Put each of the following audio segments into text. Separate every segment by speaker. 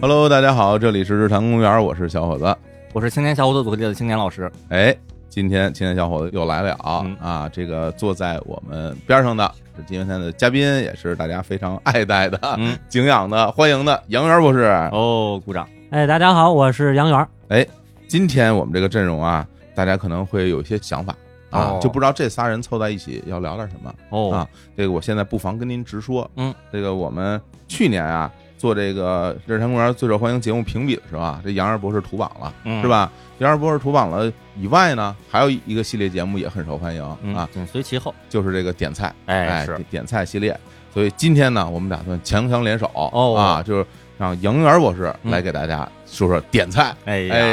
Speaker 1: Hello，大家好，这里是日坛公园，我是小伙子。
Speaker 2: 我是青年小伙子组织的青年老师，
Speaker 1: 哎，今天青年小伙子又来了啊！
Speaker 2: 嗯
Speaker 1: 啊，这个坐在我们边上的是今天的嘉宾，也是大家非常爱戴的、
Speaker 2: 嗯
Speaker 1: 敬仰的、欢迎的杨元博士。
Speaker 2: 哦，鼓掌，
Speaker 3: 哎，大家好，我是杨元儿。
Speaker 1: 今天我们这个阵容啊，大家可能会有一些想法啊，
Speaker 2: 哦
Speaker 1: 就不知道这仨人凑在一起要聊点什么。
Speaker 2: 哦，
Speaker 1: 啊这个我现在不妨跟您直说，
Speaker 2: 嗯，
Speaker 1: 这个我们去年啊做这个《日坛公园最受欢迎节目》评比的时候啊，这杨二博士ถู榜了，
Speaker 2: 嗯
Speaker 1: 是？吧？杨二博士ถู榜了以外呢，还有一个系列节目也很受欢迎
Speaker 2: 嗯
Speaker 1: 啊，，
Speaker 2: 紧随其后，
Speaker 1: 就是这个点菜，哎，
Speaker 2: 是
Speaker 1: 点，点菜系列。所以今天呢，我们打算强强联手
Speaker 2: 哦嗯
Speaker 1: 啊，就是让杨元博士来给大家说说点菜。
Speaker 2: 哎
Speaker 1: 哎呀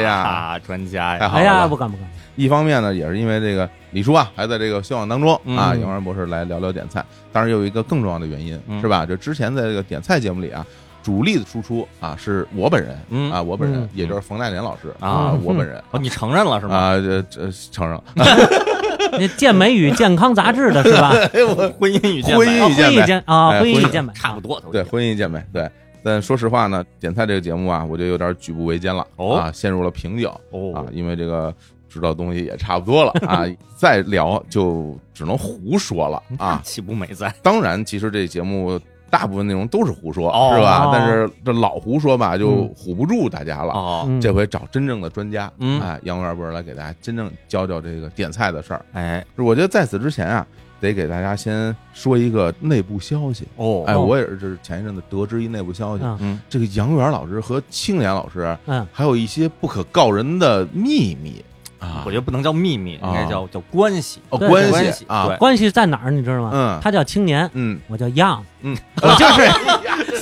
Speaker 2: 呀，专家
Speaker 1: 太
Speaker 2: 呀，
Speaker 1: 好
Speaker 3: 哎
Speaker 1: 了吧
Speaker 3: 呀，不敢不敢，
Speaker 1: 一方面呢，也是因为这个李叔啊还在这个休养当中啊，
Speaker 2: 嗯
Speaker 1: 杨元博士来聊聊点菜。当然，有一个更重要的原因
Speaker 2: 嗯
Speaker 1: 是吧？就之前在这个点菜节目里啊，主力的输出啊是我本人
Speaker 2: 嗯
Speaker 1: 啊，我本人
Speaker 3: 嗯
Speaker 1: 也就是冯大年老师
Speaker 2: 啊
Speaker 1: 我本人
Speaker 2: 哦，你承认了是吗？
Speaker 1: 啊，这这承认
Speaker 3: 那健美与健康杂志的是吧？
Speaker 2: 婚姻与健
Speaker 1: 呃婚
Speaker 2: 美
Speaker 1: 姻与
Speaker 2: 哦
Speaker 3: 婚
Speaker 1: 健美
Speaker 3: 姻健啊，
Speaker 1: 哎
Speaker 3: 婚
Speaker 1: 婚
Speaker 3: 姻
Speaker 1: 姻
Speaker 3: 与健美
Speaker 2: 差不多都
Speaker 1: 对婚姻健美对。但说实话呢，点菜这个节目啊，我就有点举步维艰了
Speaker 2: 哦
Speaker 1: 啊，陷入了瓶颈啊
Speaker 2: 哦，，
Speaker 1: 因为这个知道东西也差不多了啊， 再聊就只能胡说了啊
Speaker 2: 那。岂不美哉？
Speaker 1: 当然，其实这节目大部分内容都是胡说，
Speaker 2: 哦
Speaker 1: 是吧
Speaker 3: 哦？
Speaker 1: 但是这老胡说吧，就
Speaker 3: 嗯
Speaker 1: 唬不住大家了。
Speaker 2: 哦，
Speaker 3: 嗯
Speaker 1: 这回找真正的专家，
Speaker 2: 嗯
Speaker 1: 啊，杨元博来给大家真正教教这个点菜的事儿。
Speaker 2: 哎，
Speaker 1: 我觉得在此之前啊，得给大家先说一个内部消息。
Speaker 2: 哦，
Speaker 1: 哎，
Speaker 3: 哦
Speaker 1: 我也是这是前一阵子得知一内部消息，
Speaker 3: 嗯
Speaker 2: 嗯，
Speaker 1: 这个杨元老师和青年老师
Speaker 3: 嗯，
Speaker 1: 还有一些不可告人的秘密啊，
Speaker 2: 我觉得不能叫秘密，
Speaker 1: 啊
Speaker 2: 应该叫叫关系，
Speaker 1: 哦
Speaker 3: 对
Speaker 1: 关
Speaker 2: 关系
Speaker 1: 啊，
Speaker 2: 对
Speaker 3: 关系在哪儿你知道吗？
Speaker 1: 嗯
Speaker 3: 他叫青年，
Speaker 1: 嗯
Speaker 3: 我叫 young，
Speaker 1: 嗯，我就是。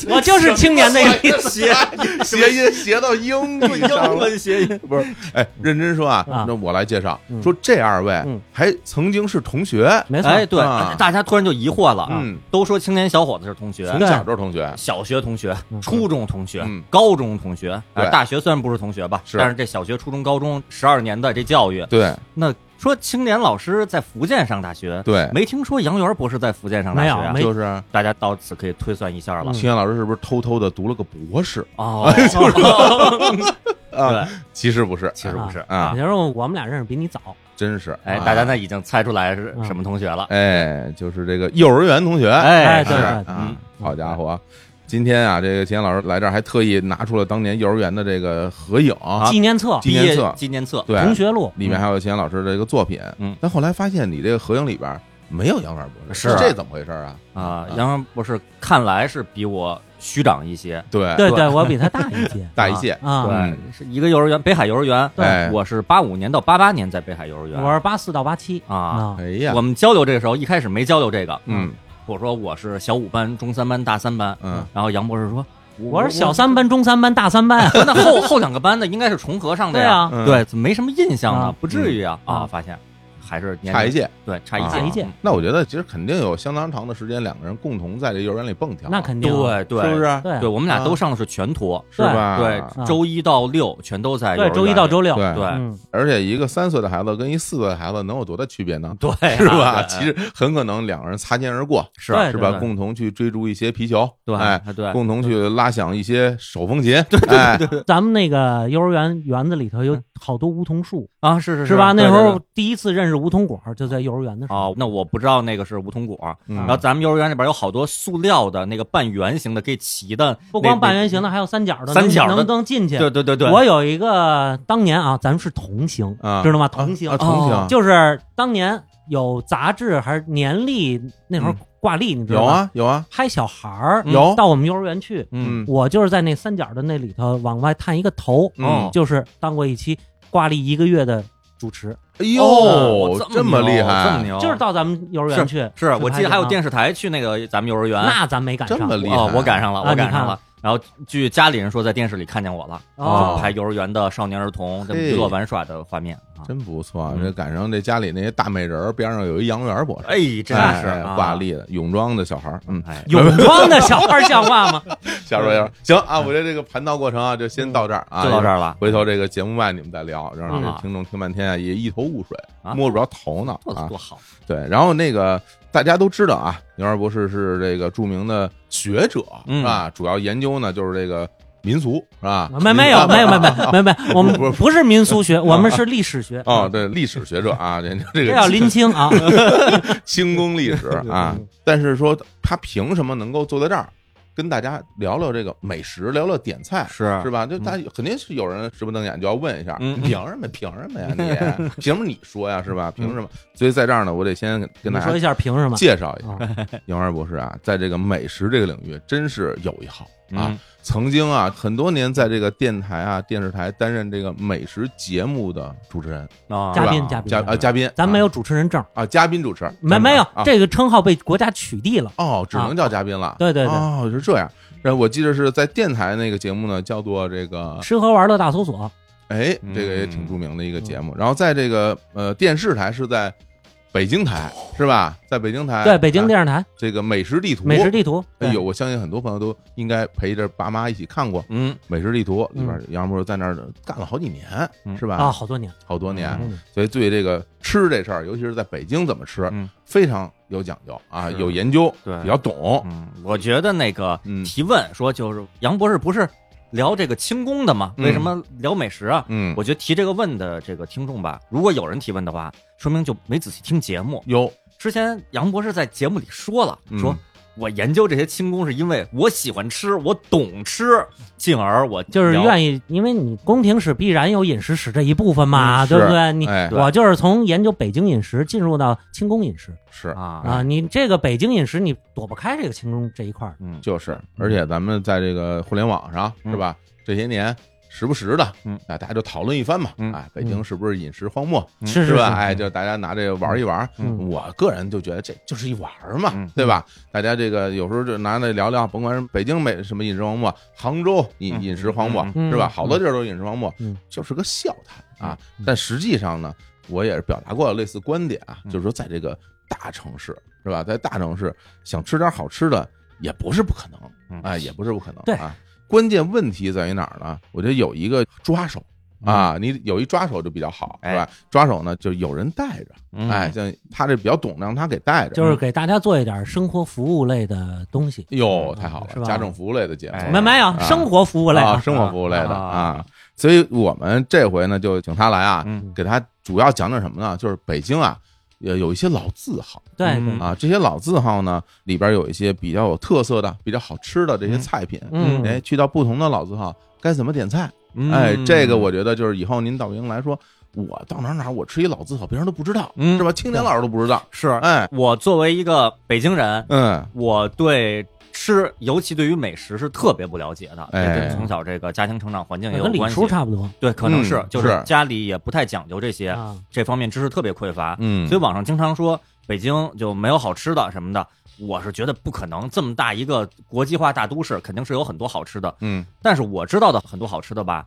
Speaker 3: 我就是青年那个意思。
Speaker 1: 谐 谐音谐到英语上
Speaker 2: 英
Speaker 1: 了。
Speaker 2: 文谐音，
Speaker 1: 不是，哎，认真说啊
Speaker 3: 啊，
Speaker 1: 那我来介绍，
Speaker 3: 嗯
Speaker 1: 说这二位
Speaker 3: 嗯
Speaker 1: 还曾经是同学，
Speaker 3: 没错，
Speaker 2: 哎，对
Speaker 1: 啊，
Speaker 2: 大家突然就疑惑了，啊
Speaker 1: 嗯，
Speaker 2: 都说青年小伙子是同学，
Speaker 1: 从小就是同学，
Speaker 2: 小学同学、
Speaker 3: 嗯
Speaker 2: 初中同学、
Speaker 1: 嗯
Speaker 2: 高中同学、
Speaker 1: 对
Speaker 2: 啊，大学虽然不是同学吧，
Speaker 1: 是
Speaker 2: 但是这小学、初中、高中十二年的这教育，
Speaker 1: 对
Speaker 2: 那说青年老师在福建上大学，
Speaker 1: 对，
Speaker 2: 没听说杨元博士在福建上大学啊、
Speaker 3: 没有
Speaker 1: 就是
Speaker 2: 大家到此可以推算一下了。
Speaker 3: 嗯
Speaker 1: 青年老师是不是偷偷的读了个博士
Speaker 2: 哦，
Speaker 1: 啊？
Speaker 3: 嗯
Speaker 2: 对，
Speaker 1: 其实不是，
Speaker 2: 其实不是，
Speaker 1: 啊
Speaker 3: 你，就说我们俩认识比你早，
Speaker 1: 真是，
Speaker 2: 哎，
Speaker 1: 啊
Speaker 2: 大家呢已经猜出来是
Speaker 3: 嗯
Speaker 2: 什么同学了。
Speaker 1: 哎，就是这个幼儿园同学，
Speaker 2: 哎
Speaker 3: 对
Speaker 1: 是
Speaker 3: 对
Speaker 1: 啊
Speaker 2: 嗯，
Speaker 1: 好家伙。今天啊，这个秦岩老师来这儿还特意拿出了当年幼儿园的这个合影，
Speaker 3: 纪念册、
Speaker 1: 啊纪
Speaker 2: 毕
Speaker 1: 念
Speaker 2: 业
Speaker 1: 册
Speaker 2: 纪念册，
Speaker 1: 对，
Speaker 3: 啊同学录，
Speaker 1: 里面还有秦岩老师的一个作品，
Speaker 2: 嗯
Speaker 1: 但后来发现你这个合影里边没有杨元博士，
Speaker 2: 是
Speaker 1: 这怎么回事啊？
Speaker 2: 啊，杨元博士看来是比我虚长一些，
Speaker 1: 对，
Speaker 3: 对
Speaker 2: 对
Speaker 3: 对，我比他大一届
Speaker 1: 大一届，
Speaker 3: 啊，
Speaker 1: 嗯
Speaker 2: 对，是一个幼儿园，北海幼儿园，
Speaker 1: 哎
Speaker 2: 我是八五年到八八年在北海幼儿园，
Speaker 3: 我是八四到八七
Speaker 2: 啊，
Speaker 3: 啊
Speaker 1: 哎呀
Speaker 2: 我，们交流这个时候一开始没交流这个，
Speaker 1: 嗯
Speaker 2: 我说我是小五班、中三班、大三班，
Speaker 1: 嗯，
Speaker 2: 然后杨博士说，
Speaker 3: 我是小三班、中三班、大三班
Speaker 2: 那后后两个班的应该是重合上的
Speaker 3: 对
Speaker 2: 呀，
Speaker 3: 啊，
Speaker 1: 嗯
Speaker 2: 对，怎么没什么印象呢
Speaker 3: 啊？
Speaker 2: 不至于啊
Speaker 3: 嗯
Speaker 2: 啊！发现还是年龄
Speaker 1: 差一，届。
Speaker 2: 对，差一
Speaker 1: 啊
Speaker 3: 差一届
Speaker 2: 嗯
Speaker 1: 那我觉得其实肯定有相当长的时间，两个人共同在这幼儿园里蹦跳，
Speaker 3: 那肯定啊
Speaker 2: 对对，
Speaker 1: 是不啊是？
Speaker 3: 对
Speaker 2: 对，我们俩
Speaker 1: 啊
Speaker 2: 都上的是全托，
Speaker 1: 是吧？
Speaker 2: 对，周一到六全都在幼儿
Speaker 3: 对，
Speaker 2: 园，
Speaker 3: 周一到周六，
Speaker 1: 对
Speaker 2: 对
Speaker 3: 嗯，
Speaker 1: 而且一个三岁的孩子跟一四岁的孩子能有多大区别呢？
Speaker 2: 对啊，
Speaker 1: 是吧？
Speaker 2: 对
Speaker 1: 其实很可能两个人擦肩而过，
Speaker 2: 是
Speaker 3: 对
Speaker 1: 是吧？
Speaker 2: 对
Speaker 1: 共同去追逐一些皮球，
Speaker 2: 对
Speaker 1: 哎，
Speaker 2: 对
Speaker 1: 共同去拉响一些手风琴，哎对对对
Speaker 3: 咱们那个幼儿园园子里头有好多梧桐树，
Speaker 2: 啊，是是
Speaker 3: 是吧？那
Speaker 2: 对
Speaker 3: 时
Speaker 2: 对
Speaker 3: 候
Speaker 2: 对
Speaker 3: 第一次认识梧桐果儿就在幼儿园的时候。
Speaker 2: 哦，那我不知道那个是梧桐果，
Speaker 1: 嗯
Speaker 2: 然后咱们幼儿园里边有好多塑料的那个半圆形的给骑的，
Speaker 3: 不光
Speaker 2: 那
Speaker 3: 半圆形的，还有三角的，
Speaker 2: 三角的
Speaker 3: 能能不能进去？
Speaker 2: 那对对对对，
Speaker 3: 我有一个当年啊，咱们是同行，
Speaker 1: 啊
Speaker 3: 知道吗？同行
Speaker 1: 啊，同行
Speaker 3: 就是当年有杂志还是年历那会儿
Speaker 1: 嗯
Speaker 3: 挂历，你知
Speaker 1: 有
Speaker 3: 道吗？
Speaker 1: 啊有啊
Speaker 3: 拍小孩儿
Speaker 2: 嗯
Speaker 1: 有，
Speaker 3: 到我们幼儿园去，
Speaker 2: 嗯，
Speaker 3: 我就是在那三角的那里头往外探一个头，
Speaker 1: 嗯
Speaker 2: 哦
Speaker 3: 就是当过一期挂历一个月的主持，
Speaker 1: 哎
Speaker 2: 哦
Speaker 1: 呦，
Speaker 2: 这
Speaker 1: 么厉
Speaker 2: 牛这么
Speaker 1: 害，
Speaker 2: 牛，
Speaker 3: 就是到咱们幼儿园去。
Speaker 2: 哦是我记得还有
Speaker 3: 视，
Speaker 2: 电视台去那个咱们幼儿园，
Speaker 3: 那咱没赶上
Speaker 1: 这么厉害
Speaker 2: 哦，我赶上了，
Speaker 3: 啊
Speaker 2: 我赶上
Speaker 3: 你
Speaker 2: 了。然后据家里人说，在电视里看见我了，
Speaker 3: 哦
Speaker 2: 就拍幼儿园的少年儿童这么
Speaker 1: 嘿
Speaker 2: 娱乐玩耍的画面啊！
Speaker 1: 真不错，
Speaker 2: 嗯
Speaker 1: 这赶上这家里那些大美人儿边上有一杨元博士，
Speaker 2: 哎，真
Speaker 1: 哎
Speaker 2: 是
Speaker 1: 哎
Speaker 2: 啊
Speaker 1: 挂，历的泳装的小孩儿，嗯，
Speaker 2: 哎，
Speaker 3: 泳装的小孩儿像话吗？
Speaker 1: 瞎说瞎说， 行啊，我觉得这个盘道过程啊，就先到这儿啊，
Speaker 2: 就到这。儿了。
Speaker 1: 回头这个节目外你们再聊，让这
Speaker 2: 啊
Speaker 1: 听众听半天啊也一头雾水，
Speaker 2: 啊
Speaker 1: 摸不着头脑
Speaker 2: 做的
Speaker 1: 啊。
Speaker 2: 多好，
Speaker 1: 对，然后那个大家都知道啊，牛二博士是这个著名的学者
Speaker 2: 嗯
Speaker 1: 啊，主要研究呢就是这个民俗是吧？
Speaker 3: 没没有没有没有没有没有没有，我们
Speaker 1: 不是
Speaker 3: 不是民俗学，我们是历史学。
Speaker 1: 哦，对，历史学者 啊，这这
Speaker 3: 这
Speaker 1: 个
Speaker 3: 要拎清啊，
Speaker 1: 清宫 历史啊，但是说他凭什么能够坐在这儿跟大家聊聊这个美食，聊聊点菜？
Speaker 2: 是
Speaker 1: 是啊吧？就大家肯定是有人直不瞪眼，就要问一下，
Speaker 2: 嗯
Speaker 1: 凭什么？凭什么呀？你 凭什么你说呀？是吧？凭什么？所以在这儿呢，我得先跟
Speaker 3: 你
Speaker 1: 大
Speaker 3: 说一
Speaker 1: 家
Speaker 3: 下凭什么？
Speaker 1: 介绍一下，
Speaker 3: 啊，
Speaker 1: 杨二博士啊，在这个美食这个领域真是有一号啊。
Speaker 2: 嗯
Speaker 1: 曾经啊，很多年在这个电台啊、电视台担任这个美食节目的主持人、
Speaker 2: 啊
Speaker 3: 嘉宾
Speaker 2: 是吧
Speaker 3: 嘉宾嗯
Speaker 1: 嘉啊嘉宾，
Speaker 3: 咱没
Speaker 1: 啊
Speaker 3: 有主持人证，
Speaker 1: 啊嘉宾主持，
Speaker 3: 没没有
Speaker 1: 啊
Speaker 3: 这个称号被国家取缔了。
Speaker 1: 哦，只能叫嘉宾了。
Speaker 3: 对对对，
Speaker 1: 哦，是这样。然后我记得是在电台那个节目呢，叫做这个，
Speaker 3: 吃喝玩乐大搜索，
Speaker 1: 哎，这个也挺著名的一个节
Speaker 3: 嗯
Speaker 1: 目。然后在这个呃电视台是在北京台是吧？在北京台
Speaker 3: 对，北京
Speaker 1: 啊
Speaker 3: 电视台
Speaker 1: 这个美食地图，
Speaker 3: 美食地图，
Speaker 1: 哎
Speaker 3: 对
Speaker 1: 呦，，我相信很多朋友都应该陪着爸妈一起看过《
Speaker 2: 嗯
Speaker 1: 美食地图》里边，杨博士在那儿干了好几年，
Speaker 2: 嗯
Speaker 1: 是吧？
Speaker 3: 啊，好多年，
Speaker 1: 好多年，
Speaker 3: 嗯
Speaker 1: 所以对这个吃这事儿，尤其是在北京怎么吃，
Speaker 2: 嗯
Speaker 1: 非常有讲究啊，
Speaker 2: 是
Speaker 1: 有研究，
Speaker 2: 对
Speaker 1: 比较懂。
Speaker 2: 嗯，我觉得那个
Speaker 1: 嗯
Speaker 2: 提问说就是杨博士不是聊这个清宫的吗？
Speaker 1: 嗯
Speaker 2: 为什么聊美食啊？
Speaker 1: 嗯，
Speaker 2: 我觉得提这个问的这个听众吧，如果有人提问的话，说明就没仔细听节目。
Speaker 1: 有
Speaker 2: 之前杨博士在节目里说了，
Speaker 1: 嗯
Speaker 2: 说我研究这些清宫是因为我喜欢吃，我懂吃，进而我
Speaker 3: 就是
Speaker 2: 聊
Speaker 3: 愿意，因为你宫廷史必然有饮食史这一部分嘛，
Speaker 1: 嗯
Speaker 3: 对不
Speaker 1: 是
Speaker 3: 对？你
Speaker 1: 哎
Speaker 3: 我就是从研究北京饮食进入到清宫饮食
Speaker 1: 是
Speaker 2: 啊，
Speaker 3: 啊，你这个北京饮食你躲不开这个清宫这一块儿，
Speaker 2: 嗯，
Speaker 1: 就是，而且咱们在这个互联网上
Speaker 2: 嗯
Speaker 1: 是吧？这些年时不时的，
Speaker 2: 嗯
Speaker 1: 啊，大家就讨论一番嘛，
Speaker 2: 嗯
Speaker 1: 哎，北京是不是饮食荒漠？
Speaker 2: 嗯
Speaker 3: 是
Speaker 1: 是
Speaker 3: 是
Speaker 1: 吧？哎，就大家拿这个玩一玩。
Speaker 3: 嗯
Speaker 1: 我个人就觉得这就是一玩儿嘛，
Speaker 2: 嗯
Speaker 1: 对吧？大家这个有时候就拿那聊聊，甭管是北京美什么饮食荒漠，杭州饮
Speaker 2: 嗯
Speaker 1: 饮食荒漠、
Speaker 3: 嗯
Speaker 1: 是吧？
Speaker 3: 嗯
Speaker 1: 好多地儿都是饮食荒漠，
Speaker 3: 嗯
Speaker 1: 就是个笑谈啊。但实际上呢，我也是表达过类似观点啊，
Speaker 2: 嗯
Speaker 1: 就是说在这个大城市是吧，在大城市想吃点好吃的也不是不可能
Speaker 2: 嗯
Speaker 1: 啊，也不是不可能。
Speaker 3: 对
Speaker 1: 啊，关键问题在于哪儿呢？我觉得有一个抓手。
Speaker 3: 嗯
Speaker 1: 啊，你有一抓手就比较好，
Speaker 3: 哎
Speaker 1: 是吧？抓手呢，就有人带着，
Speaker 2: 嗯
Speaker 1: 哎，，像他这比较懂，让他给带着，
Speaker 3: 就是给大家做一点生活服务类的东西，
Speaker 1: 哟，太好
Speaker 3: 是
Speaker 1: 了，
Speaker 3: 吧
Speaker 1: 家政服务类的节目
Speaker 2: 嗯哎，
Speaker 3: 没没有
Speaker 1: 啊
Speaker 3: 生活服务类
Speaker 1: 啊，
Speaker 3: 啊，
Speaker 1: 生活服务类的
Speaker 2: 啊
Speaker 1: 啊，所以我们这回呢，就请他来啊，
Speaker 2: 嗯
Speaker 1: 给他主要讲讲什么呢？就是北京啊，也有一些老字号
Speaker 3: 对
Speaker 2: 嗯
Speaker 3: 对，
Speaker 1: 啊，这些老字号呢，里边有一些比较有特色的、比较好吃的这些菜品，
Speaker 3: 嗯
Speaker 1: 哎，去到不同的老字号该怎么点菜？
Speaker 2: 嗯
Speaker 1: 哎，这个我觉得就是以后您到北京来说，我到哪儿哪儿我吃一老字号，别人都不知道，
Speaker 2: 嗯
Speaker 1: 是吧？青年老师都不知道，
Speaker 2: 是
Speaker 1: 哎，
Speaker 2: 我作为一个北京人，
Speaker 1: 嗯，
Speaker 2: 我对吃，尤其对于美食是特别不了解的，
Speaker 1: 哎
Speaker 2: 这跟从小这个家庭成长环境也有
Speaker 3: 跟李
Speaker 2: 关系
Speaker 3: 叔。差不多
Speaker 2: 对，可能是、
Speaker 1: 嗯
Speaker 2: 就是
Speaker 1: 是
Speaker 2: 家里也不太讲究这些，
Speaker 3: 啊，
Speaker 2: 这方面知识特别匮乏，
Speaker 1: 嗯
Speaker 2: 所以网上经常说北京就没有好吃的什么的。我是觉得不可能，这么大一个国际化大都市，肯定是有很多好吃的。
Speaker 1: 嗯，
Speaker 2: 但是我知道的很多好吃的吧，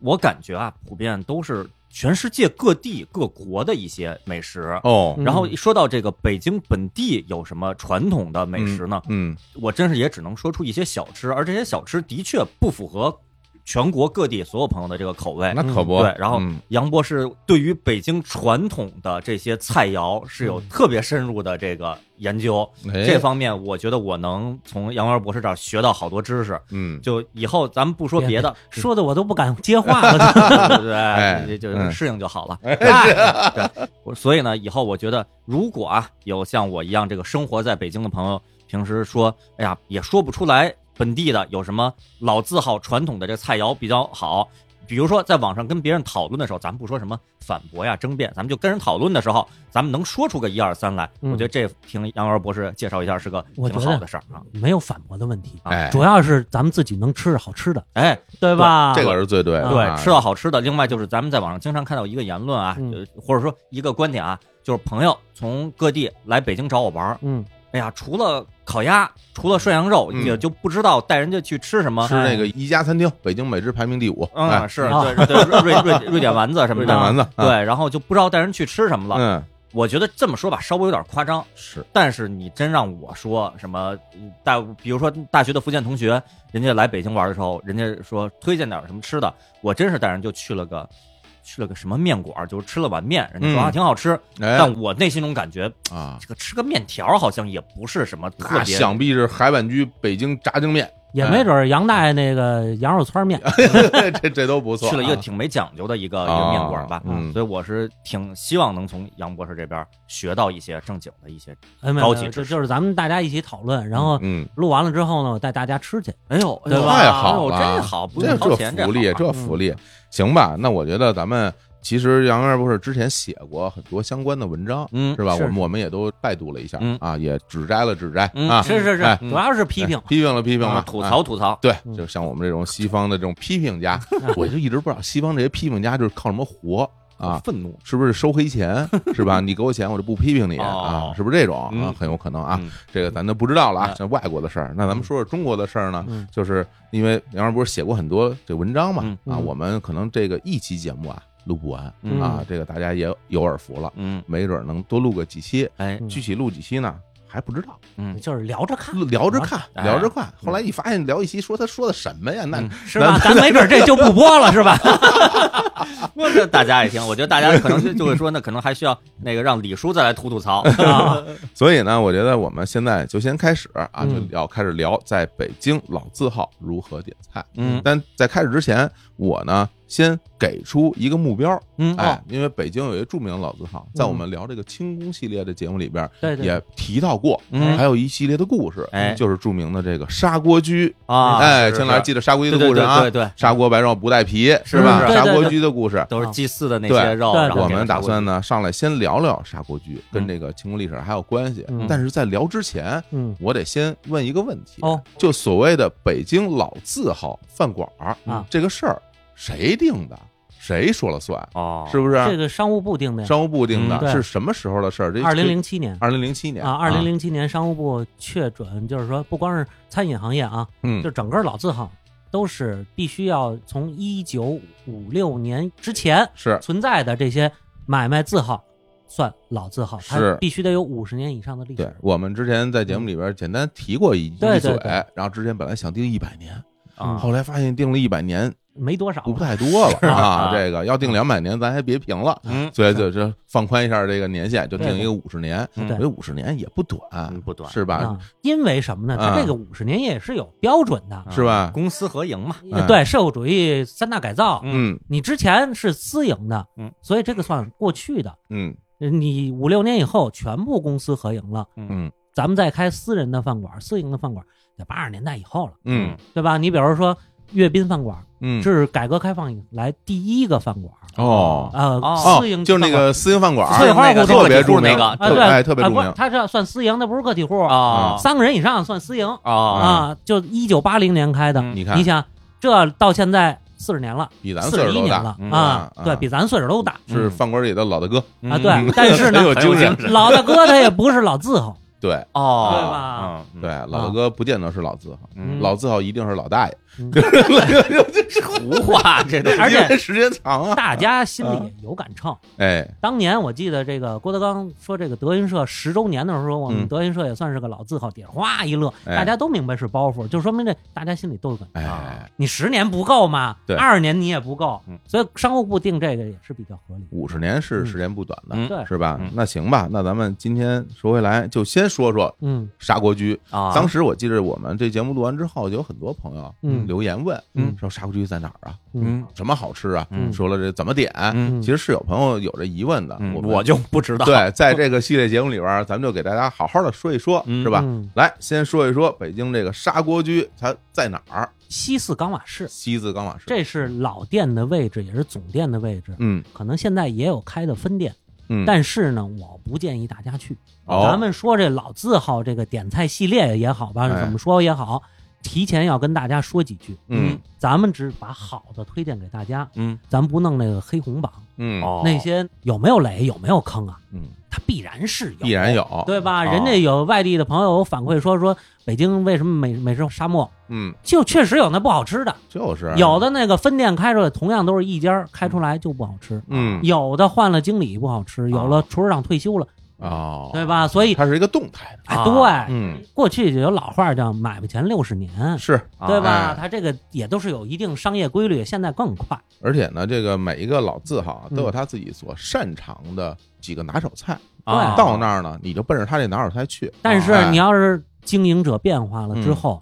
Speaker 2: 我感觉啊，普遍都是全世界各地各国的一些美食。
Speaker 1: 哦，
Speaker 2: 然后一说到这个北京本地有什么传统的美食呢？
Speaker 1: 嗯，
Speaker 2: 我真是也只能说出一些小吃，而这些小吃的确不符合全国各地所有朋友的这个口味。
Speaker 1: 那可不，
Speaker 2: 哎对，然后
Speaker 1: 嗯
Speaker 2: 杨博士对于北京传统的这些菜肴是有特别深入的这个研究，
Speaker 1: 哎
Speaker 2: 这方面我觉得我能从杨元博士这儿学到好多知识。
Speaker 1: 嗯，
Speaker 2: 就以后咱们不说别的，
Speaker 3: 说的我都不敢接话了，
Speaker 2: 对对对，
Speaker 1: 哎
Speaker 2: 这就
Speaker 1: 嗯
Speaker 2: 是适应就好了。哎对，我所以呢，以后我觉得，如果啊有像我一样这个生活在北京的朋友，平时说，哎呀，也说不出来本地的有什么老字号传统的这菜肴比较好。比如说，在网上跟别人讨论的时候，咱们不说什么反驳呀、争辩，咱们就跟人讨论的时候，咱们能说出个一二三来。
Speaker 3: 嗯
Speaker 2: 我觉得这听杨元博士介绍一下是个
Speaker 3: 我
Speaker 2: 挺
Speaker 3: 觉得
Speaker 2: 好的事儿啊。
Speaker 3: 没有反驳的问题，
Speaker 1: 哎，
Speaker 3: 主要是咱们自己能吃着好吃的，
Speaker 2: 哎，
Speaker 3: 对吧？
Speaker 1: 这个是最对的，
Speaker 2: 对，
Speaker 1: 啊
Speaker 2: 吃到好吃的。另外就是咱们在网上经常看到一个言论啊，
Speaker 3: 嗯
Speaker 2: 呃或者说一个观点啊，就是朋友从各地来北京找我玩儿，
Speaker 3: 嗯，
Speaker 2: 哎呀，除了烤鸭，除了涮羊肉，
Speaker 1: 嗯
Speaker 2: 也就不知道带人家去吃什么。
Speaker 1: 吃那个一家餐厅，北京美食排名第五，
Speaker 2: 哎嗯，
Speaker 1: 哎，
Speaker 2: 是
Speaker 3: 啊
Speaker 2: 对对，瑞瑞瑞瑞典丸子什么
Speaker 1: 瑞
Speaker 2: 的
Speaker 1: 典，丸子，啊，
Speaker 2: 对，然后就不知道带人去吃什么了。
Speaker 1: 嗯，
Speaker 2: 我觉得这么说吧，稍微有点夸张，
Speaker 1: 是，
Speaker 2: 但是你真让我说什么嗯大，比如说大学的福建同学，人家来北京玩的时候，人家说推荐点什么吃的，我真是带人就去了个去了个什么面馆儿，就是吃了碗面，人家说
Speaker 1: 嗯
Speaker 2: 啊挺好吃，
Speaker 1: 哎
Speaker 2: 但我内心中感觉
Speaker 1: 啊，
Speaker 2: 这个吃个面条好像也不是什么特
Speaker 1: 那
Speaker 2: 别。
Speaker 1: 想必是海碗居北京炸酱面，
Speaker 3: 也没准儿杨大爷那个羊肉汆面，
Speaker 1: 这这都不错啊。
Speaker 2: 去了一个挺没讲究的一个一
Speaker 1: 啊
Speaker 2: 个面馆吧，
Speaker 1: 嗯
Speaker 2: 所以我是挺希望能从杨博士这边学到一些正经的一些。
Speaker 3: 哎，没有
Speaker 2: 高
Speaker 3: 没
Speaker 2: 级
Speaker 3: 有
Speaker 2: 知
Speaker 3: 就
Speaker 2: 识
Speaker 3: 就是咱们大家一起讨论，然后
Speaker 1: 嗯，
Speaker 3: 录完了之后呢，我带大家吃去。
Speaker 2: 哎呦，
Speaker 3: 对吧
Speaker 1: 太好了，
Speaker 2: 哎呦真好，不
Speaker 1: 这
Speaker 2: 用掏钱，
Speaker 1: 这福利，
Speaker 2: 这好
Speaker 1: 这
Speaker 2: 啊
Speaker 1: 福利，行吧？那我觉得咱们其实杨二不是之前写过很多相关的文章，
Speaker 2: 嗯
Speaker 1: 是吧？
Speaker 3: 是
Speaker 1: 我们我们也都拜读了一下
Speaker 2: 嗯
Speaker 1: 啊，也指摘了指摘
Speaker 2: 嗯
Speaker 1: 啊，
Speaker 3: 是是
Speaker 1: 哎
Speaker 3: 是，主要是批评
Speaker 1: 哎，批评了批评了
Speaker 2: 啊，吐
Speaker 1: 哎
Speaker 2: 槽吐槽，
Speaker 1: 对，
Speaker 3: 嗯
Speaker 1: 就像我们这种西方的这种批评 家，
Speaker 2: 啊
Speaker 1: 我就一直不知道西方这些批评家就是靠什么活啊？
Speaker 2: 愤怒。
Speaker 1: 是不是收黑钱 是吧？你给我钱，我就不批评你啊
Speaker 2: 哦，
Speaker 1: 是不是这种啊
Speaker 2: 嗯？
Speaker 1: 很有可能啊
Speaker 2: 嗯，
Speaker 1: 这个咱都不知道了啊
Speaker 2: 嗯。
Speaker 1: 像外国的事儿，那咱们说说中国的事儿呢
Speaker 3: 嗯，
Speaker 1: 就是因为杨二波写过很多这文章嘛
Speaker 2: 嗯，
Speaker 1: 啊，
Speaker 3: 嗯
Speaker 1: 我们可能这个一期节目啊录不完
Speaker 2: 嗯
Speaker 1: 啊，这个大家也有耳福了，
Speaker 2: 嗯，
Speaker 1: 没准能多录个几期，
Speaker 2: 哎，
Speaker 3: 嗯
Speaker 1: 具体录几期呢还不知道。
Speaker 2: 嗯，
Speaker 3: 就是聊着看，
Speaker 1: 聊着看，
Speaker 2: 哎
Speaker 1: 聊着看。后来一发现聊一期说他说的什么呀？那
Speaker 2: 嗯
Speaker 3: 是吧？咱没准这就不播了，是 吧？
Speaker 2: 我这大家也听，我觉得大家可能就就会说，那可能还需要那个让李叔再来吐吐 槽。
Speaker 3: 啊，
Speaker 1: 所以呢，我觉得我们现在就先开始啊，就
Speaker 3: 嗯
Speaker 1: 要开始聊在北京老字号如何点菜。
Speaker 2: 嗯
Speaker 1: 但在开始之前，我呢先给出一个目标，
Speaker 2: 嗯
Speaker 1: 哎，因为北京有一个著名的老字号，在我们聊这个清宫系列的节目里边
Speaker 3: 对对，
Speaker 1: 也提到过，
Speaker 2: 嗯
Speaker 1: 还有一系列的故事，嗯
Speaker 2: 哎
Speaker 1: 就是著名的这个砂锅居，
Speaker 2: 啊，
Speaker 1: 哎，
Speaker 2: 是
Speaker 1: 前来，记得砂锅居
Speaker 2: 是
Speaker 1: 的
Speaker 2: 对对
Speaker 1: 故事啊
Speaker 2: 对对，对，
Speaker 1: 砂锅白肉不带皮是
Speaker 2: 嗯
Speaker 1: 吧？
Speaker 3: 对对
Speaker 1: 砂锅
Speaker 3: 对
Speaker 1: 居的故事。
Speaker 2: 都是祭祀的那些
Speaker 1: 对
Speaker 2: 肉。
Speaker 3: 啊对
Speaker 2: 然后
Speaker 1: 我
Speaker 2: 给
Speaker 1: 们
Speaker 2: 它
Speaker 1: 打
Speaker 2: 过
Speaker 1: 算
Speaker 2: 去
Speaker 1: 呢，上来先聊聊砂锅居跟
Speaker 2: 嗯
Speaker 1: 这个清宫历史还有关系。
Speaker 3: 嗯
Speaker 1: 但是在聊之前，
Speaker 3: 嗯
Speaker 1: 我得先问一个问题
Speaker 3: 哦，
Speaker 1: 就所谓的北京老字号饭馆儿
Speaker 3: 啊
Speaker 1: 这个事儿，谁定的？谁说了算？
Speaker 2: 哦，
Speaker 1: 是不是？
Speaker 3: 这个商务部定的呀，
Speaker 1: 商务部定的
Speaker 2: 嗯
Speaker 3: 对
Speaker 1: 是什么时候的事儿？这
Speaker 3: 二零零七年
Speaker 1: 二零零七年
Speaker 3: 啊，二零零七年商务部确准，就是说不光是餐饮行业啊，
Speaker 1: 嗯
Speaker 3: 就整个老字号都是必须要从一九五六年之前
Speaker 1: 是
Speaker 3: 存在的这些买卖字号算老字号，
Speaker 1: 是
Speaker 3: 它必须得有五十年以上的历
Speaker 1: 对
Speaker 3: 史。。
Speaker 1: 我们之前在节目里边简单提过一
Speaker 3: 对
Speaker 1: 一嘴
Speaker 3: 对对，
Speaker 1: 然后之前本来想定一百年，
Speaker 2: 啊
Speaker 1: 后来发现定了一百年
Speaker 3: 没多少
Speaker 1: 不太多了
Speaker 2: 是啊
Speaker 1: 啊，这个要定两百年，咱还别评了。
Speaker 2: 嗯，
Speaker 1: 所以就就放宽一下这个年限，就定
Speaker 3: 对
Speaker 1: 一个五十年。我
Speaker 2: 嗯
Speaker 1: 觉
Speaker 3: 对
Speaker 1: 得五十年也不短，
Speaker 2: 嗯不短
Speaker 1: 是吧
Speaker 3: 啊？，因为什么呢？
Speaker 1: 嗯
Speaker 3: 它这个五十年也是有标准的，
Speaker 1: 是吧
Speaker 2: 公私合营嘛，
Speaker 1: 嗯
Speaker 3: 对社会主义三大改造，
Speaker 1: 嗯
Speaker 3: 你之前是私营的，
Speaker 2: 嗯，
Speaker 3: 所以这个算过去的。
Speaker 1: 嗯
Speaker 3: 呃你五六年以后全部公私合营了，
Speaker 1: 嗯
Speaker 3: 咱们再开私人的饭馆、私营的饭馆，在八十年代以后了，
Speaker 1: 嗯
Speaker 3: 对吧？你比如说阅兵饭馆，
Speaker 1: 嗯，
Speaker 3: 这是改革开放以来第一个饭馆，
Speaker 1: 哦
Speaker 3: 呃，
Speaker 2: 哦
Speaker 1: 哦
Speaker 3: 私营，
Speaker 1: 就是那
Speaker 3: 饭馆
Speaker 1: 个私营饭馆儿，
Speaker 3: 翠花胡同
Speaker 1: 特别著名
Speaker 2: 那个
Speaker 3: 啊，
Speaker 1: 特
Speaker 3: 对，
Speaker 1: 哎特别
Speaker 3: 啊
Speaker 1: 著
Speaker 3: 不
Speaker 1: 名哦
Speaker 3: 它这算私营，那不是个体户
Speaker 2: 啊
Speaker 3: 三个人以上算私营
Speaker 2: 啊
Speaker 3: 啊，就一九八零年开的，
Speaker 2: 嗯
Speaker 1: 你看
Speaker 3: 你想这到现在四十年了，
Speaker 1: 比咱们
Speaker 3: 四
Speaker 1: 岁
Speaker 3: 十
Speaker 1: 数都
Speaker 3: 一年
Speaker 1: 大，
Speaker 3: 了
Speaker 2: 嗯
Speaker 3: 啊
Speaker 1: 啊，
Speaker 3: 对
Speaker 1: 啊
Speaker 3: 比咱岁数都大
Speaker 1: 是饭馆里的老大哥。
Speaker 3: 啊，
Speaker 2: 嗯
Speaker 3: 对，但是 呢
Speaker 1: 很，有精神
Speaker 3: 老大哥他也不是老字号，
Speaker 1: 对
Speaker 2: 哦，
Speaker 3: 对吧
Speaker 2: 嗯？
Speaker 1: 对，老大哥不见得是老字号，
Speaker 2: 嗯
Speaker 1: 老字号一定是老大爷，
Speaker 3: 嗯
Speaker 2: 嗯胡话这都
Speaker 3: 而且
Speaker 1: 因为时间长啊，
Speaker 3: 大家心里也有杆秤。
Speaker 1: 哎，
Speaker 3: 当年我记得这个郭德纲说这个德云社十周年的时候，我
Speaker 1: 嗯
Speaker 3: 们德云社也算是个老字号，底下哗一乐，
Speaker 1: 哎
Speaker 3: 大家都明白是包袱，就说明这大家心里都有杆秤。
Speaker 1: 哎，
Speaker 3: 你十年不够嘛
Speaker 1: 对，
Speaker 3: 二十年你也不够
Speaker 2: 嗯，
Speaker 3: 所以商务部定这个也是比较合理。
Speaker 1: 五十年是
Speaker 3: 嗯
Speaker 1: 时间不短的，
Speaker 2: 嗯
Speaker 3: 对，
Speaker 1: 是吧
Speaker 2: 嗯？
Speaker 1: 那行吧，那咱们今天说回来，就先说说
Speaker 3: 嗯
Speaker 1: 砂锅居。
Speaker 2: 啊，
Speaker 1: 当时我记得我们这节目录完之后，就有很多朋友
Speaker 3: 嗯
Speaker 1: 留言问，
Speaker 3: 嗯
Speaker 1: 说砂锅居在哪儿啊？
Speaker 3: 嗯
Speaker 1: 什么好吃啊？
Speaker 2: 嗯
Speaker 1: 说了这怎么点？
Speaker 2: 嗯
Speaker 3: 嗯
Speaker 1: 其实是有朋友有这疑问的，
Speaker 2: 嗯，
Speaker 1: 我
Speaker 2: 我
Speaker 1: 们
Speaker 2: 就不知道，
Speaker 1: 对，在这个系列节目里边儿，咱们就给大家好好的说一说，
Speaker 2: 嗯
Speaker 1: 是吧？
Speaker 3: 嗯
Speaker 1: 来，先说一说北京这个砂锅居，它在哪儿？
Speaker 3: 西四钢瓦市，
Speaker 1: 西自冈瓦市。
Speaker 3: 这是老店的位置，也是总店的位置，
Speaker 1: 嗯
Speaker 3: 可能现在也有开的分店，
Speaker 1: 嗯，
Speaker 3: 但是呢，我不建议大家去。
Speaker 1: 哦
Speaker 3: 咱们说这老字号这个点菜系列也好吧，
Speaker 1: 哎
Speaker 3: 怎么说也好，提前要跟大家说几句。
Speaker 1: 嗯
Speaker 3: 咱们只把好的推荐给大家，
Speaker 2: 嗯，
Speaker 3: 咱不弄那个黑红榜，
Speaker 1: 嗯
Speaker 2: 哦，
Speaker 3: 那些有没有雷，有没有坑啊？
Speaker 1: 嗯，
Speaker 3: 它必然是有，
Speaker 1: 必然，有，
Speaker 3: 对吧？
Speaker 2: 哦
Speaker 3: 人家有外地的朋友有反馈说说北京为什么美美食沙漠，
Speaker 1: 嗯，
Speaker 3: 就确实有那不好吃的，
Speaker 1: 就是
Speaker 3: 有的那个分店开出来同样都是一家儿开出来就不好吃，
Speaker 1: 嗯
Speaker 3: 有的换了经理不好吃，有了
Speaker 2: 哦
Speaker 3: 厨师长退休了，
Speaker 1: 哦，
Speaker 3: 对？吧？所以
Speaker 1: 它是一个动态的，
Speaker 3: 哎，
Speaker 2: 啊
Speaker 3: 对，
Speaker 1: 嗯，
Speaker 3: 过去就有老话叫“买卖前六十年”，
Speaker 1: 是，
Speaker 2: 啊
Speaker 3: 对
Speaker 1: 哎啊
Speaker 3: 吧？它这个也都是有一定商业规律，现在更快。
Speaker 1: 而且呢，这个每一个老字号啊
Speaker 3: 嗯
Speaker 1: 都有他自己所擅长的几个拿手菜，
Speaker 2: 啊
Speaker 1: 到那儿呢，你就奔着他这拿手菜去。
Speaker 3: 但是
Speaker 1: 哎
Speaker 3: 你要是经营者变化了之后，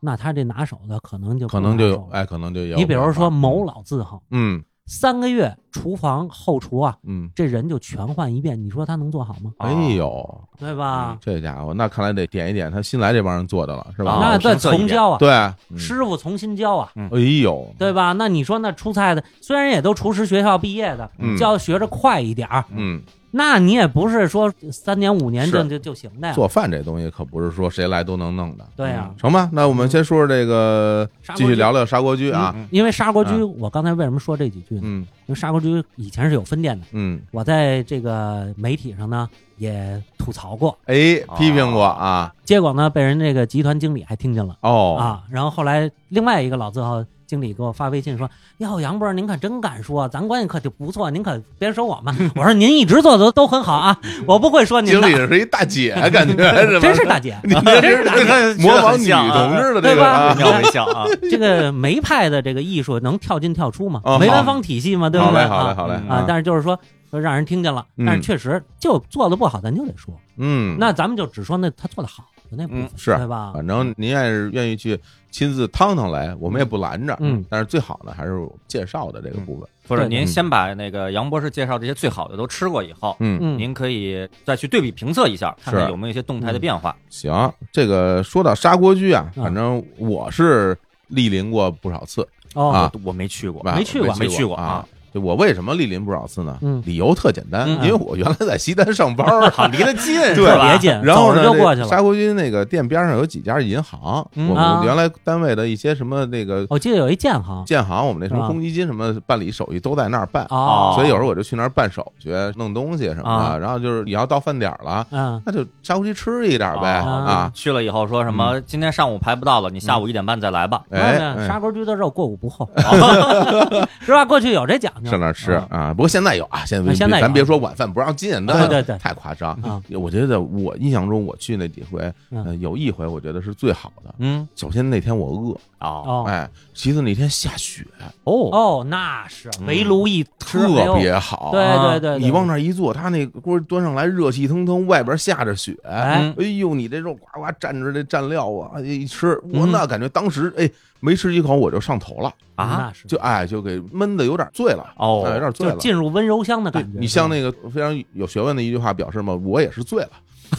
Speaker 3: 那他这拿手的可能就
Speaker 1: 嗯
Speaker 3: 不
Speaker 1: 可能就
Speaker 3: 拿
Speaker 1: 有
Speaker 3: 手了
Speaker 1: 哎，可能就有。
Speaker 3: 你比如说某，老字号，
Speaker 1: 嗯
Speaker 3: 三个月厨房后厨啊，
Speaker 1: 嗯，
Speaker 3: 这人就全换一遍，你说他能做好吗？
Speaker 1: 哎呦，
Speaker 3: 对吧？
Speaker 1: 这家伙，那看来得点一点他新来这帮人做的了，是吧？
Speaker 2: 啊
Speaker 3: 那再
Speaker 2: 重做一
Speaker 3: 重
Speaker 2: 遍
Speaker 3: 教啊，
Speaker 1: 对，
Speaker 2: 嗯
Speaker 3: 师傅重新教啊，
Speaker 1: 哎呦，
Speaker 3: 对吧？那你说那出菜的，虽然也都厨师学校毕业的
Speaker 1: 嗯，
Speaker 3: 教学着快一点儿，
Speaker 1: 嗯，
Speaker 3: 那你也不是说三年五年
Speaker 1: 是
Speaker 3: 这就就行哎的呀。
Speaker 1: 做饭这东西可不是说谁来都能弄的。嗯
Speaker 3: 对呀，嗯
Speaker 1: 成吧，那我们先说说这个，
Speaker 3: 砂锅
Speaker 1: 继续
Speaker 3: 居
Speaker 1: 聊聊砂锅居啊。
Speaker 2: 嗯
Speaker 3: 因为砂锅居，我刚才为什么说这几句呢？
Speaker 1: 嗯
Speaker 3: 因为砂锅居以前是有分店的，
Speaker 1: 嗯，
Speaker 3: 我在这个媒体上呢也吐槽过，
Speaker 1: 哎，批评过啊，
Speaker 3: 结果呢被人这个集团经理还听见了。
Speaker 1: 哦，
Speaker 3: 啊，然后后来另外一个老字号经理给我发微信说：“哟，杨波，您可真敢说，咱关系可就不错，您可别说我 们。”我说：“您一直做的都很好啊，我不会说您
Speaker 1: 经理
Speaker 3: 的，
Speaker 1: 是一大姐，啊感 觉是吧？。
Speaker 3: 真是大姐
Speaker 1: 你这
Speaker 3: 真是大姐
Speaker 1: 是模仿女同志的这
Speaker 3: 对
Speaker 1: 个
Speaker 3: 吧
Speaker 1: 啊
Speaker 2: 微笑微笑啊，
Speaker 3: 这个梅派的这个艺术能跳进跳出吗
Speaker 1: 哦？
Speaker 3: 梅
Speaker 1: 好
Speaker 3: 兰芳体系嘛，对不
Speaker 1: 好
Speaker 3: 对？
Speaker 1: 嘞，好嘞，
Speaker 3: 啊
Speaker 1: 好嘞
Speaker 2: 嗯
Speaker 3: 啊，但是就是说。”说让人听见了，但
Speaker 1: 嗯
Speaker 3: 是确实就做的不好，咱就得说。
Speaker 1: 嗯，
Speaker 3: 那咱们就只说那他做的好的那部分
Speaker 2: 嗯，
Speaker 1: 是啊
Speaker 3: 对吧？
Speaker 1: 反正您要是愿意去亲自趟趟来，我们也不拦着。啊
Speaker 3: 嗯，
Speaker 1: 但是最好呢，还是介绍的这个部分。
Speaker 2: 不是
Speaker 3: 对
Speaker 2: 您
Speaker 1: 嗯
Speaker 2: 先把那个杨博士介绍这些最好的都吃过以后，
Speaker 1: 嗯，
Speaker 3: 嗯，
Speaker 2: 您可以再去对比评测一下，看看有没有一些动态的变化。
Speaker 1: 行，这个说到砂锅居啊，
Speaker 3: 嗯
Speaker 1: 反正我是莅临过不少次，
Speaker 3: 哦
Speaker 1: 啊，
Speaker 2: 我我没去过，
Speaker 1: 啊
Speaker 3: 没去过
Speaker 1: 没
Speaker 2: 没去过
Speaker 1: 过
Speaker 2: 啊。
Speaker 1: 就我为什么莅临不少次呢？
Speaker 3: 嗯
Speaker 1: 理由特简单，
Speaker 2: 嗯
Speaker 1: 因为我原来在西单上班 儿。
Speaker 2: 好，离得近，
Speaker 1: 对
Speaker 2: 是
Speaker 3: 特
Speaker 2: 吧
Speaker 3: 别？近，
Speaker 1: 然后
Speaker 3: 走
Speaker 1: 呢，
Speaker 3: 着就过去
Speaker 1: 这
Speaker 3: 了
Speaker 1: 砂。锅居那个店边上有几家银行，
Speaker 2: 嗯
Speaker 1: 我
Speaker 3: 啊
Speaker 1: 们原来单位的一些什么那个
Speaker 3: 我记得有一建行
Speaker 1: 建行，我们那什么
Speaker 3: 啊
Speaker 1: 公积金什么办理手续都在那儿办。
Speaker 3: 哦，
Speaker 1: 所以有时候我就去那儿办手续、弄东西什么
Speaker 2: 啊
Speaker 1: 的。然后就是你要到饭点儿了，
Speaker 3: 嗯，
Speaker 1: 那就砂锅居吃一点儿呗
Speaker 3: 啊
Speaker 1: 啊！
Speaker 2: 去了以后说什么？今天上午排不到了，你下午一点半再来吧。
Speaker 1: 哎，
Speaker 3: 那
Speaker 1: 哎
Speaker 3: 砂锅居的肉过午不候， 是吧？过去有这讲究
Speaker 1: 上那儿吃
Speaker 3: 啊
Speaker 1: 啊！不过现在有啊，现在
Speaker 3: 啊现在有
Speaker 1: 咱别说晚饭不让进，那
Speaker 3: 对对对
Speaker 1: 太夸张
Speaker 3: 啊！
Speaker 1: 我觉得我印象中我去那几回，
Speaker 3: 嗯
Speaker 1: 呃有一回我觉得是最好的。
Speaker 2: 嗯，
Speaker 1: 首先那天我
Speaker 2: 哦
Speaker 1: 饿，
Speaker 3: 哦
Speaker 1: 哎，其次那天下雪，
Speaker 2: 哦，
Speaker 3: 哦，那是
Speaker 2: 嗯
Speaker 3: 围炉一吃
Speaker 1: 特
Speaker 3: 哎呦
Speaker 1: 别好。
Speaker 3: 对对对，
Speaker 1: 你往那
Speaker 3: 那
Speaker 1: 儿一坐，他那锅端上来热气腾腾，外边下着雪，
Speaker 3: 哎
Speaker 1: 哎呦，你这肉呱呱蘸着这蘸料啊，哎一吃，我
Speaker 2: 嗯
Speaker 1: 那感觉当时哎没吃几口我就上头了，
Speaker 2: 啊
Speaker 3: 那是
Speaker 1: 就哎就给闷的有点醉了，哎有
Speaker 2: 哦，
Speaker 1: 点醉
Speaker 3: 就
Speaker 1: 了。
Speaker 3: 进入温柔乡的
Speaker 1: 对
Speaker 3: 感觉。
Speaker 1: 你 像那个非常有学问的一句话表示嘛，我也是醉了，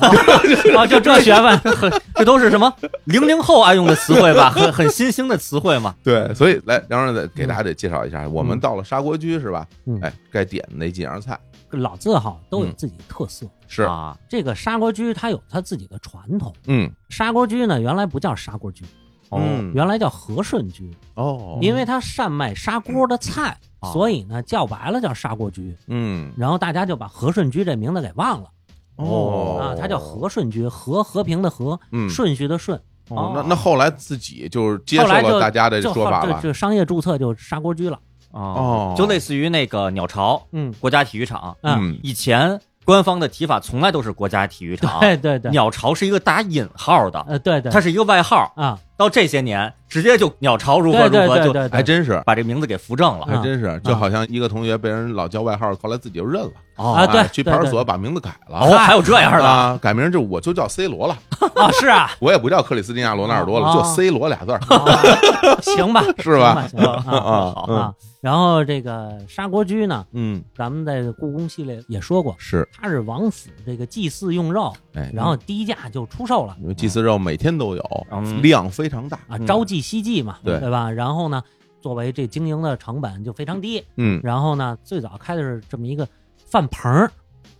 Speaker 2: 啊，
Speaker 3: 哦
Speaker 2: 就这学 问，很这都是什么零零后爱用的词汇吧？很很新兴的词汇嘛。
Speaker 1: 对，所以来，然后再给大家得介绍一下，我们到了砂锅居是吧？
Speaker 3: 嗯啊
Speaker 1: 哎，该点的那几样菜
Speaker 3: 老字号都
Speaker 1: 嗯
Speaker 3: 有自己的特色，
Speaker 1: 是，
Speaker 2: 啊，
Speaker 3: 这个砂锅居它有它自己的传统。
Speaker 1: 嗯，
Speaker 3: 砂锅居呢，原来不叫砂锅居，
Speaker 2: 哦
Speaker 1: 嗯
Speaker 3: 原来叫和顺居，
Speaker 1: 哦，啊
Speaker 3: 因为它善卖砂锅的菜，
Speaker 2: 嗯
Speaker 3: 所以呢叫白了叫砂锅居，
Speaker 1: 嗯，
Speaker 3: 然后大家就把和顺居这名字给忘了。
Speaker 1: 哦，
Speaker 3: 啊，它叫和顺居，和和平的和，
Speaker 1: 嗯
Speaker 3: 顺序的顺。
Speaker 1: 哦，那那后来自己就是接受
Speaker 3: 后来就
Speaker 1: 了大家的
Speaker 3: 就
Speaker 1: 说
Speaker 3: 后
Speaker 1: 法
Speaker 3: 就
Speaker 1: 了，
Speaker 3: 就商业注册就砂锅居了。
Speaker 1: 哦
Speaker 2: 就类似于那个鸟巢
Speaker 3: 嗯
Speaker 2: 国家体育场，
Speaker 3: 啊，
Speaker 1: 嗯，
Speaker 2: 以前官方的提法从来都是国家体育
Speaker 1: 啊
Speaker 2: 场，
Speaker 3: 对对对，
Speaker 2: 鸟巢是一个打引号的，
Speaker 3: 呃对对，
Speaker 2: 它是一个外号。
Speaker 3: 啊，
Speaker 2: 到这些年，直接就鸟巢如
Speaker 3: 对
Speaker 2: 何
Speaker 3: 对
Speaker 2: 如何，
Speaker 3: 对
Speaker 2: 就
Speaker 3: 对
Speaker 1: 还
Speaker 3: 对，
Speaker 1: 真是，
Speaker 2: 把这名字给扶正了。
Speaker 1: 还真是，就
Speaker 3: 啊
Speaker 1: 好像一个同学被人老叫外号，后来自己就认了
Speaker 2: 哦
Speaker 3: 啊对
Speaker 1: 哎去派出
Speaker 3: 对
Speaker 1: 所把名字改了。
Speaker 2: 哦，还有这样的哦
Speaker 1: 啊，改名就我就叫 C 罗了，
Speaker 3: 啊是啊，
Speaker 1: 我也不叫克里斯蒂亚罗纳尔多了，
Speaker 3: 哦
Speaker 1: 就 C 罗俩字儿
Speaker 3: 啊行吧，
Speaker 1: 是吧
Speaker 3: 行吧？行吧
Speaker 1: 啊
Speaker 3: 啊
Speaker 1: 嗯
Speaker 3: 啊，然后这个砂锅居呢，
Speaker 1: 嗯，
Speaker 3: 咱们在故宫系列也说过，
Speaker 1: 是，
Speaker 3: 它是王府这个祭祀用肉，
Speaker 1: 哎，
Speaker 3: 然后低价就出售了
Speaker 1: 因为祭祀肉每天都有，
Speaker 2: 嗯
Speaker 1: 量非常大，
Speaker 3: 啊，
Speaker 2: 嗯
Speaker 3: 朝祭夕祭嘛，
Speaker 1: 对
Speaker 3: 对吧？然后呢，作为这经营的成本就非常低，
Speaker 1: 嗯，
Speaker 3: 然后呢，最早开的是这么一个饭棚儿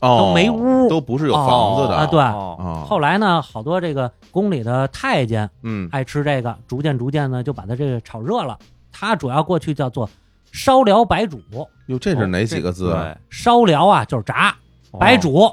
Speaker 1: 哦，
Speaker 3: 都没屋
Speaker 1: 都不是有
Speaker 2: 嗯
Speaker 1: 房子的
Speaker 3: 啊对
Speaker 2: 哦
Speaker 1: 啊，
Speaker 3: 后来呢，好多这个宫里的太监
Speaker 1: 嗯，
Speaker 3: 爱吃这个，逐渐逐渐呢就把它这个炒热了。它主要过去叫做烧寮白煮，
Speaker 1: 哟，这是哪几个字啊？
Speaker 2: 对
Speaker 3: 烧寮啊就是炸，
Speaker 2: 哦
Speaker 3: 白煮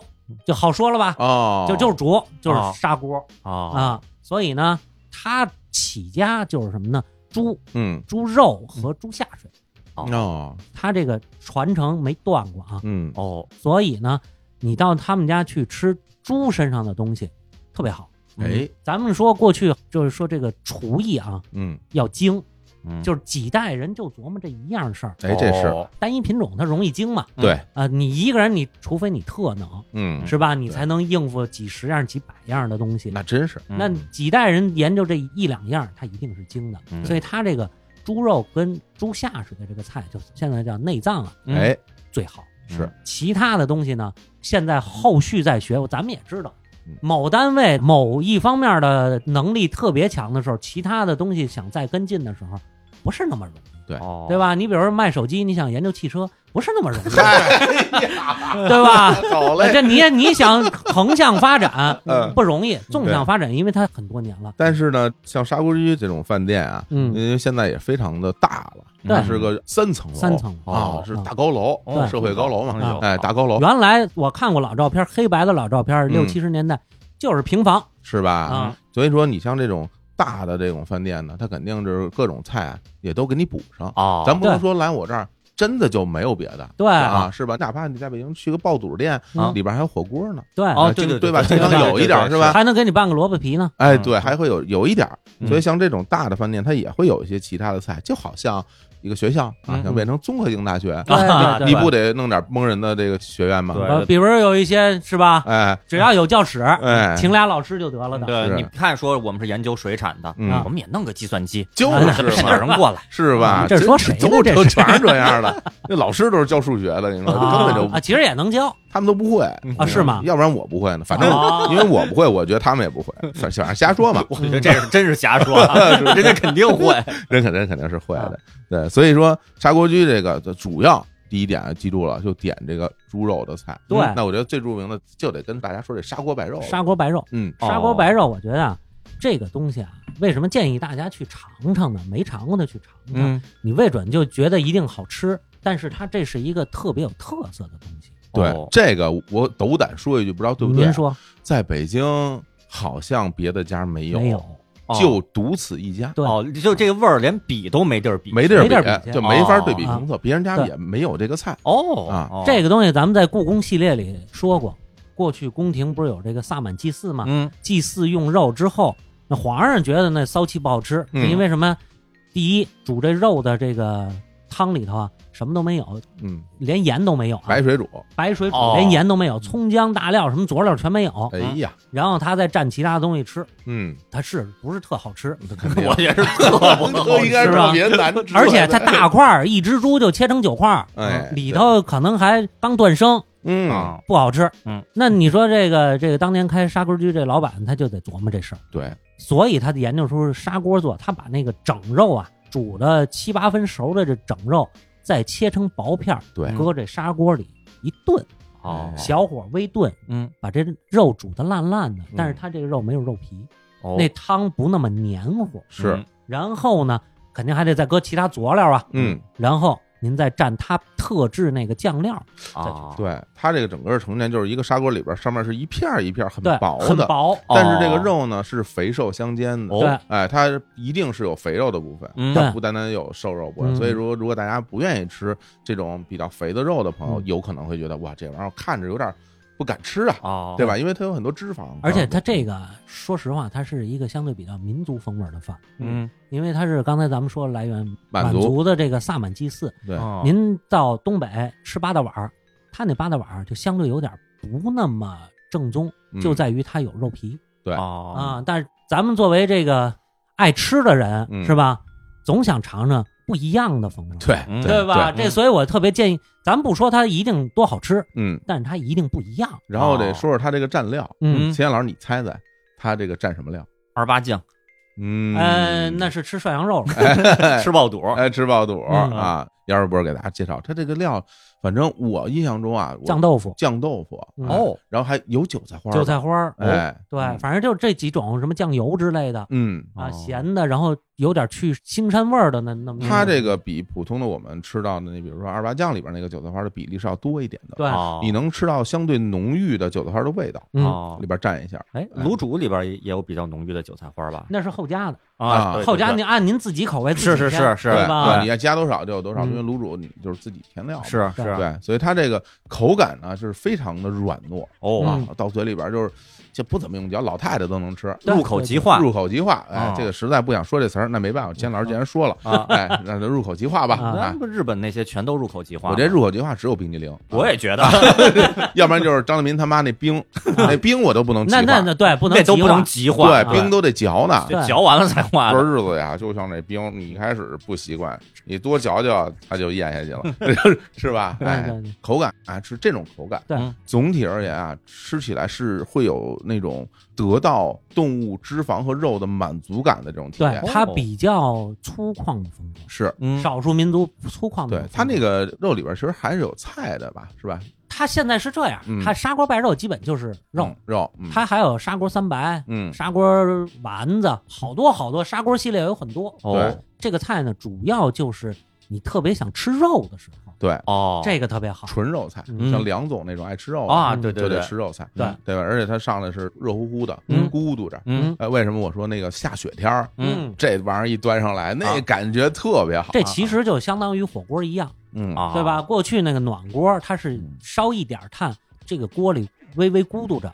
Speaker 3: 就好说了吧，
Speaker 1: 哦，
Speaker 3: 就就是煮，就是
Speaker 2: 哦
Speaker 3: 砂锅
Speaker 2: 哦
Speaker 3: 啊。所以呢，它起家就是什么呢？猪、
Speaker 1: 嗯，
Speaker 3: 猪肉和猪下水，
Speaker 1: 哦，
Speaker 3: 它这个传承没断过啊。
Speaker 1: 嗯，
Speaker 2: 哦，
Speaker 3: 所以呢，你到他们家去吃猪身上的东西，特别好。嗯
Speaker 1: 哎，
Speaker 3: 咱们说过去就是说这个厨艺啊
Speaker 1: 嗯，
Speaker 3: 要精，
Speaker 2: 嗯
Speaker 3: 就是几代人就琢磨这一样事儿，
Speaker 1: 哎，这是
Speaker 2: 哦
Speaker 3: 单一品种它容易精嘛，
Speaker 1: 对，
Speaker 3: 啊，你一个人你除非你特能
Speaker 1: 嗯，
Speaker 3: 是吧，你
Speaker 1: 对
Speaker 3: 才能应付几十样几百样的东西，
Speaker 1: 那真是，
Speaker 2: 嗯
Speaker 3: 那几代人研究这一两样，它一定是精的，
Speaker 2: 嗯
Speaker 3: 所以它这个猪肉跟猪下水的这个菜，就现在叫内脏啊，
Speaker 2: 嗯
Speaker 1: 哎，
Speaker 3: 最好。
Speaker 1: 是
Speaker 3: 其他的东西呢，现在后续在学，咱们也知道
Speaker 1: 嗯，
Speaker 3: 某单位某一方面的能力特别强的时候，其他的东西想再跟进的时候，不是那么容易，
Speaker 2: 哦，
Speaker 3: 对？吧？你比如说卖手机，你想研究汽车，不是那么容易，
Speaker 1: 哎
Speaker 3: 对吧？
Speaker 1: 呀，好
Speaker 3: 呃
Speaker 1: 嘞。
Speaker 3: 这你也你想横向发展
Speaker 1: 嗯
Speaker 3: 不容易，纵向发展，因为它很多年了，
Speaker 1: 但是呢，像砂锅居这种饭店啊，
Speaker 3: 嗯
Speaker 1: 因为现在也非常的大了，
Speaker 3: 对
Speaker 1: 它是个三层楼，
Speaker 3: 三层嗯
Speaker 2: 哦
Speaker 1: 啊，是大高楼
Speaker 2: 哦对，
Speaker 1: 社会高楼嘛
Speaker 2: 嗯，
Speaker 1: 哎，大高楼
Speaker 3: 原来我看过老照片，黑白的老照片，六
Speaker 1: 嗯
Speaker 3: 七十年代就是平房
Speaker 1: 是吧？
Speaker 3: 啊，
Speaker 1: 所以说，你像这种大的这种饭店呢，它肯定就是各种菜啊也都给你补上，
Speaker 2: 哦，
Speaker 1: 咱不能
Speaker 3: 对
Speaker 1: 说来我这儿真的就没有别的。
Speaker 3: 对
Speaker 1: 啊，是吧？哪怕你在北京去个爆肚店
Speaker 2: 啊，
Speaker 1: 里边还有火锅呢，
Speaker 3: 对，
Speaker 2: 哦
Speaker 1: 啊
Speaker 2: 对
Speaker 1: 经
Speaker 2: 对
Speaker 1: 对吧？
Speaker 2: 对
Speaker 1: 经常
Speaker 3: 对对
Speaker 1: 有一点儿
Speaker 2: 对
Speaker 1: 是吧？
Speaker 3: 还能给你拌个萝卜 皮呢，
Speaker 1: 哎，
Speaker 2: 嗯
Speaker 1: 对，还会有有一点儿，
Speaker 2: 嗯
Speaker 1: 所以像这种大的饭店，它也会有一些其他的菜，就好像一个学校啊
Speaker 2: 嗯，
Speaker 1: 想变成综合性大学，
Speaker 3: 对
Speaker 2: 啊
Speaker 3: 对
Speaker 1: 你
Speaker 3: 对
Speaker 1: 不得弄点蒙人的这个学院吗？
Speaker 2: 对
Speaker 3: 呃，比如有一些是吧，
Speaker 1: 哎
Speaker 3: 只要有教室，
Speaker 1: 哎，
Speaker 3: 请俩老师就得了的。
Speaker 2: 对，
Speaker 1: 是
Speaker 2: 你看，说我们是研究水产的，
Speaker 1: 嗯
Speaker 2: 我们也弄个计算机，
Speaker 1: 就是
Speaker 2: 骗点
Speaker 1: 嘛，
Speaker 2: 人过来。
Speaker 1: 是吧？
Speaker 3: 你这说谁呢
Speaker 1: 都
Speaker 3: 这
Speaker 1: 都
Speaker 3: 是
Speaker 1: 全是这样的，那老师都是教数学的，你说嗯 根本
Speaker 3: 啊啊，
Speaker 1: 就哦
Speaker 3: 其实也能教，
Speaker 1: 他们都不会嗯
Speaker 3: 啊是吗
Speaker 1: 要不然我不会呢，反正
Speaker 3: 啊
Speaker 1: 因为我不会，我觉得他们也不会，反反正瞎说嘛，
Speaker 2: 我觉得这是真是瞎说啊， 人家肯定会。
Speaker 1: 人肯定肯定是会
Speaker 3: 啊
Speaker 1: 的。对，所以说砂锅居这个主要第一点啊记住了，就点这个猪肉的菜。
Speaker 3: 对
Speaker 1: 嗯那我觉得最著名的就得跟大家说这砂锅白肉了。
Speaker 3: 砂锅白肉，
Speaker 1: 嗯，
Speaker 2: 哦
Speaker 3: 砂锅白肉，我觉得啊，这个东西啊，为什么建议大家去尝尝呢？没尝过的去尝尝，
Speaker 2: 嗯，
Speaker 3: 你未准就觉得一定好吃，但是它这是一个特别有特色的东西。
Speaker 1: 对，
Speaker 2: 哦
Speaker 1: 这个我斗胆说一句，不知道对不对？
Speaker 3: 您，说
Speaker 1: 在北京好像别的家没有，
Speaker 3: 没有？
Speaker 2: 哦
Speaker 1: 就独此一家，
Speaker 3: 对
Speaker 2: 哦，就这个味儿，连比都没地儿比。
Speaker 1: 没地儿
Speaker 3: 没地儿比
Speaker 1: 就没法
Speaker 2: 哦
Speaker 1: 对比评测，别人家
Speaker 3: 对
Speaker 1: 也没有这个菜。
Speaker 2: 哦
Speaker 1: 啊
Speaker 2: 哦
Speaker 3: 这个东西咱们在故宫系列里说过，过去宫廷不是有这个萨满祭祀吗？
Speaker 2: 嗯
Speaker 3: 祭祀用肉之后，那皇上觉得那骚气不好吃，
Speaker 1: 嗯
Speaker 3: 是因为什么？第一，煮这肉的这个汤里头啊，什么都没有，
Speaker 1: 嗯，
Speaker 3: 连盐都没有、啊，
Speaker 1: 白水煮，
Speaker 3: 白水煮
Speaker 2: 哦，
Speaker 3: 连盐都没有，葱姜大料什么佐料全没有
Speaker 1: 哎，呀，
Speaker 3: 然后他再蘸其他东西吃，
Speaker 1: 嗯，它
Speaker 3: 他是不是特好吃？
Speaker 1: 肯定 啊
Speaker 2: 我也是特 不好
Speaker 1: 都应该
Speaker 2: 吃
Speaker 1: 是
Speaker 3: 吧
Speaker 1: 特别难吃的，
Speaker 3: 而且它大块儿，一只猪就切成九块儿，嗯
Speaker 1: 哎
Speaker 3: 里头可能还刚断生，
Speaker 1: 嗯
Speaker 2: 啊，
Speaker 3: 不好吃。
Speaker 2: 嗯，
Speaker 3: 那你说这个这个当年开砂锅居这老板他就得琢磨这事儿，
Speaker 1: 对，
Speaker 3: 所以他研究出砂锅做，他把那个整肉啊煮的七八分熟的这整肉，再切成薄片儿，
Speaker 1: 对
Speaker 3: 搁这砂锅里一炖，
Speaker 2: 哦，
Speaker 3: 小火微炖，
Speaker 2: 嗯，
Speaker 3: 把这肉煮的烂烂
Speaker 1: 嗯
Speaker 3: 的，但是他这个肉没有肉皮，
Speaker 2: 哦
Speaker 3: 那汤不那么黏糊。
Speaker 1: 是，
Speaker 2: 嗯
Speaker 3: 然后呢，肯定还得再搁其他佐料啊，
Speaker 1: 嗯，
Speaker 3: 然后您再蘸他特制那个酱料，
Speaker 2: 啊，
Speaker 1: 对，它这个整个成件就是一个砂锅里边，上面是一片儿一片儿很
Speaker 3: 对，
Speaker 1: 薄
Speaker 3: 很
Speaker 1: 的，
Speaker 3: 薄，哦
Speaker 1: 但是这个肉呢是肥瘦相间的。
Speaker 2: 哦
Speaker 3: 对，
Speaker 1: 哎，它一定是有肥肉的部分，
Speaker 2: 嗯
Speaker 1: 它不单单有瘦肉部分。
Speaker 3: 嗯
Speaker 1: 所以说，如果大家不愿意吃这种比较肥的肉的朋友，
Speaker 3: 嗯
Speaker 1: 有可能会觉得哇，这玩意儿看着有点不敢吃啊，
Speaker 2: 哦，
Speaker 1: 对吧？因为它有很多脂肪。啊
Speaker 3: 而且它这个，说实话，它是一个相对比较民族风味的饭，
Speaker 2: 嗯？
Speaker 3: 因为它是刚才咱们说来源
Speaker 1: 满
Speaker 3: 满
Speaker 1: 族
Speaker 3: 族的这个萨满祭祀。
Speaker 1: 对，
Speaker 2: 哦
Speaker 3: 嗯您到东北吃八大碗儿，它那八大碗儿就相对有点不那么正宗，
Speaker 1: 嗯
Speaker 3: 就在于它有肉皮
Speaker 1: 对
Speaker 2: 哦
Speaker 3: 啊。但是咱们作为这个爱吃的人，
Speaker 1: 嗯
Speaker 3: 是吧？总想尝尝不一样的风味，
Speaker 1: 对
Speaker 2: 嗯
Speaker 3: 对吧？
Speaker 2: 对
Speaker 3: 这所以我特别建议，咱不说它一定多好吃，
Speaker 1: 嗯。
Speaker 3: 但是它一定不一样。
Speaker 1: 然后
Speaker 2: 哦
Speaker 1: 得说说它这个蘸料，
Speaker 3: 嗯
Speaker 1: 秦岩老师，你猜猜它这个蘸什么料？
Speaker 2: 二八酱
Speaker 1: 嗯，
Speaker 3: 呃，那是吃涮羊肉了，
Speaker 1: 是
Speaker 2: 吃爆肚，
Speaker 1: 哎，吃爆肚、
Speaker 3: 嗯
Speaker 1: 啊！姚世波给大家介绍，他这个料，反正我印象中啊，我
Speaker 3: 酱豆腐、
Speaker 1: 酱豆腐
Speaker 3: 嗯
Speaker 1: 哎
Speaker 2: 哦
Speaker 1: 然后还有韭菜花儿吧，
Speaker 3: 韭菜花儿，哦
Speaker 1: 哎，
Speaker 3: 对，反正就这几种，什么酱油之类的
Speaker 1: 嗯，
Speaker 3: 啊，
Speaker 2: 哦
Speaker 3: 咸的，然后有点去腥膻味儿的那那么。
Speaker 1: 它这
Speaker 3: 个
Speaker 1: 个比普通的我们吃到的那，比如说二八酱里边那个韭菜花的比例是要多一点的，
Speaker 3: 嗯对，
Speaker 2: 哦
Speaker 1: 你能吃到相对浓郁的韭菜花的味道，
Speaker 3: 嗯，
Speaker 2: 哦
Speaker 1: 里，边蘸一下，
Speaker 3: 哎，
Speaker 2: 卤煮里边也有比较浓郁的韭菜花吧？
Speaker 3: 那是后加的，
Speaker 1: 啊
Speaker 2: 对
Speaker 3: 后加
Speaker 2: 对
Speaker 3: 您按您自己口味自己
Speaker 2: 是是
Speaker 3: 添
Speaker 2: 是是
Speaker 1: 对
Speaker 3: 对
Speaker 1: 对
Speaker 3: 吧？
Speaker 1: 你要加多少就有多少，
Speaker 3: 嗯啊
Speaker 1: 因为卤煮你就是自己添料嘛，
Speaker 2: 是
Speaker 3: 对
Speaker 2: 是
Speaker 1: 对，所以它这个口感呢是非常的软糯
Speaker 2: 哦
Speaker 3: 嗯
Speaker 1: 啊，到嘴里边就是这不怎么用嚼，老太太都能吃，
Speaker 3: 对
Speaker 2: 入口即化
Speaker 1: 入口即化。哎
Speaker 2: 哦，
Speaker 1: 这个实在不想说这词儿，那没办法，钱老师既然说了，
Speaker 2: 啊。
Speaker 1: 哎，那就入口即化吧。
Speaker 3: 嗯哦啊
Speaker 2: 那
Speaker 1: 哎
Speaker 2: 不日本那些全都入口即化吗，
Speaker 1: 我这入口即化只有冰激凌，
Speaker 2: 我也觉得
Speaker 1: 要不然就是张德民他妈那 冰，那冰我都不能即化，
Speaker 3: 那那那对，不能
Speaker 2: 那都
Speaker 3: 急
Speaker 2: 不
Speaker 3: 化
Speaker 2: 能即化，
Speaker 1: 对
Speaker 3: 啊
Speaker 1: 冰都得嚼呢。
Speaker 3: 对
Speaker 2: 嚼完了才化
Speaker 1: 过
Speaker 2: 的。
Speaker 1: 日子呀，就像这冰，你一开始不习惯，你多嚼嚼，它就咽下去了， 是吧？
Speaker 3: 对
Speaker 1: 哎
Speaker 3: 对，对
Speaker 1: 口感啊是这种口感。
Speaker 3: 对
Speaker 2: 嗯
Speaker 1: 总体而言啊，吃起来是会有那种得到动物脂肪和肉的满足感的这种体验
Speaker 3: 对，。它比较粗犷的风格，
Speaker 1: 是
Speaker 2: 嗯，
Speaker 3: 少数民族粗犷的
Speaker 1: 对
Speaker 3: 风格。
Speaker 1: 它那个肉里边其实还是有菜的吧，是吧？
Speaker 3: 它现在是这样
Speaker 1: 嗯，
Speaker 3: 它砂锅白肉基本就是肉
Speaker 1: 嗯，肉，嗯
Speaker 3: 它还有砂锅三白、
Speaker 1: 嗯
Speaker 3: 砂锅丸子，好多好多砂锅系列有很多。
Speaker 2: 哦
Speaker 3: 这个菜呢，主要就是你特别想吃肉的时候，
Speaker 1: 对，
Speaker 2: 哦，
Speaker 3: 这个特别好。
Speaker 1: 纯肉菜，
Speaker 3: 嗯
Speaker 1: 像梁总那种爱吃肉的
Speaker 2: 啊，
Speaker 3: 嗯
Speaker 2: 对对
Speaker 1: 就
Speaker 2: 对
Speaker 1: 得，吃肉菜，嗯
Speaker 3: 对
Speaker 1: 对吧？而且它上来是热乎乎的，
Speaker 2: 嗯
Speaker 1: 咕嘟着。
Speaker 2: 嗯
Speaker 1: 哎，为什么我说那个下雪天儿，
Speaker 2: 嗯
Speaker 1: 这玩意儿一端上来，那
Speaker 2: 啊
Speaker 1: 感觉特别好。啊
Speaker 3: 这其实就相当于火锅一样，
Speaker 1: 嗯，
Speaker 2: 啊，
Speaker 3: 对吧？？过去那个暖锅，它是
Speaker 2: 嗯
Speaker 3: 烧一点炭，这个锅里微微咕嘟着。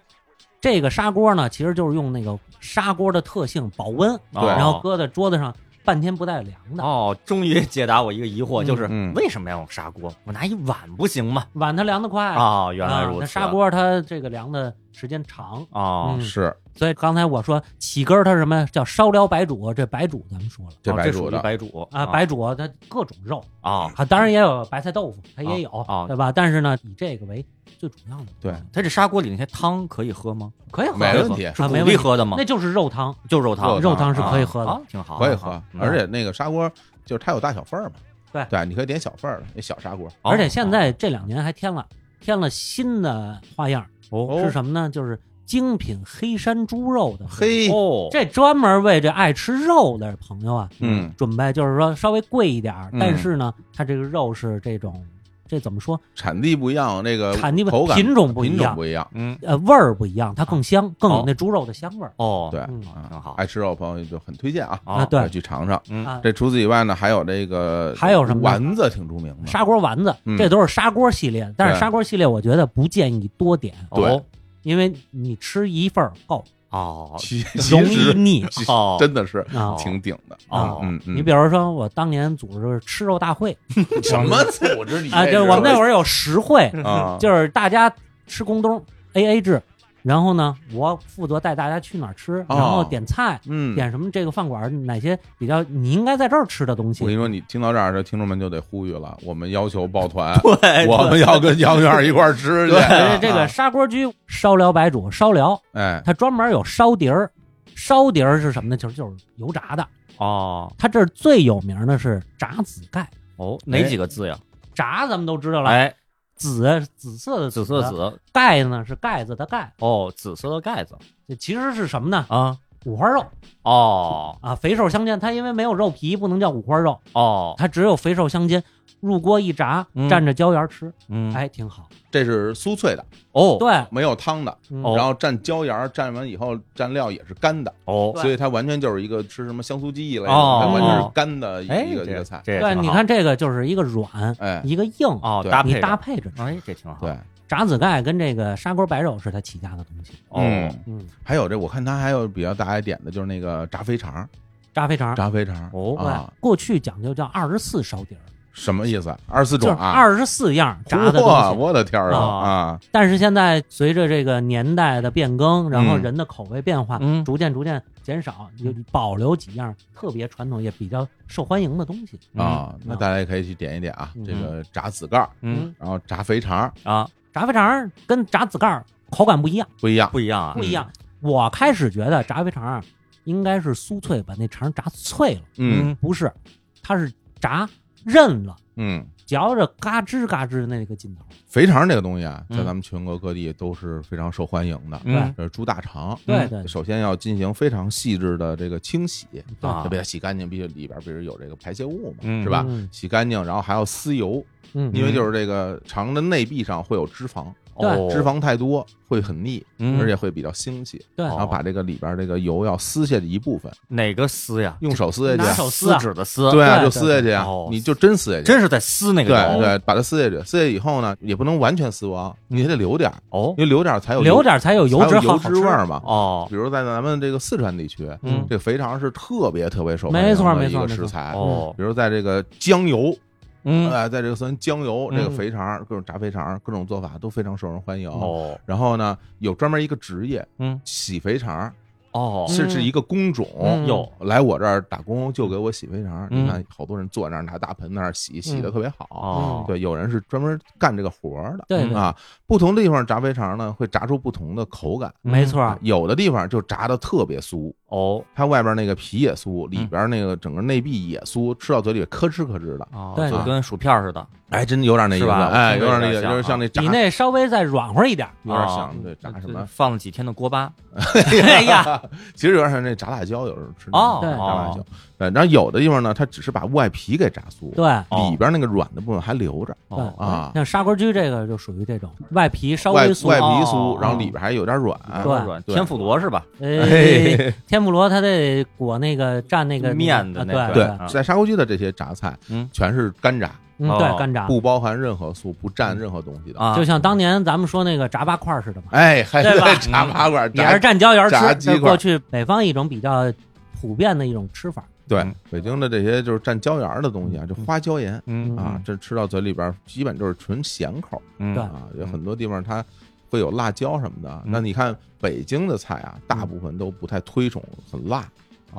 Speaker 3: 这个砂锅呢，其实就是用那个砂锅的特性保温，
Speaker 2: 对
Speaker 3: 然后搁在桌子上，半天不带凉的。
Speaker 2: 哦，终于解答我一个疑惑，
Speaker 3: 嗯
Speaker 2: 就是
Speaker 1: 嗯
Speaker 2: 为什么要用砂锅？我拿一碗不行吗？
Speaker 3: 碗它凉得快，
Speaker 2: 哦，原来
Speaker 3: 啊
Speaker 2: 如
Speaker 3: 那
Speaker 2: 此。
Speaker 3: 砂锅它这个凉的时间长，
Speaker 2: 哦
Speaker 3: 嗯
Speaker 1: 是
Speaker 3: 所以刚才我说起根儿它是什么叫烧撩白煮，这白煮咱们说了
Speaker 1: 这
Speaker 2: 哦
Speaker 1: 白
Speaker 2: 属
Speaker 1: 煮
Speaker 2: 于
Speaker 1: 的，
Speaker 2: 白煮
Speaker 3: 啊，白煮它各种肉
Speaker 2: 啊，
Speaker 3: 啊，当然也有白菜豆腐，它
Speaker 2: 啊
Speaker 3: 也有，
Speaker 2: 啊
Speaker 3: 对吧？但是呢，以这个为最主要的，
Speaker 1: 对，
Speaker 2: 它这砂锅里那些汤可以喝吗？
Speaker 3: 可以喝，
Speaker 1: 没问题
Speaker 2: 是
Speaker 3: 啊
Speaker 2: 鼓
Speaker 3: 没问
Speaker 2: 励
Speaker 3: 题
Speaker 2: 喝的吗
Speaker 3: 那？就是肉汤，
Speaker 2: 就肉汤，
Speaker 3: 肉汤是可以喝的
Speaker 2: 啊，挺好，
Speaker 1: 可以喝，
Speaker 2: 嗯
Speaker 1: 而且那个砂锅就是它有大小份儿嘛，
Speaker 3: 对嗯
Speaker 1: 对，你可以点小份儿的那小砂锅，
Speaker 2: 哦
Speaker 3: 而且现在这两年还添了添了新的花样，
Speaker 2: 哦
Speaker 3: 是什么呢？就是精品黑山猪肉的，
Speaker 1: 嘿，
Speaker 2: 哦，
Speaker 3: 这专门为这爱吃肉的朋友啊，
Speaker 1: 嗯，
Speaker 3: 准备就是说稍微贵一点儿，
Speaker 1: 嗯
Speaker 3: 但是呢，它这个肉是这种，这怎么说？
Speaker 1: 产地不一样，那个
Speaker 3: 产地不
Speaker 1: 呃口感
Speaker 3: 品种不一
Speaker 1: 品种
Speaker 3: 样
Speaker 1: 不一样，
Speaker 2: 嗯
Speaker 3: 呃，味儿不一样，它更香，更
Speaker 2: 哦
Speaker 3: 有那猪肉的香味儿。
Speaker 2: 哦
Speaker 1: 对
Speaker 3: 嗯
Speaker 1: 啊
Speaker 2: 挺好
Speaker 1: 爱吃肉的朋友就很推荐啊，
Speaker 2: 哦
Speaker 3: 啊对
Speaker 1: 去尝尝。
Speaker 2: 嗯
Speaker 3: 啊
Speaker 1: 这除此以外呢，还有这个
Speaker 3: 还有什么呢
Speaker 1: 丸子挺著名的，
Speaker 3: 砂锅丸子
Speaker 1: 嗯，
Speaker 3: 这都是砂锅系列，但是砂锅系列我觉得不建议多点，
Speaker 1: 对
Speaker 2: 哦
Speaker 3: 因为你吃一份儿够，
Speaker 2: 哦
Speaker 1: 其
Speaker 3: 容
Speaker 1: 其
Speaker 3: 易
Speaker 1: 实
Speaker 3: 腻
Speaker 1: 其
Speaker 2: 哦
Speaker 1: 真的是
Speaker 3: 啊。
Speaker 1: 挺顶的。
Speaker 2: 哦，
Speaker 1: 嗯
Speaker 3: 你
Speaker 1: 嗯，
Speaker 3: 比如说，我当年组织吃肉 大会
Speaker 1: 什么组织你
Speaker 3: 啊，就是我们那会儿有实惠，
Speaker 1: 那啊，
Speaker 3: 就是大家吃工东 A A 制，然后呢，我负责带大家去哪儿吃，然后点菜，
Speaker 1: 哦嗯，
Speaker 3: 点什么这个饭馆儿哪些比较你应该在这儿吃的东
Speaker 1: 我跟
Speaker 3: 西。
Speaker 1: 你说，你听到这儿，这听众们就得呼吁了，我们要求抱团，
Speaker 2: 对，
Speaker 1: 我们要跟杨院一块儿吃去。
Speaker 3: 呃这
Speaker 1: 啊
Speaker 3: 个砂锅居烧辽白煮烧辽，
Speaker 1: 哎，
Speaker 3: 它专门有烧碟儿，烧碟儿是什么呢？就是就是油炸的。
Speaker 2: 哦
Speaker 3: 它这儿最有名的是炸子盖，
Speaker 2: 哦，哪几个字呀？
Speaker 3: 炸咱们都知道了，
Speaker 2: 哎，
Speaker 3: 紫啊紫色的
Speaker 2: 紫色的，紫
Speaker 3: 盖呢是盖子的盖，
Speaker 2: 哦，紫色的盖子
Speaker 3: 这其实是什么呢？
Speaker 2: 啊，
Speaker 3: 五花肉
Speaker 2: 哦
Speaker 3: 啊，肥瘦相间，它因为没有肉皮，不能叫五花肉，
Speaker 2: 哦，
Speaker 3: 它只有肥瘦相间，入锅一炸
Speaker 2: 嗯，
Speaker 3: 蘸着椒盐吃，
Speaker 2: 嗯，
Speaker 3: 哎，挺好。
Speaker 1: 这是酥脆的，
Speaker 2: 哦，
Speaker 3: 对，
Speaker 1: 没有汤的，
Speaker 3: 嗯
Speaker 2: 哦
Speaker 1: 然后蘸椒盐儿，蘸完以后蘸料也是干的，
Speaker 2: 哦，
Speaker 3: 对
Speaker 1: 所以它完全就是一个吃什么香酥鸡一类的，
Speaker 2: 哦
Speaker 1: 它完全是干的一
Speaker 2: 哎，
Speaker 1: 个一
Speaker 2: 这
Speaker 1: 个菜。
Speaker 2: 这也
Speaker 3: 对，
Speaker 2: 挺
Speaker 3: 你
Speaker 2: 好
Speaker 3: 看这个就是一个软，
Speaker 1: 哎，
Speaker 3: 一个硬，
Speaker 2: 哦，
Speaker 1: 对
Speaker 2: 搭配
Speaker 3: 你
Speaker 2: 着
Speaker 3: 搭配着吃。
Speaker 2: 哎，这挺好，
Speaker 1: 对，
Speaker 3: 炸子盖跟这个砂锅白肉是它起家的东西。
Speaker 2: 哦，
Speaker 1: 嗯
Speaker 3: 嗯，
Speaker 1: 还有这，我看它还有比较大一点的，就是那个炸肥肠，
Speaker 3: 炸肥肠，
Speaker 1: 炸肥肠
Speaker 2: 哦
Speaker 1: 啊，
Speaker 3: 过去讲究叫二十四烧底儿，
Speaker 1: 什么意思？二十四
Speaker 3: 就是
Speaker 1: 种啊，
Speaker 3: 二十四样炸的
Speaker 1: 嚯，
Speaker 3: 东西。
Speaker 1: 我的天儿啊
Speaker 2: 啊
Speaker 1: 啊！
Speaker 3: 但是现在随着这个年代的变更，然后
Speaker 1: 嗯
Speaker 3: 人的口味变化，
Speaker 2: 嗯
Speaker 3: 逐渐逐渐减少，有保留几样特别传统也比较受欢迎的东西。
Speaker 1: 啊，那
Speaker 3: 啊
Speaker 1: 大家也可以去点一点啊，
Speaker 3: 嗯
Speaker 1: 这个炸子盖儿，
Speaker 2: 嗯
Speaker 1: 然后炸肥肠儿
Speaker 2: 啊，
Speaker 3: 炸肥肠儿跟炸子盖儿口感不一样，
Speaker 1: 不一样，
Speaker 2: 不一样啊
Speaker 3: 不，一
Speaker 1: 嗯
Speaker 3: 样。我开始觉得炸肥肠儿应该是酥脆，把那肠儿炸脆了，
Speaker 1: 嗯
Speaker 3: 不是，它是炸韧了，
Speaker 1: 嗯，
Speaker 3: 嚼着嘎吱嘎吱的那个劲头。
Speaker 1: 肥肠这个东西啊，在
Speaker 2: 嗯
Speaker 1: 咱们全国各地都是非常受欢迎的。
Speaker 2: 嗯
Speaker 1: 呃，猪大肠，
Speaker 3: 对
Speaker 2: 嗯
Speaker 3: 对
Speaker 1: 首先要进行非常细致的这个清洗，
Speaker 3: 对
Speaker 2: 啊
Speaker 1: 特别洗干净，必须里边儿不是有这个排泄物嘛，
Speaker 2: 嗯
Speaker 1: 是吧？
Speaker 3: 嗯
Speaker 1: 洗干净，然后还要撕油，
Speaker 3: 嗯，
Speaker 1: 因为就是这个肠的内壁上会有脂肪，
Speaker 3: 对
Speaker 2: 哦
Speaker 1: 脂肪太多会很腻，
Speaker 2: 嗯哦
Speaker 1: 而且会比较腥气。
Speaker 3: 对
Speaker 1: 然后把这个里边这个油要撕下去一部分，
Speaker 2: 哪个撕呀？
Speaker 1: 用手撕下
Speaker 3: 拿
Speaker 1: 去啊，
Speaker 3: 手撕啊
Speaker 2: 纸的撕，
Speaker 1: 对啊，
Speaker 3: 对
Speaker 1: 就
Speaker 3: 对
Speaker 1: 撕下去啊
Speaker 2: 哦，
Speaker 1: 你就真撕下去。
Speaker 2: 真是在撕那
Speaker 1: 对
Speaker 2: 个油
Speaker 1: 对，把它撕下去，撕下去以后呢，也不能完全撕完，你还得留点儿，
Speaker 2: 哦
Speaker 1: 因为留点儿才有
Speaker 3: 留点儿才有油
Speaker 1: 才
Speaker 3: 脂
Speaker 1: 有
Speaker 3: 好
Speaker 1: 油
Speaker 3: 好
Speaker 1: 脂
Speaker 3: 吃
Speaker 1: 味儿 嘛。
Speaker 2: 哦
Speaker 1: 比如在咱们这个四川地区，
Speaker 2: 嗯
Speaker 1: 这个肥肠是特别特别受欢迎
Speaker 3: 没错
Speaker 1: 的
Speaker 3: 没
Speaker 1: 一
Speaker 3: 错
Speaker 1: 个
Speaker 3: 没
Speaker 1: 食
Speaker 3: 错
Speaker 1: 材。
Speaker 2: 哦，
Speaker 1: 比如在这个江油，
Speaker 2: 嗯
Speaker 1: 哎，在这个酸江油，这个
Speaker 2: 嗯
Speaker 1: 肥肠，各种炸肥肠，各种做法都非常受人欢迎。
Speaker 2: 哦
Speaker 1: 然后呢，有专门一个职业，
Speaker 2: 嗯
Speaker 1: 洗肥肠，
Speaker 2: 哦
Speaker 1: 这是一个工种。
Speaker 3: 嗯
Speaker 2: 有
Speaker 1: 来我这儿打工就给我洗肥肠，
Speaker 2: 嗯
Speaker 1: 你看好多人坐那儿拿大盆那儿洗，洗的特别好。
Speaker 2: 哦
Speaker 1: 对，有人是专门干这个活儿的。
Speaker 3: 对
Speaker 2: 嗯
Speaker 3: 对，
Speaker 1: 啊，不同地方炸肥肠呢，会炸出不同的口感。
Speaker 3: 没错儿，
Speaker 1: 有的地方就炸的特别酥，
Speaker 2: 哦
Speaker 1: 它外边那个皮也酥，里边那个整个内壁也酥，吃到嘴里咯吱咯吱的，
Speaker 2: 哦，
Speaker 3: 对
Speaker 2: 就
Speaker 1: 对
Speaker 2: 跟薯片似的，
Speaker 1: 哎，真有点那意
Speaker 2: 是
Speaker 1: 思，
Speaker 2: 吧
Speaker 1: 哎，有点那
Speaker 2: 有
Speaker 1: 个，
Speaker 2: 点像
Speaker 1: 就是像那炸，
Speaker 3: 比
Speaker 1: 有
Speaker 3: 那稍微再软和一点儿。
Speaker 1: 点
Speaker 2: 哦
Speaker 1: 像对炸什
Speaker 2: 就
Speaker 1: 么，
Speaker 2: 放了几天的锅巴
Speaker 3: 哎呀，
Speaker 1: 其实有点像那炸辣椒，有时候吃那
Speaker 2: 哦
Speaker 1: 个
Speaker 3: 对
Speaker 1: 炸辣椒。对，然后有的地方呢，它只是把外皮给炸酥，
Speaker 3: 对
Speaker 2: 哦
Speaker 1: 里边那个软的部分还留着
Speaker 2: 哦
Speaker 1: 啊，
Speaker 3: 像嗯砂锅居这个就属于这种外皮稍
Speaker 1: 外
Speaker 3: 微
Speaker 1: 外皮
Speaker 3: 酥，
Speaker 1: 酥，
Speaker 2: 哦
Speaker 1: 然后里边还有点软。啊
Speaker 3: 对
Speaker 2: 软
Speaker 1: 对
Speaker 2: 天妇罗是吧？
Speaker 3: 哎，天妇罗它得裹那个蘸那个
Speaker 2: 面的
Speaker 3: 啊
Speaker 2: 那
Speaker 3: 对
Speaker 2: 个
Speaker 1: 对
Speaker 2: 啊，
Speaker 1: 在砂锅居的这些榨菜
Speaker 2: 嗯，
Speaker 1: 全是干炸，
Speaker 3: 嗯
Speaker 2: 哦
Speaker 3: 对干炸，
Speaker 1: 不包含任何素，不蘸任何东西的。
Speaker 2: 啊，
Speaker 3: 就像当年咱们说那个炸八块儿似的嘛，
Speaker 1: 哎，还
Speaker 3: 对吧
Speaker 1: 在炸八块，
Speaker 3: 也是
Speaker 1: 炸
Speaker 3: 蘸椒盐儿
Speaker 1: 炸
Speaker 3: 吃，
Speaker 1: 鸡
Speaker 3: 这是
Speaker 1: 块
Speaker 3: 过去北方一种比较普遍的一种吃法。
Speaker 1: 对
Speaker 2: 嗯
Speaker 1: 北京的这些就是蘸椒盐儿的东西啊，就花椒盐
Speaker 2: 嗯
Speaker 1: 啊，这吃到嘴里边儿基本就是纯咸口
Speaker 2: 嗯
Speaker 3: 对
Speaker 1: 啊，有很多地方它。会有辣椒什么的，
Speaker 2: 嗯
Speaker 1: 那你看北京的菜啊，大
Speaker 3: 嗯
Speaker 1: 部分都不太推崇很辣。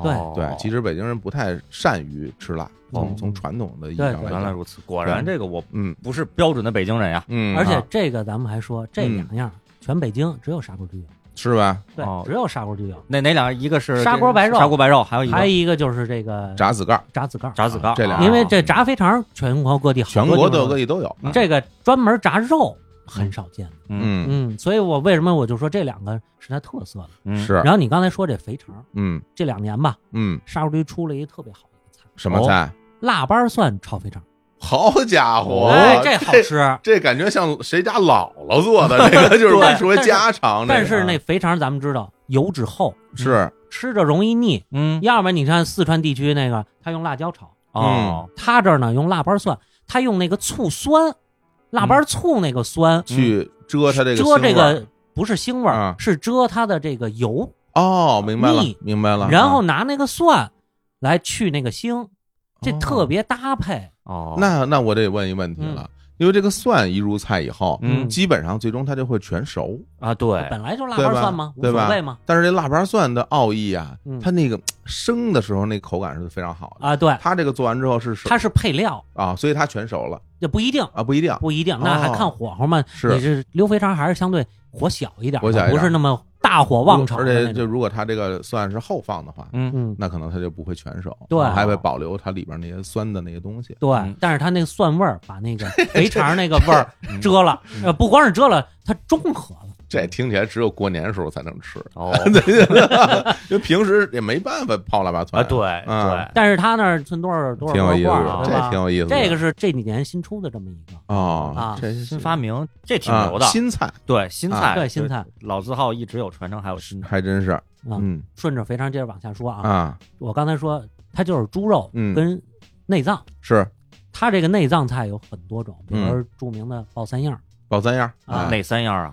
Speaker 3: 对
Speaker 2: 哦
Speaker 1: 对，其实北京人不太善于吃辣，
Speaker 2: 哦
Speaker 1: 从从传统的意义
Speaker 3: 对
Speaker 1: 上来
Speaker 2: 原来
Speaker 1: 讲，
Speaker 2: 如此，果然
Speaker 1: 对
Speaker 2: 这个我
Speaker 1: 嗯
Speaker 2: 不是标准的北京人呀。
Speaker 1: 嗯，
Speaker 3: 而且
Speaker 1: 啊
Speaker 3: 这个咱们还说，这两样儿全北京只有砂锅居有，
Speaker 1: 是吧？
Speaker 3: 对
Speaker 2: 哦，
Speaker 3: 只有砂锅居有。
Speaker 2: 那哪两个？一个是
Speaker 3: 砂锅白肉
Speaker 2: 砂锅白肉，还有一
Speaker 3: 还有
Speaker 2: 个
Speaker 3: 一个就是这个
Speaker 1: 炸子盖儿，
Speaker 3: 炸子盖儿，
Speaker 2: 炸子干
Speaker 1: 啊这俩
Speaker 3: 因为这炸肥肠全国各地好
Speaker 1: 全
Speaker 3: 多地
Speaker 1: 国
Speaker 3: 方
Speaker 1: 各
Speaker 3: 都
Speaker 1: 个
Speaker 3: 有
Speaker 1: 地都有。啊
Speaker 3: 这个专门炸肉很少见。
Speaker 2: 嗯
Speaker 1: 嗯，
Speaker 3: 嗯，所以我为什么我就说这两个是它特色的。
Speaker 2: 嗯
Speaker 1: 是，
Speaker 3: 然后你刚才说这肥肠，
Speaker 1: 嗯
Speaker 3: 这两年吧，
Speaker 1: 嗯，
Speaker 3: 砂锅居出了一特别好的一个菜，
Speaker 1: 什么菜？
Speaker 3: 腊八蒜炒肥肠。
Speaker 1: 好家伙，
Speaker 3: 哎，这好吃。
Speaker 1: 哦这感觉像谁家姥姥做的，这 个就是
Speaker 3: 对
Speaker 1: 不说家常。
Speaker 3: 但
Speaker 1: 这
Speaker 3: 是
Speaker 1: 个
Speaker 3: 那嗯肥肠咱们知道油脂厚，
Speaker 1: 是
Speaker 3: 吃着容易腻。
Speaker 2: 嗯
Speaker 3: 要么你看四川地区那个，他用辣椒炒，
Speaker 2: 哦
Speaker 1: 嗯
Speaker 3: 他这儿呢用腊八蒜，他用那个醋酸，腊八醋那个酸
Speaker 1: 嗯去遮它这个腥味
Speaker 3: 遮
Speaker 1: 儿
Speaker 3: 这个不是腥味儿
Speaker 1: 啊，
Speaker 3: 是遮它的这个油。
Speaker 1: 哦，明白了
Speaker 3: 腻，
Speaker 1: 明白了。
Speaker 3: 然后
Speaker 1: 啊
Speaker 3: 拿那个蒜来去那个腥，这特别搭配。
Speaker 2: 哦，
Speaker 1: 那那我得问一问题了，
Speaker 3: 嗯
Speaker 1: 因为这个蒜一入菜以后，
Speaker 2: 嗯
Speaker 1: 基本上最终它就会全熟。
Speaker 2: 啊对，
Speaker 3: 本来就腊
Speaker 1: 对
Speaker 3: 八
Speaker 1: 吧
Speaker 3: 蒜嘛，无
Speaker 1: 对
Speaker 3: 所
Speaker 1: 吧
Speaker 3: 谓嘛。
Speaker 1: 但是这腊八蒜的奥义啊
Speaker 3: 嗯，
Speaker 1: 它那个嘖生的时候那口感是非常好的。
Speaker 3: 啊，对，
Speaker 1: 它这个做完之后是熟
Speaker 3: 它是配料，
Speaker 1: 啊，所以它全熟了
Speaker 3: 也不一定，
Speaker 1: 啊，不一定。
Speaker 3: 不一定，那还
Speaker 1: 哦
Speaker 3: 看火候嘛。
Speaker 1: 是
Speaker 3: 你这溜肥肠还是相对火小一点的，
Speaker 1: 火小一点
Speaker 3: 不是那么大火旺炒
Speaker 1: 而
Speaker 3: 的
Speaker 1: 且
Speaker 3: 那
Speaker 1: 就
Speaker 3: 种。
Speaker 1: 如果它这个蒜是后放的话，
Speaker 2: 嗯
Speaker 3: 嗯，
Speaker 1: 那可能它就不会全熟，
Speaker 3: 对啊
Speaker 1: 还会保留它里边那些酸的那些东西。
Speaker 3: 对
Speaker 2: 嗯，
Speaker 3: 但是它那个蒜味儿把 那个肥肠那个味儿遮了，
Speaker 2: 嗯
Speaker 3: 呃，不光是遮了，它中和了。
Speaker 1: 这听起来只有过年时候才能吃，
Speaker 2: 哦
Speaker 1: 因为平时也没办法泡腊八
Speaker 2: 啊
Speaker 1: 蒜。
Speaker 2: 对
Speaker 1: 嗯
Speaker 2: 对
Speaker 3: 但是它那儿存多少多少
Speaker 1: 挺有意
Speaker 3: 多
Speaker 1: 思
Speaker 3: 少罐
Speaker 1: 的
Speaker 3: 儿，，啊
Speaker 1: 这
Speaker 3: 对吧
Speaker 1: 挺？有意思的。
Speaker 3: 这个是这几年新出的这么一个
Speaker 1: 哦
Speaker 3: 啊，
Speaker 1: 这
Speaker 2: 新发明，这挺牛的
Speaker 1: 啊，新菜
Speaker 2: 对新
Speaker 1: 啊
Speaker 2: 菜
Speaker 3: 对新菜，
Speaker 2: 老字号一直有传承，还有新菜
Speaker 1: 还真是，
Speaker 3: 啊。
Speaker 1: 嗯
Speaker 3: 顺着肥肠接着往下说啊，
Speaker 1: 啊
Speaker 3: 我刚才说它就是猪肉
Speaker 1: 嗯
Speaker 3: 跟内脏，
Speaker 1: 是
Speaker 3: 它这个内脏菜有很多种，比如
Speaker 1: 嗯
Speaker 3: 说著名的爆三样儿、
Speaker 1: 爆三样
Speaker 3: 啊
Speaker 1: 哎
Speaker 2: 哪三样啊？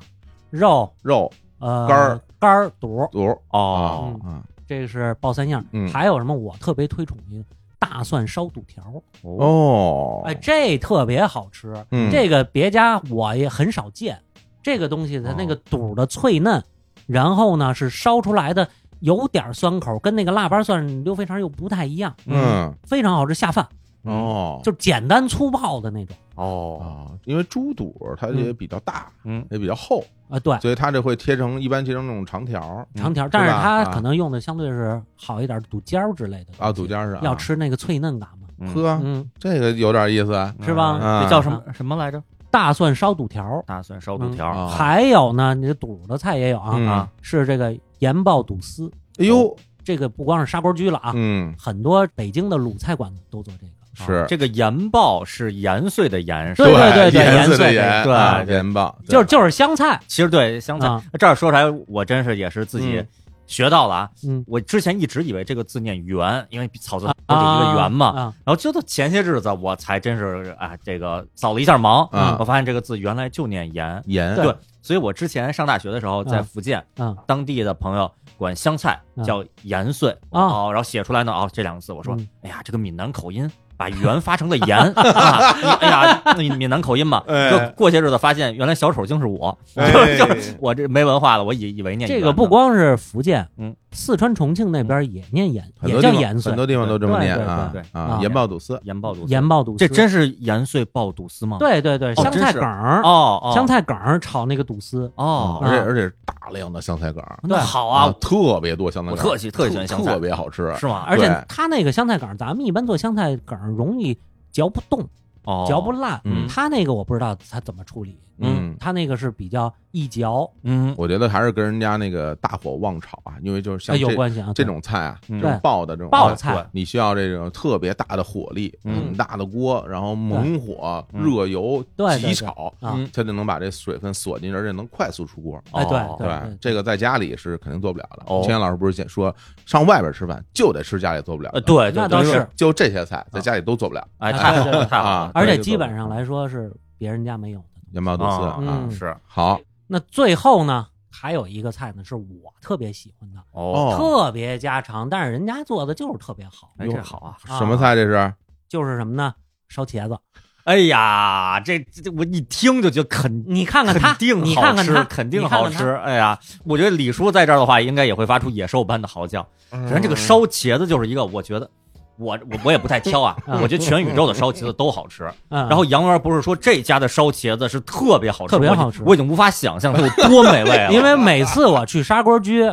Speaker 3: 肉、
Speaker 1: 肉
Speaker 3: 呃
Speaker 1: 肝儿、
Speaker 3: 肝儿、肚，
Speaker 1: 肚
Speaker 2: 哦
Speaker 1: 啊
Speaker 3: 嗯
Speaker 1: 啊
Speaker 3: 这个是爆三样儿。
Speaker 1: 嗯
Speaker 3: 还有什么？我特别推崇一个大蒜烧肚条儿，
Speaker 1: 哦
Speaker 3: 哎，这特别好吃。
Speaker 1: 嗯
Speaker 3: 这个别家我也很少见，这个东西它
Speaker 2: 哦
Speaker 3: 那个肚儿的脆嫩，然后呢是烧出来的有点儿酸口，跟那个腊八蒜溜肥肠又不太一样，
Speaker 1: 嗯
Speaker 3: 非常好吃，下饭
Speaker 1: 哦
Speaker 3: 就简单粗暴的那种。
Speaker 2: 哦
Speaker 1: 啊，因为猪肚它也比较大，
Speaker 2: 嗯
Speaker 1: 也比较厚，
Speaker 3: 啊，对，
Speaker 1: 所以它这会贴成一般贴成那种长条
Speaker 3: 长条，
Speaker 1: 嗯对吧
Speaker 3: 但是它
Speaker 1: 啊
Speaker 3: 可能用的相对是好一点，肚尖儿之类的
Speaker 1: 啊，肚尖儿是啊啊
Speaker 3: 要吃那个脆嫩感嘛，
Speaker 2: 嗯
Speaker 1: 呵，
Speaker 3: 嗯，
Speaker 1: 这个有点意思啊。
Speaker 3: 是吧
Speaker 2: 嗯这叫什么
Speaker 3: 啊
Speaker 2: 什么来着？
Speaker 3: 大蒜烧肚条儿，
Speaker 2: 大蒜烧肚条
Speaker 1: 嗯
Speaker 2: 儿
Speaker 1: 啊
Speaker 3: 还有呢，你的肚的菜也有啊，
Speaker 1: 嗯
Speaker 2: 啊
Speaker 3: 是这个盐爆肚丝，
Speaker 1: 哎呦，
Speaker 3: 这个不光是砂锅居了啊，
Speaker 1: 嗯，
Speaker 3: 很多北京的鲁菜馆子都做这个，啊
Speaker 1: 是
Speaker 2: 这个盐爆是盐碎的盐，是
Speaker 3: 对
Speaker 2: 吧
Speaker 3: 对对对
Speaker 1: 盐
Speaker 2: 盐
Speaker 1: 的
Speaker 2: 碎
Speaker 1: 盐，
Speaker 2: 对
Speaker 1: 啊
Speaker 2: 对
Speaker 1: 盐棒，
Speaker 3: 就是就是香菜，
Speaker 2: 其实对香菜
Speaker 3: 啊
Speaker 2: 这儿说出来，我真是也是自己
Speaker 1: 嗯
Speaker 2: 学到了啊。
Speaker 3: 嗯，
Speaker 2: 我之前一直以为这个字念圆，因为草字头是一个圆嘛。
Speaker 3: 啊，
Speaker 2: 然后就到前些日子，我才真是啊、哎，这个扫了一下盲，
Speaker 1: 啊
Speaker 2: 我发现这个字原来就念盐。
Speaker 1: 盐，
Speaker 2: 对，所以我之前上大学的时候，在
Speaker 3: 嗯
Speaker 2: 福建，
Speaker 3: 嗯嗯
Speaker 2: 当地的朋友管香菜
Speaker 3: 嗯
Speaker 2: 叫盐碎
Speaker 3: 啊
Speaker 2: 哦，然后写出来呢，哦，这两个字，我说
Speaker 3: 嗯，
Speaker 2: 哎呀，这个闽南口音把圆发成了 盐，啊哎呀，那闽南口音嘛，
Speaker 1: 哎
Speaker 2: 就过些日子发现原来小丑竟是我，
Speaker 1: 哎
Speaker 2: 就是我这没文化了，我以以为念
Speaker 3: 这
Speaker 2: 圆
Speaker 3: 个
Speaker 2: 呢
Speaker 3: 不光是福建，
Speaker 2: 嗯，
Speaker 3: 四川、重庆那边也念盐，
Speaker 1: 很
Speaker 3: 也
Speaker 1: 多地
Speaker 3: 叫
Speaker 1: 方
Speaker 3: 盐碎
Speaker 1: 很，多地方都这么
Speaker 3: 对
Speaker 1: 念
Speaker 3: 对
Speaker 1: 啊
Speaker 2: 对
Speaker 1: 啊，
Speaker 3: 啊
Speaker 1: 盐爆肚丝，
Speaker 2: 盐爆肚丝，
Speaker 3: 盐爆肚丝，
Speaker 2: 这真是盐碎爆肚丝吗？
Speaker 3: 对对对，
Speaker 2: 哦
Speaker 3: 香
Speaker 2: 真
Speaker 3: 菜
Speaker 2: 是
Speaker 3: 梗儿，
Speaker 2: 哦，哦
Speaker 3: 香菜梗儿炒那个肚丝，
Speaker 2: 哦，
Speaker 1: 嗯而且
Speaker 3: 啊
Speaker 1: 而且是大量的香菜梗儿
Speaker 3: 对
Speaker 2: 那好啊，，
Speaker 1: 特别多香菜
Speaker 2: 我
Speaker 1: 梗儿，
Speaker 2: 特喜特喜欢香菜
Speaker 1: 特别好吃，
Speaker 2: 是吗？
Speaker 3: 啊而
Speaker 1: 对
Speaker 3: 且它那个香菜梗儿，咱们一般做香菜梗儿容易嚼不动、
Speaker 2: 哦，
Speaker 3: 嚼不烂
Speaker 1: 嗯，
Speaker 3: 它那个我不知道它怎么处理，
Speaker 1: 嗯
Speaker 3: 它那个是比较易嚼，
Speaker 2: 嗯
Speaker 1: 我觉得还是跟人家那个大火旺炒啊，因为就是
Speaker 3: 呃
Speaker 1: 像
Speaker 3: 有
Speaker 1: 这
Speaker 3: 关系啊，
Speaker 1: 这
Speaker 3: 对
Speaker 1: 种菜啊，
Speaker 2: 嗯
Speaker 1: 这种
Speaker 3: 对
Speaker 1: 爆的这种啊
Speaker 3: 爆
Speaker 1: 菜
Speaker 3: 菜
Speaker 2: 对
Speaker 1: 你需要这种特别大的火力，
Speaker 2: 嗯
Speaker 1: 很大的锅，然后猛火、
Speaker 2: 嗯
Speaker 1: 热油、
Speaker 3: 对对
Speaker 1: 急
Speaker 3: 对
Speaker 1: 炒，
Speaker 3: 啊
Speaker 2: 嗯
Speaker 1: 它就能把这水分锁进去，而且能快速出锅。
Speaker 3: 哎对
Speaker 2: 哦
Speaker 1: 对吧
Speaker 3: 对对
Speaker 1: 这个在家里是肯定做不了的。
Speaker 2: 哦
Speaker 1: 秦岩老师不是说上外边吃饭就得吃家里做不了的
Speaker 2: 呃，，对，
Speaker 3: 那
Speaker 2: 对
Speaker 3: 倒
Speaker 2: 对
Speaker 3: 是
Speaker 1: 就这些菜在家里都做不了，
Speaker 2: 哎，
Speaker 3: 啊
Speaker 2: 太好
Speaker 3: 对对
Speaker 2: 了，
Speaker 3: 对
Speaker 2: 太好了
Speaker 1: 啊，
Speaker 3: 而且
Speaker 2: 对
Speaker 3: 基本上来说是别人家没有的。
Speaker 1: 盐爆肚丝
Speaker 2: 啊
Speaker 1: 啊
Speaker 3: 嗯。
Speaker 2: 是
Speaker 1: 好，
Speaker 3: 那最后呢，还有一个菜呢，是我特别喜欢的，
Speaker 2: 哦，
Speaker 3: 特别家常，但是人家做的就是特别好，
Speaker 2: 哎，这好啊，
Speaker 3: 啊
Speaker 1: 什么菜这是？
Speaker 3: 就是什么呢？烧茄子，
Speaker 2: 哎呀，这这我一听就觉得肯
Speaker 3: 你看看它，
Speaker 2: 肯定
Speaker 3: 啊你
Speaker 2: 好
Speaker 3: 看看
Speaker 2: 吃
Speaker 3: 它，
Speaker 2: 肯
Speaker 3: 你
Speaker 2: 定
Speaker 3: 看
Speaker 2: 好
Speaker 3: 看它
Speaker 2: 吃。哎呀，我觉得李叔在这儿的话，应该也会发出野兽般的嚎叫。咱
Speaker 3: 嗯
Speaker 2: 这个烧茄子就是一个，我觉得我我我也不太挑啊，
Speaker 3: 嗯
Speaker 2: 我觉得全宇宙的烧茄子都好吃。
Speaker 3: 嗯，
Speaker 2: 然后杨元不是说这家的烧茄子是特别好吃，
Speaker 3: 特别
Speaker 2: 我已经
Speaker 3: 好吃
Speaker 2: 我已经无法想象它有多美味了。
Speaker 3: 因为每次我去砂锅居，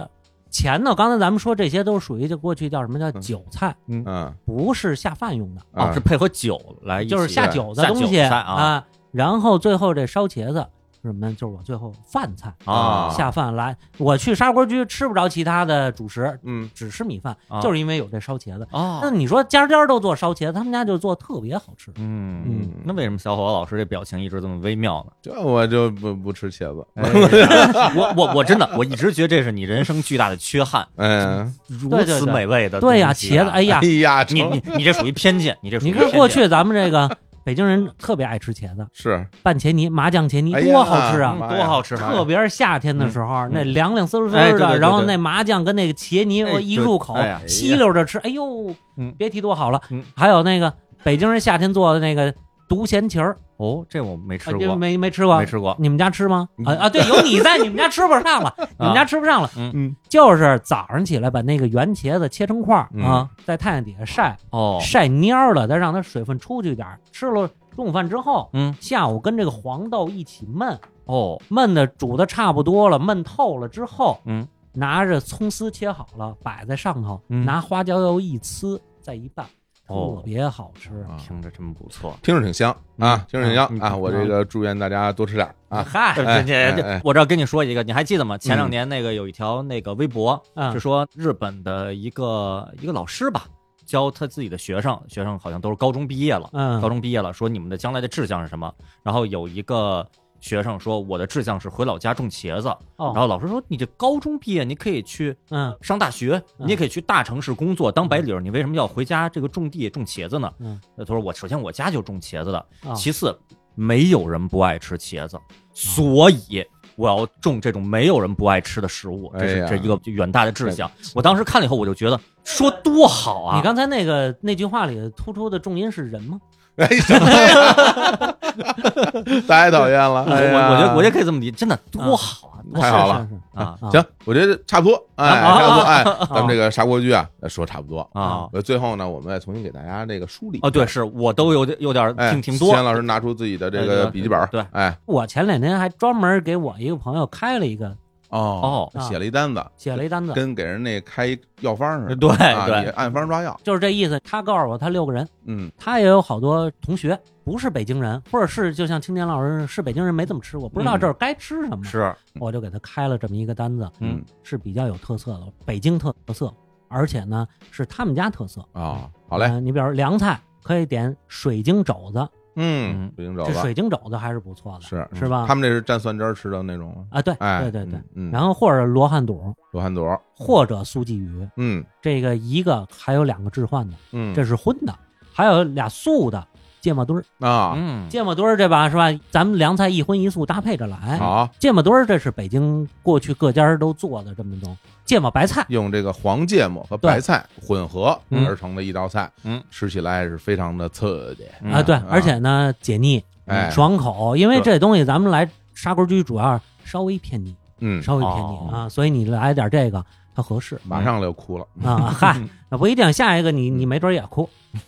Speaker 3: 前头刚才咱们说这些都属于就过去叫什么叫
Speaker 1: 嗯
Speaker 3: 酒菜，
Speaker 1: 嗯
Speaker 3: 不哦是下饭用的，
Speaker 2: 啊是配合酒来一起，
Speaker 3: 就是下酒的东
Speaker 2: 下酒
Speaker 3: 西
Speaker 2: 菜啊
Speaker 3: 啊。然后最后这烧茄子是什么？就是我最后饭菜
Speaker 2: 啊
Speaker 3: 下饭来。我去砂锅居吃不着其他的主食，
Speaker 1: 嗯，
Speaker 3: 只吃米饭
Speaker 2: 啊，
Speaker 3: 就是因为有这烧茄子。那
Speaker 2: 啊，
Speaker 3: 你说家家都做烧茄子，他们家就做特别好吃。
Speaker 2: 嗯。
Speaker 1: 嗯
Speaker 2: 那为什么小伙老师这表情一直这么微妙呢？
Speaker 1: 这我就不不吃茄子，
Speaker 3: 哎
Speaker 2: 我我我真的我一直觉得这是你人生巨大的缺憾，
Speaker 1: 嗯，
Speaker 2: 如
Speaker 3: 对对
Speaker 2: 此
Speaker 3: 对
Speaker 2: 美味的
Speaker 3: 对呀，
Speaker 2: 东西
Speaker 3: 茄
Speaker 2: 啊
Speaker 3: 子，哎呀
Speaker 1: 哎，呀，
Speaker 2: 你
Speaker 1: 成
Speaker 2: 你你这属于偏见，你这属于
Speaker 3: 你看
Speaker 2: 偏见
Speaker 3: 过去咱们这个北京人特别爱吃茄子，
Speaker 1: 是
Speaker 3: 拌茄泥、麻酱茄泥
Speaker 1: 哎呀
Speaker 3: 多好吃啊！
Speaker 2: 嗯
Speaker 1: 妈呀
Speaker 2: 多好吃，
Speaker 3: 特别是夏天的时候，那凉凉丝
Speaker 2: 嗯
Speaker 3: 丝
Speaker 2: 哎对对对
Speaker 3: 的，然后那麻酱跟那个茄泥，
Speaker 2: 哎
Speaker 3: 我一入口
Speaker 2: 对哎呀
Speaker 3: 吸溜着吃，哎呦
Speaker 2: 嗯，
Speaker 3: 别提多好了
Speaker 2: 嗯。
Speaker 3: 还有那个北京人夏天做的那个独咸芹儿，
Speaker 2: 哦，这我没吃
Speaker 3: 啊这
Speaker 2: 过，
Speaker 3: 没没吃过
Speaker 2: 没。吃嗯过。
Speaker 3: 你们家吃吗？啊啊，对，有你在，你们家吃不上 了，
Speaker 2: 啊
Speaker 3: 你们家吃不上了。
Speaker 1: 嗯，
Speaker 3: 就是早上起来把那个圆茄子切成块儿
Speaker 1: 嗯
Speaker 3: 啊，在太阳底下晒
Speaker 2: 哦，
Speaker 3: 晒蔫了，再让它水分出去点儿。吃了中午饭之后，
Speaker 2: 嗯，
Speaker 3: 下午跟这个黄豆一起焖，
Speaker 2: 哦，
Speaker 3: 焖的煮的差不多了，焖透了之后，
Speaker 2: 嗯，
Speaker 3: 拿着葱丝切好了摆在上头，
Speaker 2: 嗯
Speaker 3: 拿花椒油一呲，再一拌，
Speaker 2: 哦
Speaker 3: 特别好吃。
Speaker 1: 啊
Speaker 2: 听着真不错。
Speaker 1: 听着挺香啊，听着挺香
Speaker 2: 嗯
Speaker 1: 啊！我这个祝愿大家多吃点儿啊，
Speaker 3: 嗨，
Speaker 2: 这
Speaker 1: 哎
Speaker 2: 这
Speaker 1: 哎
Speaker 2: 这，我这儿跟你说一个，你还记得吗？前两年那个有一条那个微博，
Speaker 3: 嗯
Speaker 2: 是说日本的一个一个老师吧，教他自己的学生，学生好像都是高中毕业了，
Speaker 3: 嗯
Speaker 2: 高中毕业了，说你们的将来的志向是什么？然后有一个学生说，我的志向是回老家种茄子。
Speaker 3: 哦
Speaker 2: 然后老师说，你这高中毕业，你可以去
Speaker 3: 嗯
Speaker 2: 上大学，
Speaker 3: 嗯
Speaker 2: 你也可以去大城市工作当白领儿，你为什么要回家这个种地种茄子呢？
Speaker 3: 嗯
Speaker 2: 呃，他说我首先我家就种茄子的，
Speaker 3: 哦
Speaker 2: 其次没有人不爱吃茄
Speaker 3: 啊
Speaker 2: 子，所以。我要种这种没有人不爱吃的食物，这
Speaker 1: 哎
Speaker 2: 是
Speaker 1: 呀
Speaker 2: 这一个远大的志向。我当时看了以后，我就觉得说多好啊！
Speaker 3: 你刚才那个那句话里突出的重音是人吗？
Speaker 2: 嗯
Speaker 1: 哎什么呀？ 太讨厌了！
Speaker 2: 我
Speaker 1: 哎呀
Speaker 2: 我我觉得我也可以这么理，真的多好啊！多
Speaker 1: 太好了
Speaker 3: 是，是是
Speaker 2: 啊
Speaker 3: 嗯啊
Speaker 1: 行，我觉得差不多，哎，
Speaker 2: 啊
Speaker 1: 差不多，哎，咱们这个砂锅居啊，说差不多
Speaker 2: 啊
Speaker 1: 呃，最后呢，我们再重新给大家这个梳理
Speaker 2: 啊！对，，是我都有点有点
Speaker 1: 哎，
Speaker 2: 挺挺多
Speaker 1: 钱老师拿出自己的这个笔记本儿，
Speaker 2: 对对
Speaker 1: 哎，
Speaker 3: 我前两天还专门给我一个朋友开了一个，
Speaker 1: 哦
Speaker 3: 哦
Speaker 1: 写了一单子，
Speaker 3: 写了一单子，
Speaker 1: 跟给人那开药方似的，
Speaker 2: 嗯对
Speaker 1: 啊
Speaker 2: 对
Speaker 1: 也按方抓药，
Speaker 3: 就是这意思。他告诉我他六个人，
Speaker 1: 嗯，
Speaker 3: 他也有好多同学不是北京人，或者是就像青年老师是北京人没怎么吃过，不知道
Speaker 2: 嗯
Speaker 3: 这儿该吃什么，
Speaker 1: 啊
Speaker 2: 是
Speaker 1: 嗯
Speaker 3: 我就给他开了这么一个单子，
Speaker 2: 嗯
Speaker 3: 是比较有特色的，北京特色，而且呢是他们家特色。
Speaker 1: 啊，好嘞，
Speaker 3: 呃你比如凉菜，可以点水晶肘子，
Speaker 1: 嗯
Speaker 2: 嗯，
Speaker 1: 北京肘
Speaker 3: 这
Speaker 1: 子
Speaker 3: 水晶肘子还是不错的，
Speaker 1: 是嗯
Speaker 3: 是吧
Speaker 1: 他们这是蘸蒜汁儿吃的那种吗？
Speaker 3: 啊，对
Speaker 1: 哎，
Speaker 3: 对对对，
Speaker 1: 嗯，嗯，
Speaker 3: 然后或者罗汉肚，
Speaker 1: 罗汉朵，
Speaker 3: 或者苏鲫鱼，
Speaker 1: 嗯
Speaker 3: 这个一个还有两个置换的，
Speaker 1: 嗯，
Speaker 3: 这是荤的，还有俩素的芥末墩儿，
Speaker 1: 啊，
Speaker 2: 嗯，
Speaker 3: 芥末墩儿这吧是吧？咱们凉菜一荤一素搭配着来，
Speaker 1: 好，
Speaker 3: 芥末墩儿这是北京过去各家儿都做的这么一种芥末白菜，
Speaker 1: 用这个黄芥末和白菜混合
Speaker 2: 嗯
Speaker 1: 而成的一道菜，
Speaker 2: 嗯，
Speaker 1: 吃起来是非常的刺激，
Speaker 2: 嗯
Speaker 3: 啊，对
Speaker 1: 啊，
Speaker 3: 而且呢解腻、嗯
Speaker 1: 哎，
Speaker 3: 爽口，因为
Speaker 1: 对
Speaker 3: 这东西咱们来砂锅居主要是稍微偏腻，
Speaker 1: 嗯，
Speaker 3: 稍微偏腻
Speaker 2: 哦
Speaker 3: 啊，所以你来点这个它 合适
Speaker 1: 马上就哭了，
Speaker 3: 啊。嗨，那不一定，下一个
Speaker 2: 嗯
Speaker 3: 你你没准也哭。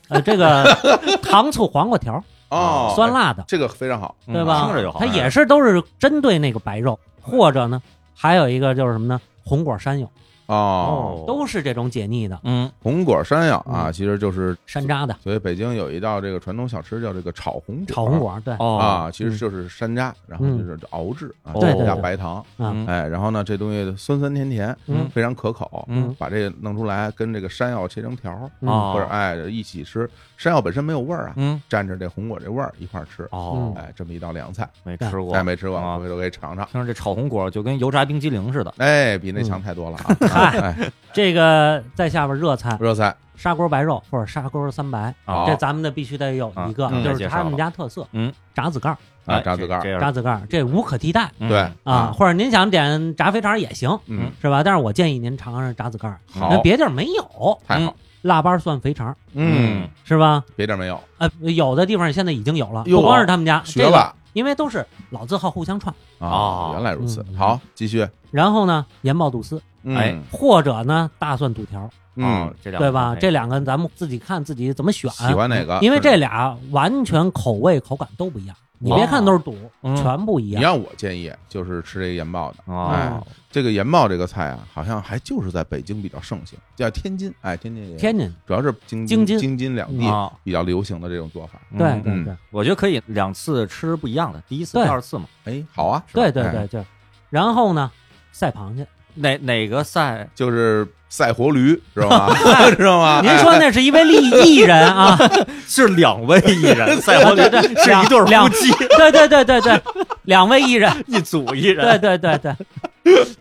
Speaker 3: 呃，这 个糖醋黄瓜条儿
Speaker 1: 哦，
Speaker 3: 酸
Speaker 1: 哎，
Speaker 3: 辣的，
Speaker 1: 这个非常好，
Speaker 3: 对吧？
Speaker 2: 嗯听着就好。哎
Speaker 3: 它也是都是针对那个白肉，或者呢还有一个就是什么呢？红果山药
Speaker 1: 哦，
Speaker 3: 都是这种解腻的
Speaker 2: 嗯
Speaker 1: 红果山药
Speaker 3: 嗯
Speaker 1: 啊，其实就是，
Speaker 3: 山楂的
Speaker 1: 所以北京有一道这个传统小吃叫这个炒红
Speaker 3: 炒红果，对，
Speaker 2: 哦
Speaker 1: 啊，其实就是山楂，然后就是熬制啊，
Speaker 2: 对
Speaker 1: 加
Speaker 3: 哦对对
Speaker 1: 白糖，
Speaker 3: 啊
Speaker 2: 嗯
Speaker 1: 哎，然后呢，这东西酸酸甜甜，
Speaker 3: 嗯
Speaker 1: 非常可口，
Speaker 2: 嗯
Speaker 1: 把这个弄出来，跟这个山药切成条儿，
Speaker 3: 嗯
Speaker 2: 哦
Speaker 1: 或者哎一起吃。山药本身没有味儿啊，
Speaker 2: 嗯
Speaker 1: 蘸着这红果这味儿一块儿吃，
Speaker 2: 哦，
Speaker 1: 哎，这么一道凉菜，
Speaker 2: 没吃过
Speaker 1: 哎，，没吃过，
Speaker 2: 啊
Speaker 1: 回头可以尝尝。
Speaker 2: 听着这炒红果就跟油炸冰激凌似的。
Speaker 1: 哎，比那强太多了 啊！哎，
Speaker 3: 这个在下边热菜
Speaker 1: 热菜
Speaker 3: 砂锅白肉或者砂锅三白，
Speaker 1: 好
Speaker 3: 这咱们的必须得有一个
Speaker 1: 啊嗯，
Speaker 3: 就是他们家特色，
Speaker 2: 嗯，
Speaker 3: 炸子盖儿，
Speaker 1: 啊，
Speaker 2: 哎
Speaker 1: 炸子盖儿，
Speaker 2: 这嗯
Speaker 3: 炸子盖儿这无可替代
Speaker 2: 这
Speaker 1: 对
Speaker 3: 啊，，或者您想点炸肥肠也行，
Speaker 1: 嗯，
Speaker 3: 是吧？但是我建议您尝尝炸子盖儿，那
Speaker 1: 好，
Speaker 3: 别地儿没有
Speaker 1: 太好，
Speaker 3: 腊八蒜肥肠，
Speaker 1: 嗯，
Speaker 3: 是吧？
Speaker 1: 别地儿没有，
Speaker 3: 呃，有的地方现在已经有了，
Speaker 1: 哟
Speaker 3: 不光是他们家，
Speaker 1: 学
Speaker 3: 这个
Speaker 1: 吧
Speaker 3: 因为都是老字号互相串。
Speaker 1: 啊，
Speaker 2: 哦
Speaker 1: 原来如此。
Speaker 3: 嗯
Speaker 1: 好，继续，
Speaker 3: 然后呢，盐爆肚丝，
Speaker 1: 嗯
Speaker 2: 哎，
Speaker 3: 或者呢大蒜肚条，
Speaker 1: 嗯，，
Speaker 2: 哦这两
Speaker 3: 对吧？这
Speaker 2: 两
Speaker 3: 两个咱们自己看自己怎么选，
Speaker 1: 喜欢哪个？
Speaker 3: 因为这俩完全口味口感都不
Speaker 1: 哦
Speaker 3: 一样。你别看都是肚，
Speaker 2: 嗯
Speaker 3: 全不一
Speaker 1: 你
Speaker 3: 样。
Speaker 1: 让我建议就是吃这个盐爆的，哎
Speaker 2: 哦，
Speaker 1: 这个盐爆这个菜啊，好像还就是在北京比较盛行，叫天津，哎，天津也
Speaker 3: 天津，
Speaker 1: 主要是京
Speaker 3: 京津
Speaker 1: 津津两地
Speaker 2: 啊，
Speaker 1: 比较流行的这种做法。
Speaker 2: 嗯
Speaker 3: 对
Speaker 1: 嗯
Speaker 3: 对对
Speaker 2: 我觉得可以两次吃不一样的，第一次、
Speaker 3: 对
Speaker 2: 第二次嘛。
Speaker 1: 哎，好啊，
Speaker 3: 对对
Speaker 1: 哎
Speaker 3: 对对。然后呢，赛螃蟹，
Speaker 2: 哪哪个赛？
Speaker 1: 就是赛活驴，知道 吗？知道吗？
Speaker 3: 您说那是一位艺艺人 啊？
Speaker 2: 是两位艺 人，赛后
Speaker 3: 对对对，
Speaker 2: 是一对
Speaker 3: 两
Speaker 2: 夫妻，
Speaker 3: 对对对对对，两位艺人，
Speaker 2: 一组艺
Speaker 3: 对
Speaker 2: 人，
Speaker 3: 对对对，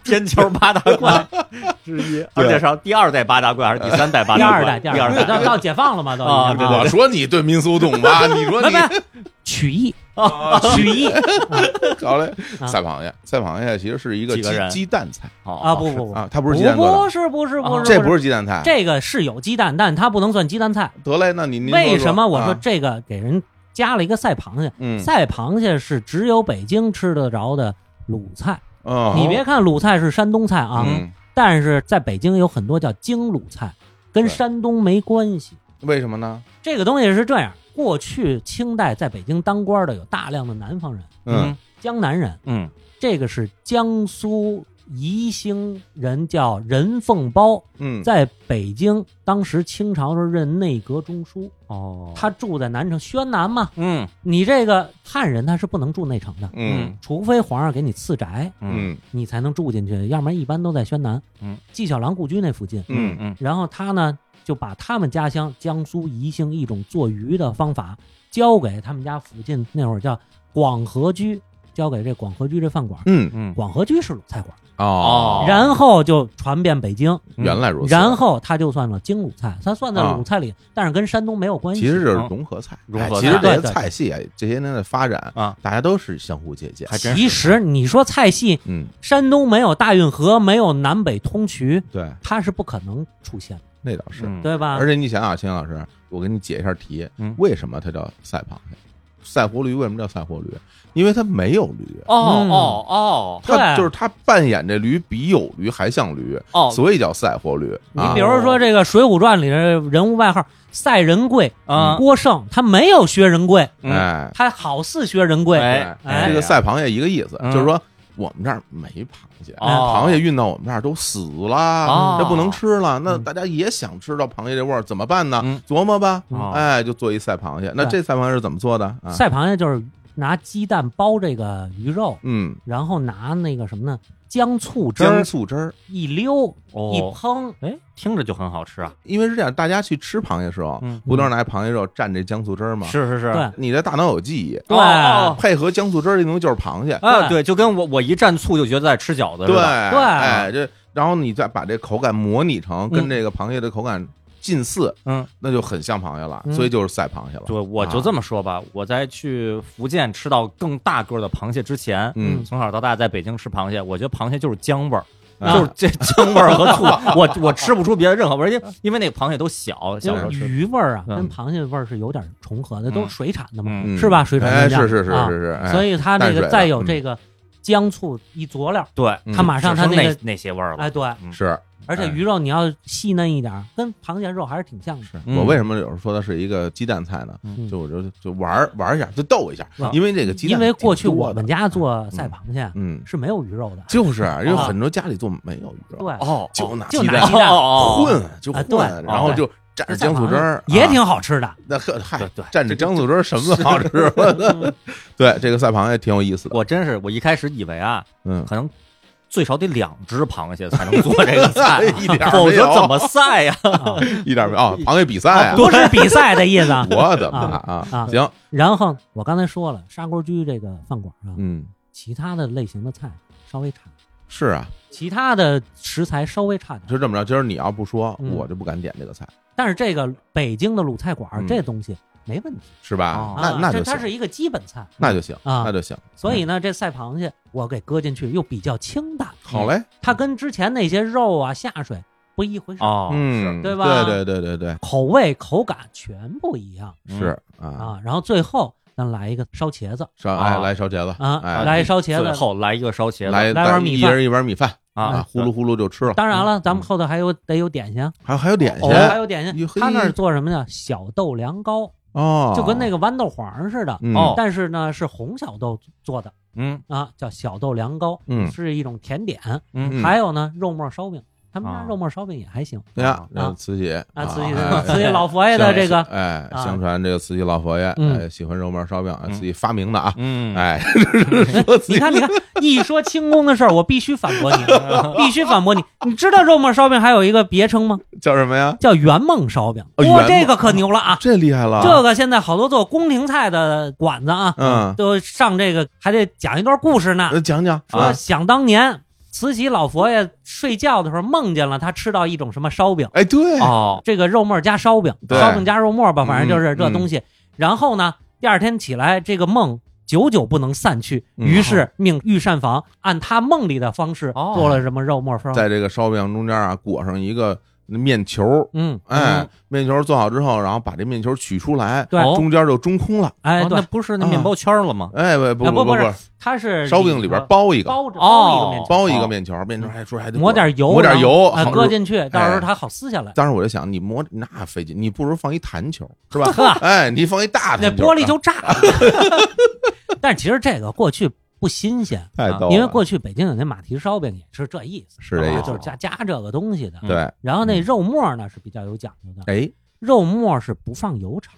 Speaker 2: 天球八大怪 之一，而且是第二代八大怪还是第三代八
Speaker 3: 第
Speaker 2: 大
Speaker 3: 二
Speaker 2: 怪？
Speaker 3: 代
Speaker 2: 第
Speaker 3: 二代到到解放了嘛，都已经
Speaker 2: 啊
Speaker 1: 哎我说你对民俗懂吧？你说
Speaker 3: 拜
Speaker 1: 你
Speaker 3: 拜，曲艺，
Speaker 1: 啊
Speaker 3: 哦曲艺
Speaker 1: 好嘞，
Speaker 3: 啊
Speaker 1: 赛螃蟹，赛螃蟹其实是一个
Speaker 2: 几个
Speaker 1: 鸡
Speaker 2: 人
Speaker 1: 鸡蛋菜
Speaker 2: 啊
Speaker 3: 啊，不不不，
Speaker 1: 啊，它不
Speaker 3: 不
Speaker 1: 是鸡蛋做
Speaker 3: 不
Speaker 1: 的，哦
Speaker 3: 是不是不
Speaker 2: 啊
Speaker 3: 是，
Speaker 1: 这不
Speaker 3: 是
Speaker 1: 是鸡蛋菜。
Speaker 3: 这个是有鸡蛋，但它不能算鸡蛋菜。
Speaker 1: 得嘞，那您您
Speaker 3: 为什么我说
Speaker 1: 说啊
Speaker 3: 这个给人加了一个赛螃蟹？
Speaker 1: 嗯
Speaker 3: 赛螃蟹是只有北京吃得着的鲁菜。
Speaker 1: 哦
Speaker 3: 你别看鲁菜是山东菜啊，
Speaker 1: 嗯
Speaker 3: 但是在北京有很多叫京鲁菜，跟
Speaker 1: 对
Speaker 3: 山东没关系。
Speaker 1: 为什么呢？
Speaker 3: 这个东西是这样，过去清代在北京当官的有大量的南方人、
Speaker 1: 嗯
Speaker 2: 嗯
Speaker 3: 江南人，
Speaker 2: 嗯
Speaker 3: 这个是江苏宜兴人叫任凤包，
Speaker 1: 嗯，
Speaker 3: 在北京当时清朝时候任内阁中书，
Speaker 2: 哦，
Speaker 3: 他住在南城宣南嘛。
Speaker 2: 嗯
Speaker 3: 你这个汉人他是不能住内城的，
Speaker 1: 嗯
Speaker 3: 除非皇上给你赐宅，
Speaker 2: 嗯
Speaker 1: 嗯
Speaker 3: 你才能住进去，要不然一般都在宣南。
Speaker 2: 嗯，
Speaker 3: 纪晓岚故居那附近。
Speaker 1: 嗯
Speaker 2: 嗯嗯
Speaker 3: 然后他呢就把他们家乡江苏宜兴一种做鱼的方法教给他们家附近那会儿叫广和居，交给这广和居这饭馆。
Speaker 1: 嗯
Speaker 2: 嗯，
Speaker 3: 广和居是鲁菜馆，
Speaker 1: 哦
Speaker 2: 哦，
Speaker 3: 然后就传遍北京，
Speaker 1: 原来如此。
Speaker 3: 然后它就算了京鲁菜，它算在
Speaker 1: 啊
Speaker 3: 鲁菜里，但是跟山东没有关系。
Speaker 1: 其实就是融合菜，
Speaker 2: 啊融
Speaker 1: 哎
Speaker 2: 合
Speaker 1: 其实
Speaker 2: 菜
Speaker 1: 这些
Speaker 3: 对对
Speaker 1: 菜系啊，这些年的发展
Speaker 2: 啊，
Speaker 1: 大家都是相互借鉴。
Speaker 2: 还真
Speaker 3: 其实你说菜系，
Speaker 1: 嗯，
Speaker 3: 山东没有大运河，没有南北通衢，
Speaker 1: 对，
Speaker 3: 它是不可能出现的，
Speaker 1: 那倒是。
Speaker 2: 对
Speaker 3: 对吧
Speaker 1: 嗯而？且你想想，秦老师，我给你解一下题
Speaker 2: 嗯，
Speaker 1: 为什么它叫赛螃蟹？赛活驴为什么叫赛活驴？因为它没有驴，
Speaker 2: 哦哦哦
Speaker 1: 它
Speaker 3: 对
Speaker 1: 就是它扮演这驴比有驴还像驴，
Speaker 2: 哦
Speaker 1: 所以叫赛活驴。
Speaker 3: 你
Speaker 1: 啊
Speaker 3: 比如说这个《水浒传》里的人物外号赛仁贵、
Speaker 2: 啊
Speaker 3: 郭胜，他没有学仁贵，
Speaker 2: 嗯
Speaker 1: 哎，
Speaker 3: 他好似学仁贵，
Speaker 2: 哎
Speaker 3: 哎
Speaker 1: 这个赛螃蟹一个意思，
Speaker 2: 嗯
Speaker 1: 就是说我们这儿没螃蟹，
Speaker 2: 哦
Speaker 1: 螃蟹运到我们这儿都死
Speaker 2: 哦
Speaker 1: 了，这不能吃了。那
Speaker 3: 嗯
Speaker 1: 大家也想吃到螃蟹这味儿，怎么办呢
Speaker 2: 嗯？
Speaker 1: 琢磨吧，
Speaker 2: 哦
Speaker 1: 哎，就做一赛螃蟹。那
Speaker 3: 对
Speaker 1: 这赛螃蟹是怎么做的啊？
Speaker 3: 赛螃蟹就是拿鸡蛋包这个鱼肉，
Speaker 1: 嗯，
Speaker 3: 然后拿那个什么呢？姜醋汁
Speaker 1: 姜
Speaker 3: 儿
Speaker 1: 醋汁儿。
Speaker 3: 一溜一
Speaker 2: 哦，
Speaker 3: 烹，
Speaker 2: 哎，听着就很好吃啊。
Speaker 1: 因为是这样，大家去吃螃蟹的时候
Speaker 2: 嗯，
Speaker 1: 不都是拿螃蟹肉蘸这姜醋汁儿吗？
Speaker 2: 是是是，
Speaker 3: 对
Speaker 1: 你的大脑有记忆，
Speaker 3: 对
Speaker 2: 哦
Speaker 1: 配合姜醋汁儿这东西就是螃蟹。
Speaker 2: 啊，
Speaker 3: 对
Speaker 2: 对，就跟我我一蘸醋就觉得在吃饺子，
Speaker 1: 对
Speaker 2: 是吧？
Speaker 3: 对嗯
Speaker 1: 哎，这然后你再把这口感模拟成跟这个螃蟹的口感近似，
Speaker 2: 嗯，
Speaker 1: 那就很像螃蟹了，
Speaker 3: 嗯
Speaker 1: 所以就是赛螃蟹了。嗯
Speaker 2: 对，啊我就这么说吧，我在去福建吃到更大个儿的螃蟹之前，
Speaker 1: 嗯
Speaker 2: 从小到大在北京吃螃蟹，我觉得螃蟹就是姜味儿，
Speaker 1: 啊
Speaker 2: 就是这姜味儿和 醋，我我吃不出别的任何味儿，因为因为那个螃蟹都小，小时候
Speaker 3: 就
Speaker 2: 吃。
Speaker 3: 鱼味儿啊，
Speaker 2: 嗯
Speaker 3: 跟螃蟹味儿是有点重合的，都
Speaker 2: 嗯
Speaker 3: 是水产的嘛，
Speaker 2: 嗯
Speaker 3: 是吧？水产
Speaker 1: 哎，
Speaker 3: 人家
Speaker 1: 是是是
Speaker 3: 啊
Speaker 1: 是是，哎
Speaker 3: 所以它
Speaker 1: 淡水
Speaker 3: 那
Speaker 1: 的
Speaker 3: 个再有
Speaker 1: 嗯
Speaker 3: 这个姜醋一佐料，
Speaker 2: 对，
Speaker 1: 嗯
Speaker 3: 它马上它
Speaker 2: 只剩
Speaker 3: 那
Speaker 2: 那
Speaker 3: 个
Speaker 2: 那些味儿了
Speaker 3: 哎，对，
Speaker 2: 嗯
Speaker 1: 是哎
Speaker 3: 而且鱼肉你要细嫩一点儿，跟螃蟹肉还是挺像的。
Speaker 1: 是
Speaker 2: 嗯
Speaker 1: 我为什么有时候说它是一个鸡蛋菜呢？
Speaker 2: 嗯
Speaker 1: 就我就就玩儿玩儿一下，就逗一下
Speaker 2: 啊，
Speaker 1: 因为这个鸡蛋
Speaker 3: 嗯因为
Speaker 1: 挺
Speaker 3: 过去
Speaker 1: 多
Speaker 3: 我
Speaker 1: 的
Speaker 3: 们家做赛螃蟹
Speaker 1: 嗯，
Speaker 3: 是没有鱼肉的，
Speaker 1: 就是因为
Speaker 3: 啊
Speaker 1: 很多家里做没有鱼肉，
Speaker 3: 对，
Speaker 2: 哦，
Speaker 1: 就
Speaker 2: 哦
Speaker 1: 拿
Speaker 3: 就
Speaker 1: 鸡
Speaker 3: 拿
Speaker 1: 蛋
Speaker 3: 鸡蛋
Speaker 2: 哦哦哦
Speaker 1: 混就
Speaker 3: 啊
Speaker 1: 混，
Speaker 3: 对
Speaker 1: 然后
Speaker 2: 哦
Speaker 1: 就蘸着
Speaker 3: 那
Speaker 1: 姜醋汁儿，
Speaker 3: 也
Speaker 1: 啊
Speaker 3: 挺 好吃的。
Speaker 1: 那呵嗨
Speaker 2: 对，对，
Speaker 1: 蘸着姜醋汁儿什么都好吃。 对，这个赛螃蟹挺有意思的，
Speaker 2: 我真是我一开始以为啊，
Speaker 1: 嗯，
Speaker 2: 可能最少得两只螃蟹才能做这个 菜，啊
Speaker 1: 一点儿
Speaker 2: 否
Speaker 1: 没有
Speaker 2: 则怎么 赛呀？
Speaker 3: 啊
Speaker 1: 一点儿没有哦，螃蟹比赛啊，
Speaker 3: 不 是比赛的意思啊。
Speaker 1: 我的妈
Speaker 3: 啊
Speaker 1: 啊
Speaker 3: 啊！
Speaker 1: 行，
Speaker 3: 然后我刚才说了，砂锅居这个饭馆啊，
Speaker 1: 嗯，
Speaker 3: 其他的类型的菜稍微差，
Speaker 1: 是啊，
Speaker 3: 其他的食材稍微差点。
Speaker 1: 就这么着。今儿你要不说，
Speaker 3: 嗯
Speaker 1: 我就不敢点这个菜，
Speaker 3: 但是这个北京的鲁菜馆
Speaker 1: 嗯
Speaker 3: 儿这东西没问题
Speaker 1: 是吧
Speaker 2: 哦？
Speaker 1: 那
Speaker 3: 啊，
Speaker 1: 那
Speaker 3: 这
Speaker 1: 就
Speaker 3: 它是
Speaker 1: 行，
Speaker 3: 一个基本菜，
Speaker 1: 那就行，
Speaker 3: 啊
Speaker 1: 那就行。
Speaker 3: 所以呢，这赛螃蟹我给搁进去又比较清淡，
Speaker 1: 好嘞，
Speaker 3: 它跟之前那些肉啊下水不一回事，
Speaker 2: 哦，
Speaker 1: 嗯，
Speaker 3: 对吧
Speaker 1: 对对对对
Speaker 3: 口味口感全不一样
Speaker 1: 对，是啊，
Speaker 3: 啊。然后最后咱来一个烧茄子
Speaker 1: 烧哎
Speaker 2: 啊
Speaker 1: 来烧茄子
Speaker 3: 啊，
Speaker 1: 哎
Speaker 3: 来一烧茄
Speaker 2: 最
Speaker 3: 子。
Speaker 2: 后来一个烧茄子，
Speaker 1: 来
Speaker 3: 来碗米
Speaker 1: 一
Speaker 3: 饭
Speaker 1: 人一碗米饭
Speaker 2: 啊
Speaker 1: 啊，，呼噜呼噜就吃了，
Speaker 3: 当然了，咱们后头还有得有点心啊，
Speaker 1: 还有还有嗯点心
Speaker 3: 哦还有点
Speaker 1: 哟
Speaker 3: 心
Speaker 1: 嘿。
Speaker 3: 他那儿做什么呢？小豆凉糕，
Speaker 1: 哦，
Speaker 3: 就跟那个豌豆黄似的，
Speaker 1: 嗯
Speaker 2: 哦
Speaker 3: 但是呢是红小豆做的
Speaker 2: 嗯
Speaker 3: 啊，叫小豆凉糕，
Speaker 1: 嗯
Speaker 3: 是一种甜点。
Speaker 1: 嗯
Speaker 3: 还有呢，肉末烧饼，他们家
Speaker 2: 啊
Speaker 3: 肉末烧饼也还行
Speaker 1: 对呀
Speaker 2: 啊，
Speaker 1: 然后慈禧
Speaker 3: 啊。慈禧
Speaker 1: 哎
Speaker 3: 慈禧老佛爷的这个
Speaker 1: 哎，
Speaker 3: 啊
Speaker 1: 相传这个慈禧老佛爷
Speaker 3: 嗯
Speaker 1: 哎喜欢肉末烧饼，哎
Speaker 2: 嗯
Speaker 1: 自己发明的啊，
Speaker 2: 嗯，
Speaker 1: 哎，说自
Speaker 3: 你
Speaker 1: 己
Speaker 3: 看，你看，一说清宫的事儿，我必须反驳 你，必须反驳你。你知道肉末烧饼还有一个别称吗？
Speaker 1: 叫什么呀？
Speaker 3: 叫圆梦烧饼。
Speaker 1: 哦
Speaker 3: 哇、
Speaker 1: 圆梦
Speaker 3: 这个可牛了啊！
Speaker 1: 这厉害了，
Speaker 3: 这个现在好多做宫廷菜的馆子啊，
Speaker 1: 嗯
Speaker 3: 都上这个还得讲一段故事呢。
Speaker 1: 呃讲讲
Speaker 3: 说想当年，慈禧老佛爷睡觉的时候梦见了他吃到一种什么烧饼，
Speaker 1: 哎，对，
Speaker 3: 啊
Speaker 2: 哦，
Speaker 3: 这个肉末加烧饼，
Speaker 1: 对
Speaker 3: 烧饼加肉末吧，反正就是
Speaker 1: 嗯
Speaker 3: 这东西。然后呢，第二天起来，这个梦久久不能散去，
Speaker 1: 嗯
Speaker 3: 于是命御膳房按他梦里的方式
Speaker 2: 哦
Speaker 3: 做了什么肉末烧饼。
Speaker 1: 在这个烧饼中间啊裹上一个面球，
Speaker 3: 嗯，
Speaker 1: 哎，面球做好之后，然后把这面球取出来，
Speaker 3: 对哦
Speaker 1: 中间就中空了，
Speaker 3: 哎，
Speaker 2: 哦那
Speaker 3: 对，
Speaker 2: 不
Speaker 1: 啊
Speaker 2: 是那面包圈了吗？
Speaker 1: 哎，不
Speaker 3: 啊
Speaker 1: 不
Speaker 3: 不
Speaker 1: 不
Speaker 3: 不是它是
Speaker 1: 烧饼里边包一个，
Speaker 3: 包着
Speaker 2: 哦
Speaker 3: 包一个面条，
Speaker 1: 包一个面球，面球还说还得
Speaker 3: 抹点油，
Speaker 1: 抹点油，
Speaker 3: 然后
Speaker 1: 好
Speaker 3: 哎搁。进去，到时候它好撕下来。
Speaker 1: 当时我就想，你磨那费劲，你不如放一弹球是 吧？哎，你放一大
Speaker 3: 那
Speaker 1: 弹球，
Speaker 3: 玻璃就炸了。但是其实这个过去不新鲜，
Speaker 1: 太逗了，
Speaker 3: 啊因为过去北京有那马蹄烧饼也是这意思，
Speaker 1: 啊是这意
Speaker 2: 啊
Speaker 1: 思，
Speaker 3: 就是加加这个东西的。
Speaker 1: 对，
Speaker 3: 然后
Speaker 1: 嗯
Speaker 3: 那肉末呢是比较有讲究的，
Speaker 1: 哎，
Speaker 3: 肉末是不放油炒，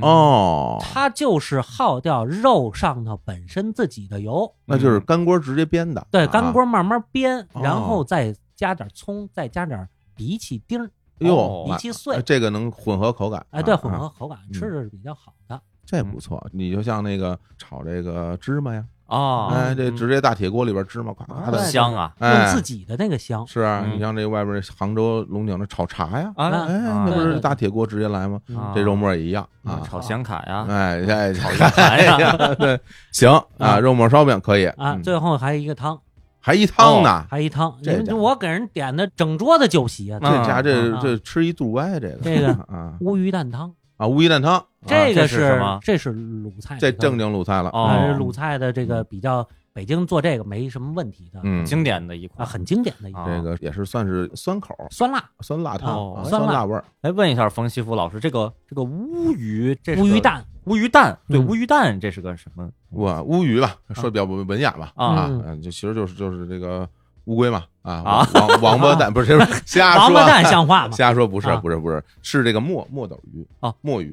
Speaker 1: 哦，
Speaker 3: 它就是耗掉肉上头本身自己的油。
Speaker 1: 那就是干锅直接煸的，
Speaker 3: 嗯对，
Speaker 1: 啊
Speaker 3: 干，锅慢慢煸，
Speaker 1: 哦
Speaker 3: 然后再加点葱，再加点荸荠丁儿、
Speaker 1: 哟
Speaker 2: 哦，
Speaker 3: 荸荠
Speaker 1: 哎
Speaker 3: 碎，
Speaker 1: 这个能混合口感，
Speaker 3: 哎，对，
Speaker 1: 啊
Speaker 3: 混合嗯
Speaker 1: 啊
Speaker 3: 口感
Speaker 1: 嗯
Speaker 3: 吃着是比较好的。
Speaker 1: 这不错。你就像那个炒这个芝麻呀，
Speaker 2: 哦，
Speaker 1: 哎，这直接大铁锅里边芝麻咵咵
Speaker 3: 对
Speaker 1: 的
Speaker 3: 嗯哦对，
Speaker 2: 香啊
Speaker 1: 哎
Speaker 3: 用自己的那个香，
Speaker 1: 是啊，
Speaker 2: 嗯
Speaker 1: 你像这外边杭州龙井的炒茶呀，
Speaker 2: 啊
Speaker 1: 哎，
Speaker 2: 啊
Speaker 1: 那不
Speaker 3: 对
Speaker 1: 是
Speaker 3: 对
Speaker 1: 大铁锅直接来吗？
Speaker 3: 嗯
Speaker 2: 啊
Speaker 1: 这肉末也一样
Speaker 2: 嗯
Speaker 1: 啊，
Speaker 2: 炒显卡呀，
Speaker 1: 哎哎，炒
Speaker 2: 哎 呀，
Speaker 1: 对，行啊，
Speaker 3: 啊
Speaker 1: 肉末烧饼可以
Speaker 3: 啊，
Speaker 1: 嗯
Speaker 3: 最后还有一个汤，
Speaker 1: 还一汤呢，
Speaker 3: 还有一汤，
Speaker 1: 这嗯
Speaker 3: 你
Speaker 1: 家
Speaker 3: 们
Speaker 1: 伙
Speaker 3: 我给人点的整桌子酒席啊，
Speaker 1: 这家这
Speaker 3: 啊
Speaker 1: 这吃一肚歪，这个
Speaker 3: 这个
Speaker 1: 啊
Speaker 3: 乌鱼蛋汤，
Speaker 1: 啊乌鸡蛋汤，啊
Speaker 3: 这个
Speaker 2: 这是什么
Speaker 3: 哎这是鲁菜，
Speaker 1: 这正经嗯鲁菜了，嗯
Speaker 2: 哦
Speaker 3: 啊，鲁菜的这个比较，北京做这个没什么问题的，
Speaker 1: 嗯，
Speaker 2: 经典的一
Speaker 3: 啊，
Speaker 2: 款。
Speaker 3: 很经典的一个
Speaker 2: 啊
Speaker 1: 这个也是算是酸口儿
Speaker 3: 酸辣
Speaker 1: 酸辣汤，
Speaker 2: 哦
Speaker 1: 啊
Speaker 3: 酸辣
Speaker 1: 辣味儿，
Speaker 2: 哎，问一下冯西福老师，这个这个乌鱼，这是
Speaker 3: 乌鱼
Speaker 2: 个
Speaker 3: 蛋，
Speaker 2: 乌鱼蛋，对，
Speaker 3: 嗯
Speaker 2: 乌鱼蛋，这是个什么
Speaker 1: 我乌鱼吧，说比较文文雅吧，
Speaker 2: 啊？
Speaker 1: 啊，
Speaker 3: 嗯
Speaker 1: 嗯，就其实就是就是这个乌龟嘛，啊
Speaker 2: 啊
Speaker 1: 王王王八蛋不是瞎说，啊
Speaker 3: 王八蛋像话吗？
Speaker 1: 瞎说不是
Speaker 3: 啊
Speaker 1: 不是不是是这个墨墨斗鱼
Speaker 2: 哦，
Speaker 1: 墨鱼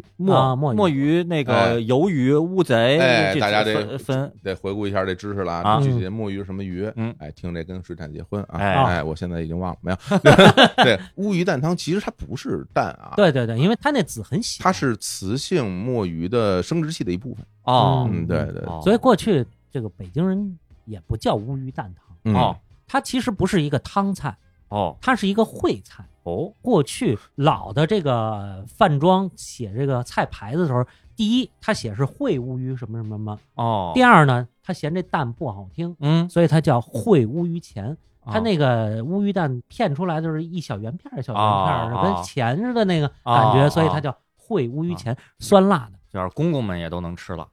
Speaker 2: 墨
Speaker 3: 啊墨鱼
Speaker 2: 墨鱼那
Speaker 1: 哎
Speaker 2: 个鱿鱼乌贼，
Speaker 1: 哎
Speaker 2: 这
Speaker 1: 大家
Speaker 2: 分
Speaker 1: 得
Speaker 2: 分
Speaker 1: 得回顾一下这知识了
Speaker 2: 啊
Speaker 1: 具体的墨鱼是什么鱼？
Speaker 2: 嗯
Speaker 1: 哎，听这跟水产结婚啊！
Speaker 2: 哎
Speaker 1: 哎，我现在已经忘了没有？ 对，乌鱼蛋汤其实它不是蛋啊，
Speaker 3: 对对对，因为它那籽很小，
Speaker 1: 它是雌性墨鱼的生殖器的一部分。
Speaker 2: 哦
Speaker 1: 嗯，对对，
Speaker 2: 哦
Speaker 3: 所以过去这个北京人也不叫乌鱼蛋汤，
Speaker 1: 嗯
Speaker 2: 哦
Speaker 3: 它其实不是一个汤菜，
Speaker 2: 哦
Speaker 3: 它是一个烩菜。
Speaker 2: 哦
Speaker 3: 过去老的这个饭庄写这个菜牌子的时候，第一，他写是烩乌鱼什么什么什么；
Speaker 2: 哦，
Speaker 3: 第二呢，他嫌这蛋不好听，
Speaker 2: 嗯，
Speaker 3: 所以他叫烩乌鱼钱。
Speaker 1: 啊
Speaker 2: 哦
Speaker 3: 他那个乌鱼蛋片出来就是一小圆片儿、小圆片
Speaker 1: 啊
Speaker 2: 哦
Speaker 3: 儿的，
Speaker 2: 哦
Speaker 3: 跟钱似的那个感
Speaker 2: 哦
Speaker 3: 觉，所以它叫烩乌鱼钱，酸辣的。
Speaker 2: 就是公公们也都能吃了，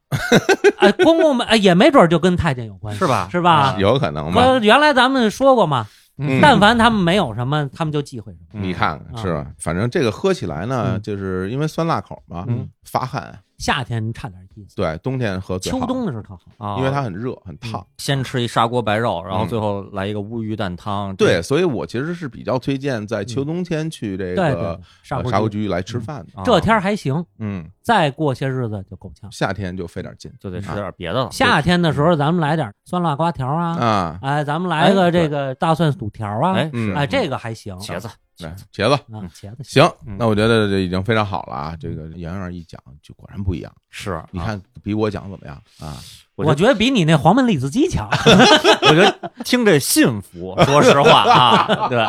Speaker 3: 哎，公公们哎，也没准儿就跟太监有关系，
Speaker 2: 是吧
Speaker 3: 是吧？
Speaker 1: 啊有可能吧？
Speaker 3: 和原来咱们说过嘛，
Speaker 1: 嗯
Speaker 3: 但凡他们没有什么，他们就忌讳什么。
Speaker 1: 你看看
Speaker 3: 啊
Speaker 1: 是吧？反正这个喝起来呢，
Speaker 3: 嗯
Speaker 1: 就是因为酸辣口嘛
Speaker 2: 嗯，
Speaker 1: 发汗。
Speaker 3: 夏天差点意思，
Speaker 1: 对，冬天喝最好
Speaker 3: 秋冬的嗯时候特好。
Speaker 2: 啊，
Speaker 1: 因为它很热很烫。
Speaker 2: 先吃一砂锅白肉，然后
Speaker 1: 嗯
Speaker 2: 最后来一个乌鱼蛋汤，
Speaker 1: 对，所以我其实是比较推荐在秋冬天去这
Speaker 3: 嗯对
Speaker 1: 个
Speaker 3: 对，砂
Speaker 1: 呃
Speaker 3: 锅嗯
Speaker 1: 砂锅
Speaker 3: 居
Speaker 1: 居来吃饭的。
Speaker 2: 啊
Speaker 3: 这天儿还行，
Speaker 1: 嗯，
Speaker 3: 再过些日子就够呛。
Speaker 1: 夏天就费点劲啊
Speaker 2: 就得吃点别的了，
Speaker 3: 夏天的时候，咱们来点酸辣瓜条啊，
Speaker 1: 啊。
Speaker 3: 哎，咱们来
Speaker 2: 哎
Speaker 3: 个
Speaker 2: 对
Speaker 3: 这个大蒜肚条啊，
Speaker 2: 哎
Speaker 1: 嗯
Speaker 2: 是
Speaker 3: 哎，这个还行。
Speaker 2: 茄子
Speaker 1: 来，茄子。
Speaker 3: 啊，茄子行
Speaker 1: 行
Speaker 2: 嗯，
Speaker 1: 那我觉得这已经非常好了啊！
Speaker 3: 嗯
Speaker 1: 这个杨洋一讲就果然不一样，
Speaker 2: 是，
Speaker 1: 你
Speaker 2: 啊
Speaker 1: 看比我讲怎么样啊？
Speaker 2: 我
Speaker 3: 我觉得比你那黄焖栗子 鸡强。
Speaker 2: 我觉得听着幸福，说实话啊，对，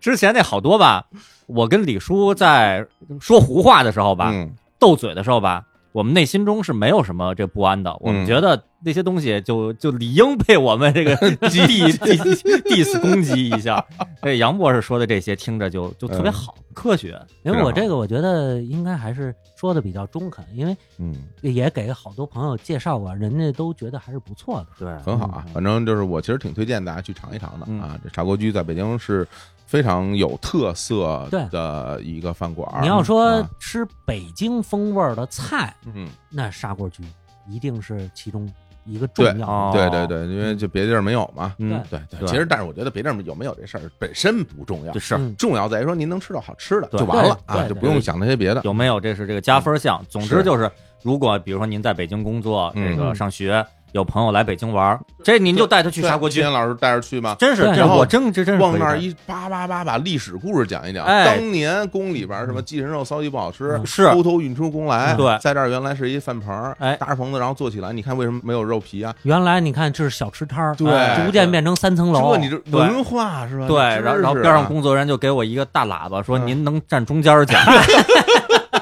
Speaker 2: 之前那好多吧，我跟李叔在说胡话的时候吧，
Speaker 1: 嗯
Speaker 2: 斗嘴的时候吧，我们内心中是没有什么这不安的，我们
Speaker 1: 嗯
Speaker 2: 觉得那些东西就就理应被我 们这个 diss diss 攻击一下。这杨博士说的这些听着就就特别好，
Speaker 1: 嗯
Speaker 2: 科学
Speaker 3: 因为
Speaker 1: 非常好
Speaker 3: 我这个我觉得应该还是说的比较中肯，因为
Speaker 1: 嗯，
Speaker 3: 也给好多朋友介绍过，人家都觉得还是不错的。
Speaker 2: 对，
Speaker 1: 很好啊。反正就是我其实挺推荐大家去尝一尝的
Speaker 2: 嗯
Speaker 1: 啊。这砂锅居在北京是非常有特色
Speaker 3: 对
Speaker 1: 的一个饭馆儿。
Speaker 3: 你要说
Speaker 1: 啊
Speaker 3: 吃北京风味儿的菜，
Speaker 1: 嗯，
Speaker 3: 那砂锅居一定是其中一个重要的。
Speaker 2: 哦
Speaker 1: 对对对，因为就别地儿没有嘛。
Speaker 2: 嗯，
Speaker 1: 对对，
Speaker 2: 对
Speaker 1: 其实但是我觉得别地儿有没有这事儿本身不重要
Speaker 2: 就，是。
Speaker 3: 嗯
Speaker 1: 重要在于说您能吃到好吃的
Speaker 2: 对
Speaker 1: 就完了
Speaker 3: 对
Speaker 1: 啊，
Speaker 3: 对
Speaker 1: 就不用想那些别的。
Speaker 2: 有没有？这是这个加分项。总
Speaker 1: 嗯
Speaker 2: 之
Speaker 1: 是
Speaker 2: 就是，如果比如说您在北京工作，
Speaker 1: 嗯
Speaker 2: 这个上学，有朋友来北京玩儿，这您就带他去
Speaker 1: 对
Speaker 2: 砂锅居
Speaker 1: 今，天老师带着去吗？
Speaker 2: 真是，
Speaker 3: 对
Speaker 2: 这
Speaker 1: 然后
Speaker 2: 我真
Speaker 3: 嗯
Speaker 2: 这真是
Speaker 1: 往
Speaker 2: 可以
Speaker 1: 那儿
Speaker 2: 的
Speaker 1: 一叭叭叭把历史故事讲一讲。
Speaker 2: 哎
Speaker 1: 当年宫里边儿什么
Speaker 3: 嗯
Speaker 1: 鸡人肉骚鸡不好吃，
Speaker 2: 嗯是
Speaker 1: 偷偷运出宫来。
Speaker 2: 嗯对
Speaker 1: 在这儿原来是一饭棚儿，
Speaker 2: 哎
Speaker 1: 搭着棚子然后做起来。你看为什么没有肉皮啊？
Speaker 3: 原来你看这是小吃摊儿，啊
Speaker 1: 对
Speaker 3: 逐渐变成三层楼
Speaker 1: 这。你这文化是吧？
Speaker 2: 对，
Speaker 1: 你知识
Speaker 2: 然后然后边
Speaker 1: 啊
Speaker 2: 上工作人员就给我一个大喇叭，说
Speaker 1: 嗯
Speaker 2: 您能站中间儿讲，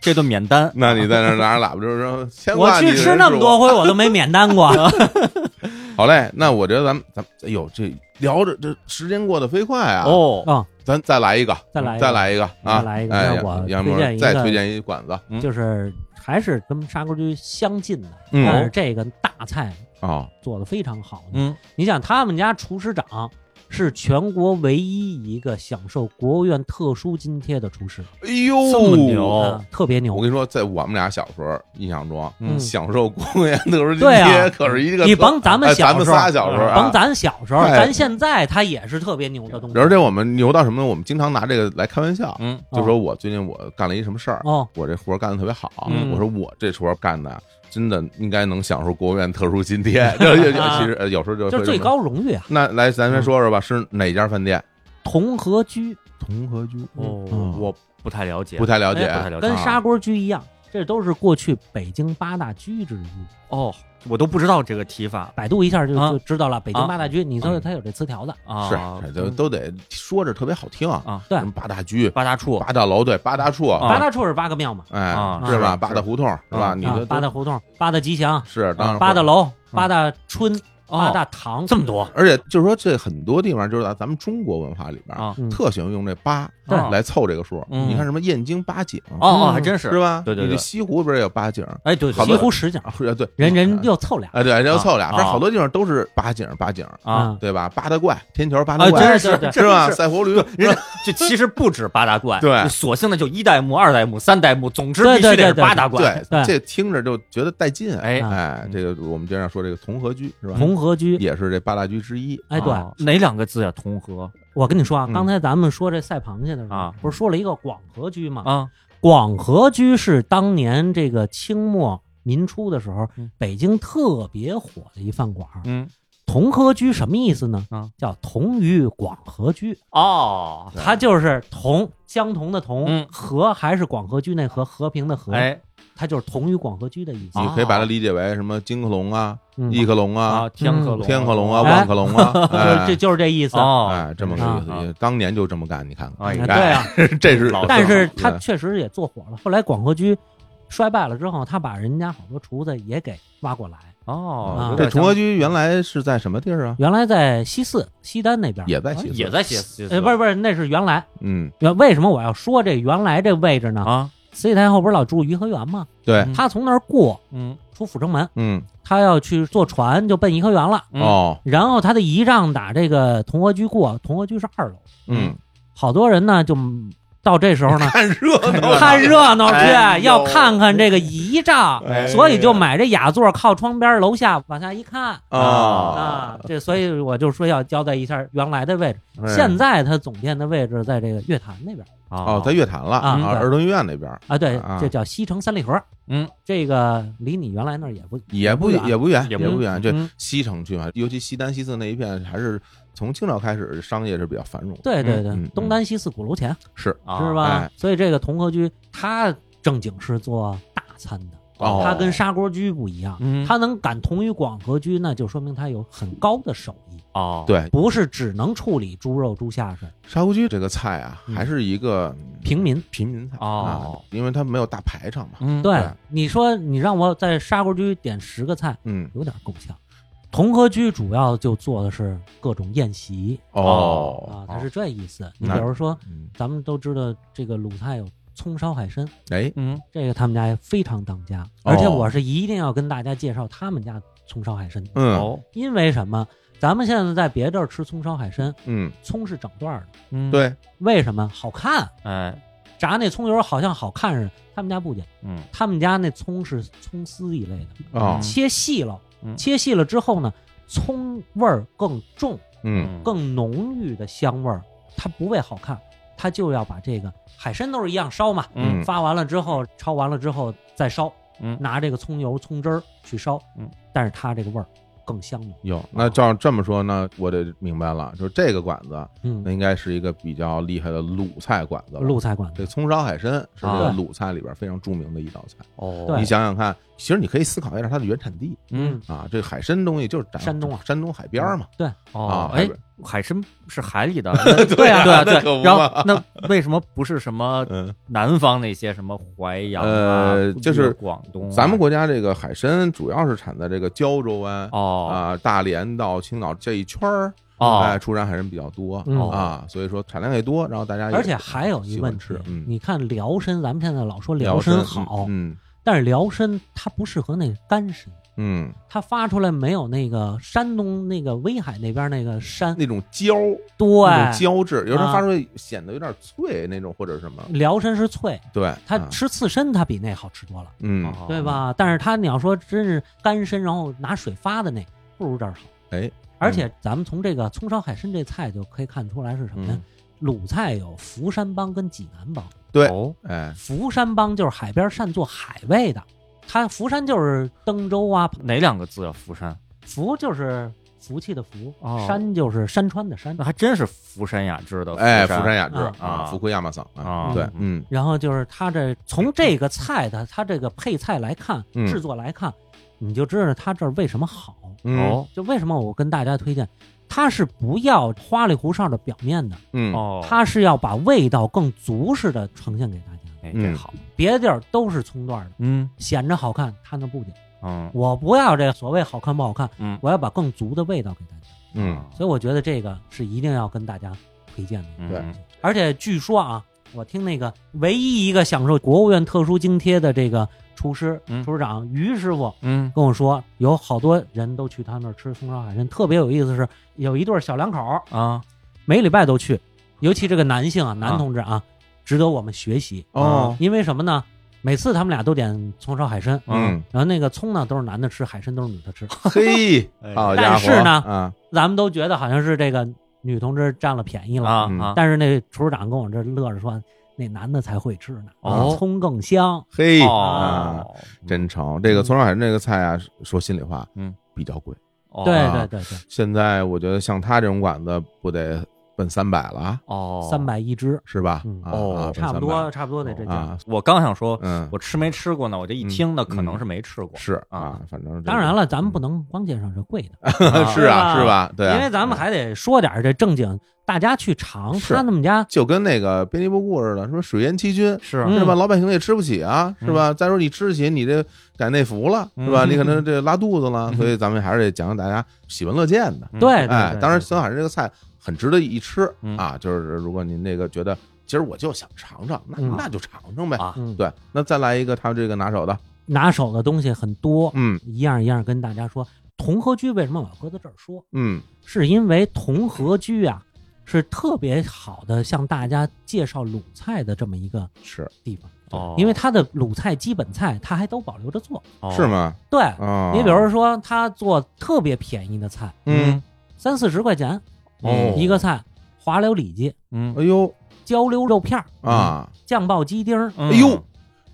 Speaker 2: 这顿免单。
Speaker 1: 那你在那儿拿着喇叭就是说，牵
Speaker 3: 我
Speaker 1: 挂你
Speaker 3: 去
Speaker 1: 的
Speaker 3: 吃
Speaker 1: 人
Speaker 3: 那
Speaker 1: 是
Speaker 3: 么
Speaker 1: 我
Speaker 3: 多回，我都没免单 过。
Speaker 1: 好嘞，那我觉得咱们咱们，哎呦，这聊着这时间过得飞快啊！，
Speaker 2: 哦，
Speaker 3: 嗯，
Speaker 1: 咱再来一个，
Speaker 3: 再来一个
Speaker 1: 再来一个啊！
Speaker 3: 再来一个
Speaker 1: 哎
Speaker 3: 那
Speaker 1: 呀
Speaker 3: 我
Speaker 1: 杨
Speaker 3: 推
Speaker 1: 博
Speaker 3: 荐一
Speaker 1: 再
Speaker 3: 个
Speaker 1: 推荐一馆子
Speaker 2: 嗯
Speaker 3: 就是还是跟砂锅居相近的，
Speaker 1: 嗯
Speaker 3: 但是这个大菜
Speaker 1: 哦，
Speaker 3: 做的非常好的。
Speaker 2: 嗯，
Speaker 3: 你想，他们家厨师长是全国唯一一个享受国务院特殊津贴的厨师，
Speaker 1: 哎呦，
Speaker 2: 这么牛
Speaker 3: 啊特别
Speaker 1: 我
Speaker 3: 牛
Speaker 1: 跟。你说，在我们俩小时候印象中，
Speaker 2: 嗯
Speaker 1: 享受公务员特殊津
Speaker 3: 对
Speaker 1: 贴
Speaker 3: 啊
Speaker 1: 可是一个
Speaker 3: 你甭咱们
Speaker 1: 哎咱
Speaker 3: 小
Speaker 1: 们
Speaker 3: 时候，嗯
Speaker 1: 仨小时候啊
Speaker 3: 甭咱小时候，
Speaker 1: 哎
Speaker 3: 咱现在他也是特别牛的东西。
Speaker 1: 而且我们牛到什么呢？我们经常拿这个来开玩笑，
Speaker 2: 嗯，
Speaker 1: 就说我最近我干了一什么事儿，
Speaker 3: 哦，
Speaker 1: 我这活儿干的特别好，
Speaker 2: 嗯
Speaker 1: 我说我这活儿干的。真的应该能享受国务院特殊津贴， 这这这其实呃有时候就
Speaker 3: 啊就
Speaker 1: 会
Speaker 3: 是最
Speaker 1: 这么。
Speaker 3: 高荣誉啊，
Speaker 1: 那来，咱先说说吧，是哪家饭店？
Speaker 3: 同和居
Speaker 1: 同和居
Speaker 2: 哦
Speaker 1: 嗯
Speaker 2: 我不太了解，
Speaker 1: 不
Speaker 3: 哎
Speaker 1: 太了解
Speaker 2: 不太了解
Speaker 3: 跟
Speaker 2: 啊
Speaker 3: 砂锅居一样，这都是过去北京八大居之一。
Speaker 2: 哦，我都不知道这个提法
Speaker 3: 百度一下就
Speaker 2: 啊
Speaker 3: 就知道了，北京
Speaker 2: 啊
Speaker 3: 八大居，你
Speaker 1: 嗯
Speaker 3: 知道它有这词条的。
Speaker 1: 是
Speaker 2: 啊，
Speaker 1: 这都都得说着特别好听啊，
Speaker 2: 啊，
Speaker 3: 嗯对
Speaker 1: 什么八大居、
Speaker 2: 八大处
Speaker 1: 八大楼，对，八大处，
Speaker 2: 啊
Speaker 3: 八大处是八个庙嘛，
Speaker 1: 哎
Speaker 2: 啊，
Speaker 1: 是吧？
Speaker 2: 是
Speaker 1: 八大胡同是吧？你
Speaker 3: 啊
Speaker 1: 这
Speaker 3: 八大胡同、八大吉祥、
Speaker 1: 是
Speaker 2: 啊
Speaker 1: 当然
Speaker 3: 八大
Speaker 1: 会
Speaker 3: 楼、八大村、八
Speaker 2: 哦
Speaker 3: 大堂，
Speaker 2: 这么多
Speaker 1: 而且就是说，这很多地方就是在咱们中国文化里边，
Speaker 2: 啊，
Speaker 3: 嗯
Speaker 1: 特喜欢用这八
Speaker 3: 对
Speaker 2: 啊
Speaker 1: 来凑这个数。
Speaker 2: 嗯
Speaker 1: 你看什么燕京八景，
Speaker 2: 哦哦，
Speaker 3: 嗯
Speaker 2: 还真是
Speaker 1: 是，吧？
Speaker 2: 对对对
Speaker 1: 你这西湖不是也有八景？
Speaker 2: 哎，对，
Speaker 1: 好
Speaker 3: 西
Speaker 1: 多
Speaker 3: 湖十景
Speaker 1: 啊，，是啊对，
Speaker 3: 人人又凑俩
Speaker 1: 啊，对，要凑俩，
Speaker 2: 啊
Speaker 1: 这好多地方都是八景八景，
Speaker 2: 啊，
Speaker 3: 嗯
Speaker 1: 对吧？八大怪，天桥八大
Speaker 2: 啊，
Speaker 1: 怪，
Speaker 2: 真是
Speaker 3: 对对
Speaker 1: 是吧？
Speaker 2: 真
Speaker 1: 赛活驴，
Speaker 2: 人家就其实不止八大怪，
Speaker 1: 对
Speaker 2: 就索性的就一代目、二代目、三代目，总之
Speaker 3: 对
Speaker 2: 必须得
Speaker 3: 对对
Speaker 2: 是
Speaker 3: 对
Speaker 2: 八大怪。
Speaker 1: 对
Speaker 3: 对
Speaker 1: 这听着就觉得带劲。
Speaker 2: 哎
Speaker 1: 哎，
Speaker 2: 嗯
Speaker 1: 这个我们经常说这个同和居是吧？
Speaker 3: 同和居。
Speaker 1: 也是这八大居之一。
Speaker 3: 哎，对，
Speaker 2: 啊哪两个字呀？同和
Speaker 3: 我跟你说啊，
Speaker 2: 嗯
Speaker 3: 刚才咱们说这赛螃蟹的时候，
Speaker 2: 啊
Speaker 3: 不是说了一个广和居吗？
Speaker 2: 啊，
Speaker 3: 广和居是当年这个清末民初的时候
Speaker 2: 嗯，
Speaker 3: 北京特别火的一饭馆。
Speaker 2: 嗯，
Speaker 3: 同和居什么意思呢？
Speaker 2: 啊
Speaker 3: 叫同于广和居，
Speaker 2: 哦，
Speaker 1: 对
Speaker 3: 它就是同相同的同，
Speaker 2: 嗯
Speaker 3: 和还是广和居那和和平的
Speaker 1: 啊
Speaker 3: 和，
Speaker 2: 哎
Speaker 3: 它就是同于广和居的意思。啊
Speaker 1: 你可以把它理解为什么金克隆啊、
Speaker 3: 嗯，
Speaker 1: 异克隆啊
Speaker 2: 啊，、天和龙，
Speaker 1: 天克隆啊、
Speaker 3: 哎
Speaker 1: 万克隆啊，
Speaker 3: 就是
Speaker 1: 哎
Speaker 3: 这就是这意思。啊
Speaker 2: 哦，
Speaker 1: 哎，这么个意思。也当年就这么干，你看看，
Speaker 2: 哎嗯
Speaker 3: 嗯对啊，
Speaker 1: 这是
Speaker 2: 老
Speaker 3: 但是
Speaker 1: 他
Speaker 3: 它确实也做火了。后来广和居衰败了之后，他把人家好多厨子也给挖过来，啊
Speaker 2: 哦，有
Speaker 1: 这
Speaker 2: 点
Speaker 1: 崇
Speaker 2: 像
Speaker 1: 和居原来是在什么地儿啊？
Speaker 3: 原来在西四西单那边，
Speaker 1: 也在西
Speaker 2: 啊
Speaker 1: 四
Speaker 2: 也在写写
Speaker 3: 呃，不是不是，那是原来
Speaker 1: 嗯，
Speaker 3: 原为什么我要说这原来这位置呢？
Speaker 2: 啊，
Speaker 3: 慈禧太后不是老住颐和园吗？
Speaker 1: 对，
Speaker 2: 嗯
Speaker 3: 她从那儿过
Speaker 2: 嗯，
Speaker 3: 出阜成门，
Speaker 1: 嗯，
Speaker 3: 她要去坐船就奔颐和园了。
Speaker 2: 嗯，
Speaker 1: 哦，
Speaker 3: 然后她的仪仗打这个同和居过，同和居是二楼，
Speaker 1: 嗯，
Speaker 3: 好多人呢就到这时候呢
Speaker 1: 看热闹，
Speaker 3: 看热闹去，
Speaker 1: 哎呦
Speaker 3: 要看看这个仪仗，
Speaker 1: 哎呀
Speaker 3: 所以就买这雅座靠窗边，楼下往下一看。
Speaker 1: 啊
Speaker 3: 啊，，这所以我就说要交代一下原来的位置，
Speaker 1: 哎
Speaker 3: 现在它总店的位置在这个乐坛那边
Speaker 1: 哦，在乐坛了
Speaker 3: 啊对
Speaker 1: 儿童医院那边儿
Speaker 3: 啊，对
Speaker 1: 啊，
Speaker 3: 这叫西城三里河，
Speaker 2: 嗯，
Speaker 3: 这个离你原来那儿也不
Speaker 1: 也不也不远，
Speaker 2: 也不
Speaker 1: 不
Speaker 3: 远
Speaker 1: 远，这
Speaker 2: 嗯
Speaker 1: 西城区嘛，尤其西单西四那一片，还是从清朝开始商业是比较繁荣的，
Speaker 3: 对对对
Speaker 1: 嗯嗯，
Speaker 3: 东单西四鼓楼前
Speaker 1: 是
Speaker 2: 哦
Speaker 3: 是
Speaker 1: 哎
Speaker 3: 吧？所以这个同和居它正经是做大餐的，
Speaker 1: 哦
Speaker 3: 它跟砂锅居不一样，
Speaker 2: 嗯，
Speaker 3: 它能敢同于广和居，那就说明它有很高的手艺，
Speaker 2: 哦，，
Speaker 1: 对
Speaker 3: 不是只能处理猪肉、猪下水，
Speaker 1: 砂锅居这个菜啊，
Speaker 3: 嗯
Speaker 1: 还是一个嗯
Speaker 3: 平民。
Speaker 1: 平民菜啊
Speaker 2: 哦，
Speaker 1: 因为它没有大排场嘛，
Speaker 2: 嗯，
Speaker 3: 对
Speaker 1: 对，
Speaker 3: 你说你让我在砂锅居点十个菜，
Speaker 1: 嗯，
Speaker 3: 有点够呛。同和居主要就做的是各种宴席
Speaker 1: 哦
Speaker 3: 啊，，它是这意思。你
Speaker 1: 那
Speaker 3: 比如说，
Speaker 1: 嗯，
Speaker 3: 咱们都知道这个鲁菜有葱烧海参，
Speaker 1: 哎，
Speaker 2: 嗯，
Speaker 3: 这个他们家也非常当家，
Speaker 1: 哦
Speaker 3: 而且我是一定要跟大家介绍他们家葱烧海参，
Speaker 1: 嗯
Speaker 2: 哦，
Speaker 3: 因为什么？咱们现在在别地儿吃葱烧海参，
Speaker 1: 嗯，
Speaker 3: 葱是整段儿的，
Speaker 2: 嗯，，
Speaker 1: 对，
Speaker 3: 为什么？好看，
Speaker 2: 哎，
Speaker 3: 炸那葱油好像好看似的。他们家不讲，
Speaker 2: 嗯，
Speaker 3: 他们家那葱是葱丝一类的，
Speaker 1: 哦，
Speaker 3: 切细了，
Speaker 2: 嗯
Speaker 3: 切细了之后呢，葱味儿更重，
Speaker 1: 嗯，
Speaker 3: 更浓郁的香味儿，它不为好看，它就要把这个海参都是一样烧嘛，
Speaker 2: 嗯
Speaker 1: 嗯
Speaker 3: 发完了之后，焯完了之后再烧，
Speaker 2: 嗯
Speaker 3: 拿这个葱油、葱汁儿去烧，
Speaker 2: 嗯，
Speaker 3: 但是它这个味儿更香浓，
Speaker 1: 有，那照这么说呢，我得明白了，就是这个馆子，那
Speaker 3: 嗯，
Speaker 1: 应该是一个比较厉害的鲁菜馆哎子了。
Speaker 3: 鲁菜馆
Speaker 1: 这
Speaker 3: 子，
Speaker 1: 葱烧海参是这个
Speaker 2: 啊
Speaker 1: 鲁菜里边非常著名的一道菜。
Speaker 2: 哦，
Speaker 3: 对
Speaker 1: 你想想看，其实你可以思考一下它的原产地
Speaker 2: 嗯，
Speaker 1: 啊，这海参东西就是咱
Speaker 3: 山东啊
Speaker 1: 山东海边儿嘛。
Speaker 2: 哦
Speaker 1: 啊，
Speaker 2: 哎
Speaker 1: 海边，
Speaker 2: 海参是海 里的，
Speaker 1: 对
Speaker 2: 啊，
Speaker 1: 啊
Speaker 2: 对
Speaker 1: 那可
Speaker 2: 对，
Speaker 1: 不
Speaker 2: 然
Speaker 1: 嘛
Speaker 2: 后那为什么不是什么
Speaker 1: 嗯，
Speaker 2: 南方那些什么淮扬啊
Speaker 1: 呃就是
Speaker 2: 广东啊，
Speaker 1: 咱们国家这个海参主要是产在这个胶州湾
Speaker 2: 哦
Speaker 1: 啊、大连到青岛这一圈儿，哎，
Speaker 2: 哦
Speaker 1: 出产海参比较多
Speaker 3: 嗯
Speaker 1: 啊，所以说产量也多，然后大家也
Speaker 3: 而且还有
Speaker 1: 喜
Speaker 3: 一
Speaker 1: 欢
Speaker 3: 问题
Speaker 1: 吃，，嗯，
Speaker 3: 你看辽参，咱们现在老说
Speaker 1: 辽
Speaker 3: 参好，
Speaker 1: 嗯
Speaker 3: 但是辽参它不适合那个干参。
Speaker 1: 嗯，嗯
Speaker 3: 它发出来没有那个山东那个威海那边那个山
Speaker 1: 那种胶
Speaker 3: 多
Speaker 1: 那
Speaker 3: 哎
Speaker 1: 种，胶质，有时候
Speaker 3: 啊
Speaker 1: 发出来显得有点脆那种或者什么，
Speaker 3: 辽参是脆，
Speaker 1: 对，
Speaker 3: 嗯它
Speaker 1: 啊
Speaker 3: 吃刺身它比那好吃多了，
Speaker 1: 嗯
Speaker 2: 哦
Speaker 3: 对？吧？但是它你要说真是干参，然后拿水发的那不如这儿好。
Speaker 1: 哎，
Speaker 3: 而且咱们从这个葱烧海参这菜就可以看出来是什么呀
Speaker 1: 嗯？
Speaker 3: 鲁菜有福山帮跟济南帮，
Speaker 1: 对
Speaker 2: 哦
Speaker 1: 哎，
Speaker 3: 福山帮就是海边善做海味的，它福山就是登州啊，
Speaker 2: 哪两个字啊？福山，
Speaker 3: 福就是福气的福，
Speaker 2: 哦
Speaker 3: 山就是山川的山
Speaker 2: 那。还真是福山雅治的，
Speaker 1: 哎，福山雅治
Speaker 3: 啊
Speaker 1: 啊，
Speaker 2: 啊
Speaker 1: 福奎亚麻桑
Speaker 2: 啊
Speaker 1: 对
Speaker 2: 嗯，
Speaker 1: 嗯
Speaker 3: 然后就是它这从这个菜的它这个配菜来看，
Speaker 1: 嗯
Speaker 3: 制作来看，你就知道它这儿为什么好。
Speaker 1: 嗯
Speaker 2: 哦
Speaker 3: 就为什么我跟大家推荐，它是不要花里胡哨的表面的，
Speaker 1: 嗯，
Speaker 2: 哦，
Speaker 3: 它是要把味道更足实的呈现给大家。
Speaker 2: 哎
Speaker 1: 嗯
Speaker 2: 这好，
Speaker 3: 别的地儿都是葱段儿的，
Speaker 2: 嗯
Speaker 3: 显着好看，它那不点。
Speaker 2: 嗯
Speaker 3: 我不要这所谓好看不好看，
Speaker 2: 嗯
Speaker 3: 我要把更足的味道给大家。
Speaker 1: 嗯，
Speaker 3: 所以我觉得这个是一定要跟大家推荐的。
Speaker 1: 对
Speaker 2: 嗯
Speaker 3: 而且据说啊，我听那个唯一一个享受国务院特殊津贴的这个厨师、
Speaker 2: 嗯
Speaker 3: 厨师长于师傅
Speaker 2: 嗯
Speaker 3: 跟我说，有好多人都去他那儿吃葱烧海参，特别有意思是，有一对小两口儿
Speaker 2: 啊
Speaker 3: 每礼拜都去，尤其这个男性啊，男同志啊，值得我们学习。
Speaker 1: 哦，
Speaker 3: 因为什么呢？每次他们俩都点葱烧海参，
Speaker 1: 嗯，
Speaker 3: 然后那个葱呢都是男的吃，海参都是女的吃。
Speaker 1: 嘿，
Speaker 2: 哎
Speaker 1: 好家
Speaker 3: 但
Speaker 1: 伙，
Speaker 3: 是呢
Speaker 1: 啊，
Speaker 3: 咱们都觉得好像是这个女同志占了便宜了，
Speaker 2: 啊
Speaker 1: 嗯
Speaker 2: 啊，
Speaker 3: 但是那厨师长跟我这乐着说，那男的才会吃呢，
Speaker 2: 哦
Speaker 3: 葱更香。
Speaker 1: 嘿啊，
Speaker 2: 哦，
Speaker 1: 真成这个葱烧海参这个菜啊，说心里话，
Speaker 2: 嗯，
Speaker 1: 比较贵。
Speaker 2: 哦
Speaker 3: 对
Speaker 1: 啊
Speaker 3: 对对对，
Speaker 1: 现在我觉得像他这种馆子，不得奔三百了啊，
Speaker 2: 哦，
Speaker 3: 三。百一只，
Speaker 1: 是吧
Speaker 3: 嗯？
Speaker 1: 啊
Speaker 2: 哦
Speaker 1: 啊奔
Speaker 3: 差不
Speaker 1: 300
Speaker 3: 多差不多得这价。
Speaker 1: 啊，
Speaker 2: 我刚想说，
Speaker 1: 嗯，
Speaker 2: 我吃没吃过呢，我这一
Speaker 1: 嗯
Speaker 2: 听呢，
Speaker 1: 嗯
Speaker 2: 可能是没吃过。
Speaker 1: 是
Speaker 2: 啊
Speaker 1: 啊，反正这个
Speaker 3: 当然了，咱们不能光介绍这贵的，
Speaker 1: 是啊，
Speaker 3: 是吧
Speaker 1: 是吧？对啊，
Speaker 3: 因为咱们还得说点这正经，大家去尝。
Speaker 1: 是
Speaker 3: 他那么家
Speaker 1: 就跟那个编辑部故事似的，什么水淹七军，
Speaker 2: 是
Speaker 3: 嗯
Speaker 1: 是吧？老百姓也吃不起啊，
Speaker 2: 嗯
Speaker 1: 是吧？再说你吃得起，你这改内服了，是吧？
Speaker 2: 嗯
Speaker 1: 你可能这拉肚子了，
Speaker 2: 嗯
Speaker 1: 所以咱们还是得讲讲大家喜闻乐见的。
Speaker 2: 嗯
Speaker 3: 对
Speaker 1: 哎，当然，
Speaker 3: 对
Speaker 1: 孙海这个菜很值得一吃
Speaker 2: 嗯
Speaker 1: 啊，就是如果您那个觉得今儿我就想尝尝，那
Speaker 3: 嗯
Speaker 1: 那就尝尝呗。
Speaker 2: 啊，
Speaker 3: 嗯，
Speaker 1: 对，那再来一个他这个拿手的，
Speaker 3: 拿手的东西很多，
Speaker 1: 嗯
Speaker 3: 一样一样跟大家说。同和居为什么我要搁在这儿说？
Speaker 1: 嗯，
Speaker 3: 是因为同和居啊，是特别好的向大家介绍鲁菜的这么一个
Speaker 1: 是
Speaker 3: 地方。
Speaker 2: 哦
Speaker 3: 因为它的鲁菜基本菜，它还都保留着做。
Speaker 2: 哦
Speaker 1: 是？吗？
Speaker 3: 对，
Speaker 1: 啊，
Speaker 3: 你比如说，他做特别便宜的菜，
Speaker 1: 嗯，
Speaker 3: 三四十块钱
Speaker 1: 哦
Speaker 3: 一个菜，滑溜里脊、
Speaker 2: 嗯
Speaker 1: 哎呦
Speaker 3: 焦溜肉片儿、
Speaker 1: 啊，
Speaker 3: 酱爆鸡丁儿，
Speaker 2: 嗯
Speaker 1: 哎呦，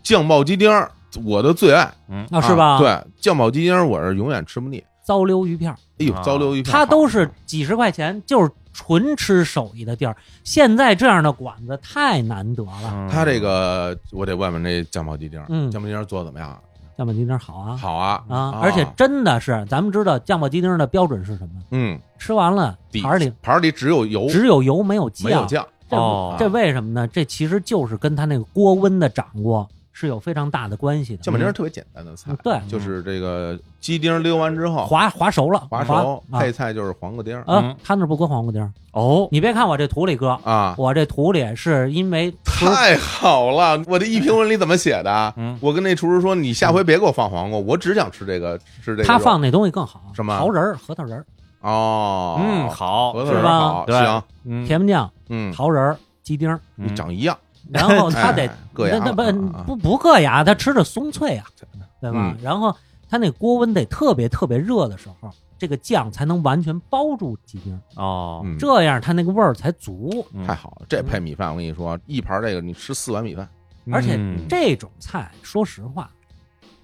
Speaker 1: 酱爆鸡丁儿，我的最爱。
Speaker 2: 嗯
Speaker 3: 啊，是吧？
Speaker 1: 啊，对，酱爆鸡丁儿我是永远吃不腻。
Speaker 3: 糟溜鱼片儿，
Speaker 1: 哎呦
Speaker 2: 啊，
Speaker 1: 糟溜一片儿好，
Speaker 3: 它都是几十块钱，就是纯吃手艺的地儿。现在这样的馆子太难得了，
Speaker 2: 嗯
Speaker 1: 他这个，我得问问这酱爆鸡丁儿，
Speaker 3: 嗯
Speaker 1: 酱爆鸡丁儿做得怎么样？
Speaker 3: 酱爆鸡丁儿好啊
Speaker 1: 好啊
Speaker 3: 啊！而且真的是，咱们知道酱爆鸡丁儿的标准是什么？
Speaker 1: 嗯，
Speaker 3: 吃完了
Speaker 1: 底
Speaker 3: 盘儿里
Speaker 1: 盘儿里只有油，
Speaker 3: 只有油没有
Speaker 1: 没有
Speaker 3: 酱，嗯
Speaker 1: 酱。
Speaker 3: 这
Speaker 2: 哦
Speaker 3: 这为什么呢？这其实就是跟它那个锅温的掌握是有非常大的关系的。
Speaker 1: 酱爆鸡丁儿特别简单的菜
Speaker 3: 嗯，对
Speaker 1: 就是这个鸡丁儿溜完之后
Speaker 3: 划划熟了，
Speaker 1: 划熟，
Speaker 3: 啊
Speaker 1: 配菜就是黄瓜丁儿
Speaker 3: 啊
Speaker 2: 嗯，
Speaker 3: 他那儿不搁黄瓜丁儿。
Speaker 2: 哦，
Speaker 3: 你别看我这土里搁，
Speaker 1: 啊，
Speaker 3: 我这土里是因为厨
Speaker 1: 太好了！我这一评文里怎么写的？
Speaker 2: 嗯
Speaker 1: 我跟那厨师说，你下回别给我放黄瓜，我只想吃这个，吃这个肉。
Speaker 3: 他放那东西更好，
Speaker 1: 什么
Speaker 3: 桃仁儿、核桃仁儿、
Speaker 1: 哦，
Speaker 2: 嗯，好，
Speaker 1: 核桃
Speaker 3: 是
Speaker 1: 仁儿
Speaker 3: 吧
Speaker 1: 好，
Speaker 2: 对
Speaker 1: 行，
Speaker 2: 嗯
Speaker 3: 甜面酱、
Speaker 1: 嗯，
Speaker 3: 桃仁儿、鸡丁 儿，
Speaker 1: 你长一样，
Speaker 3: 然后嗯哦他得
Speaker 1: 哎硌
Speaker 3: 那
Speaker 1: 牙
Speaker 3: 那
Speaker 1: 了啊啊
Speaker 3: 不不不硌牙，他吃着松脆啊，对吧？
Speaker 1: 嗯
Speaker 3: 然后他那锅温得特别特别热的时候，这个酱才能完全包住鸡丁儿，
Speaker 2: 哦，
Speaker 1: 嗯
Speaker 3: 这样它那个味儿才足。
Speaker 2: 嗯
Speaker 1: 太好了，这配米饭，我跟你说，一盘这个你吃四碗米饭，
Speaker 3: 而且
Speaker 2: 嗯
Speaker 3: 这种菜，说实话，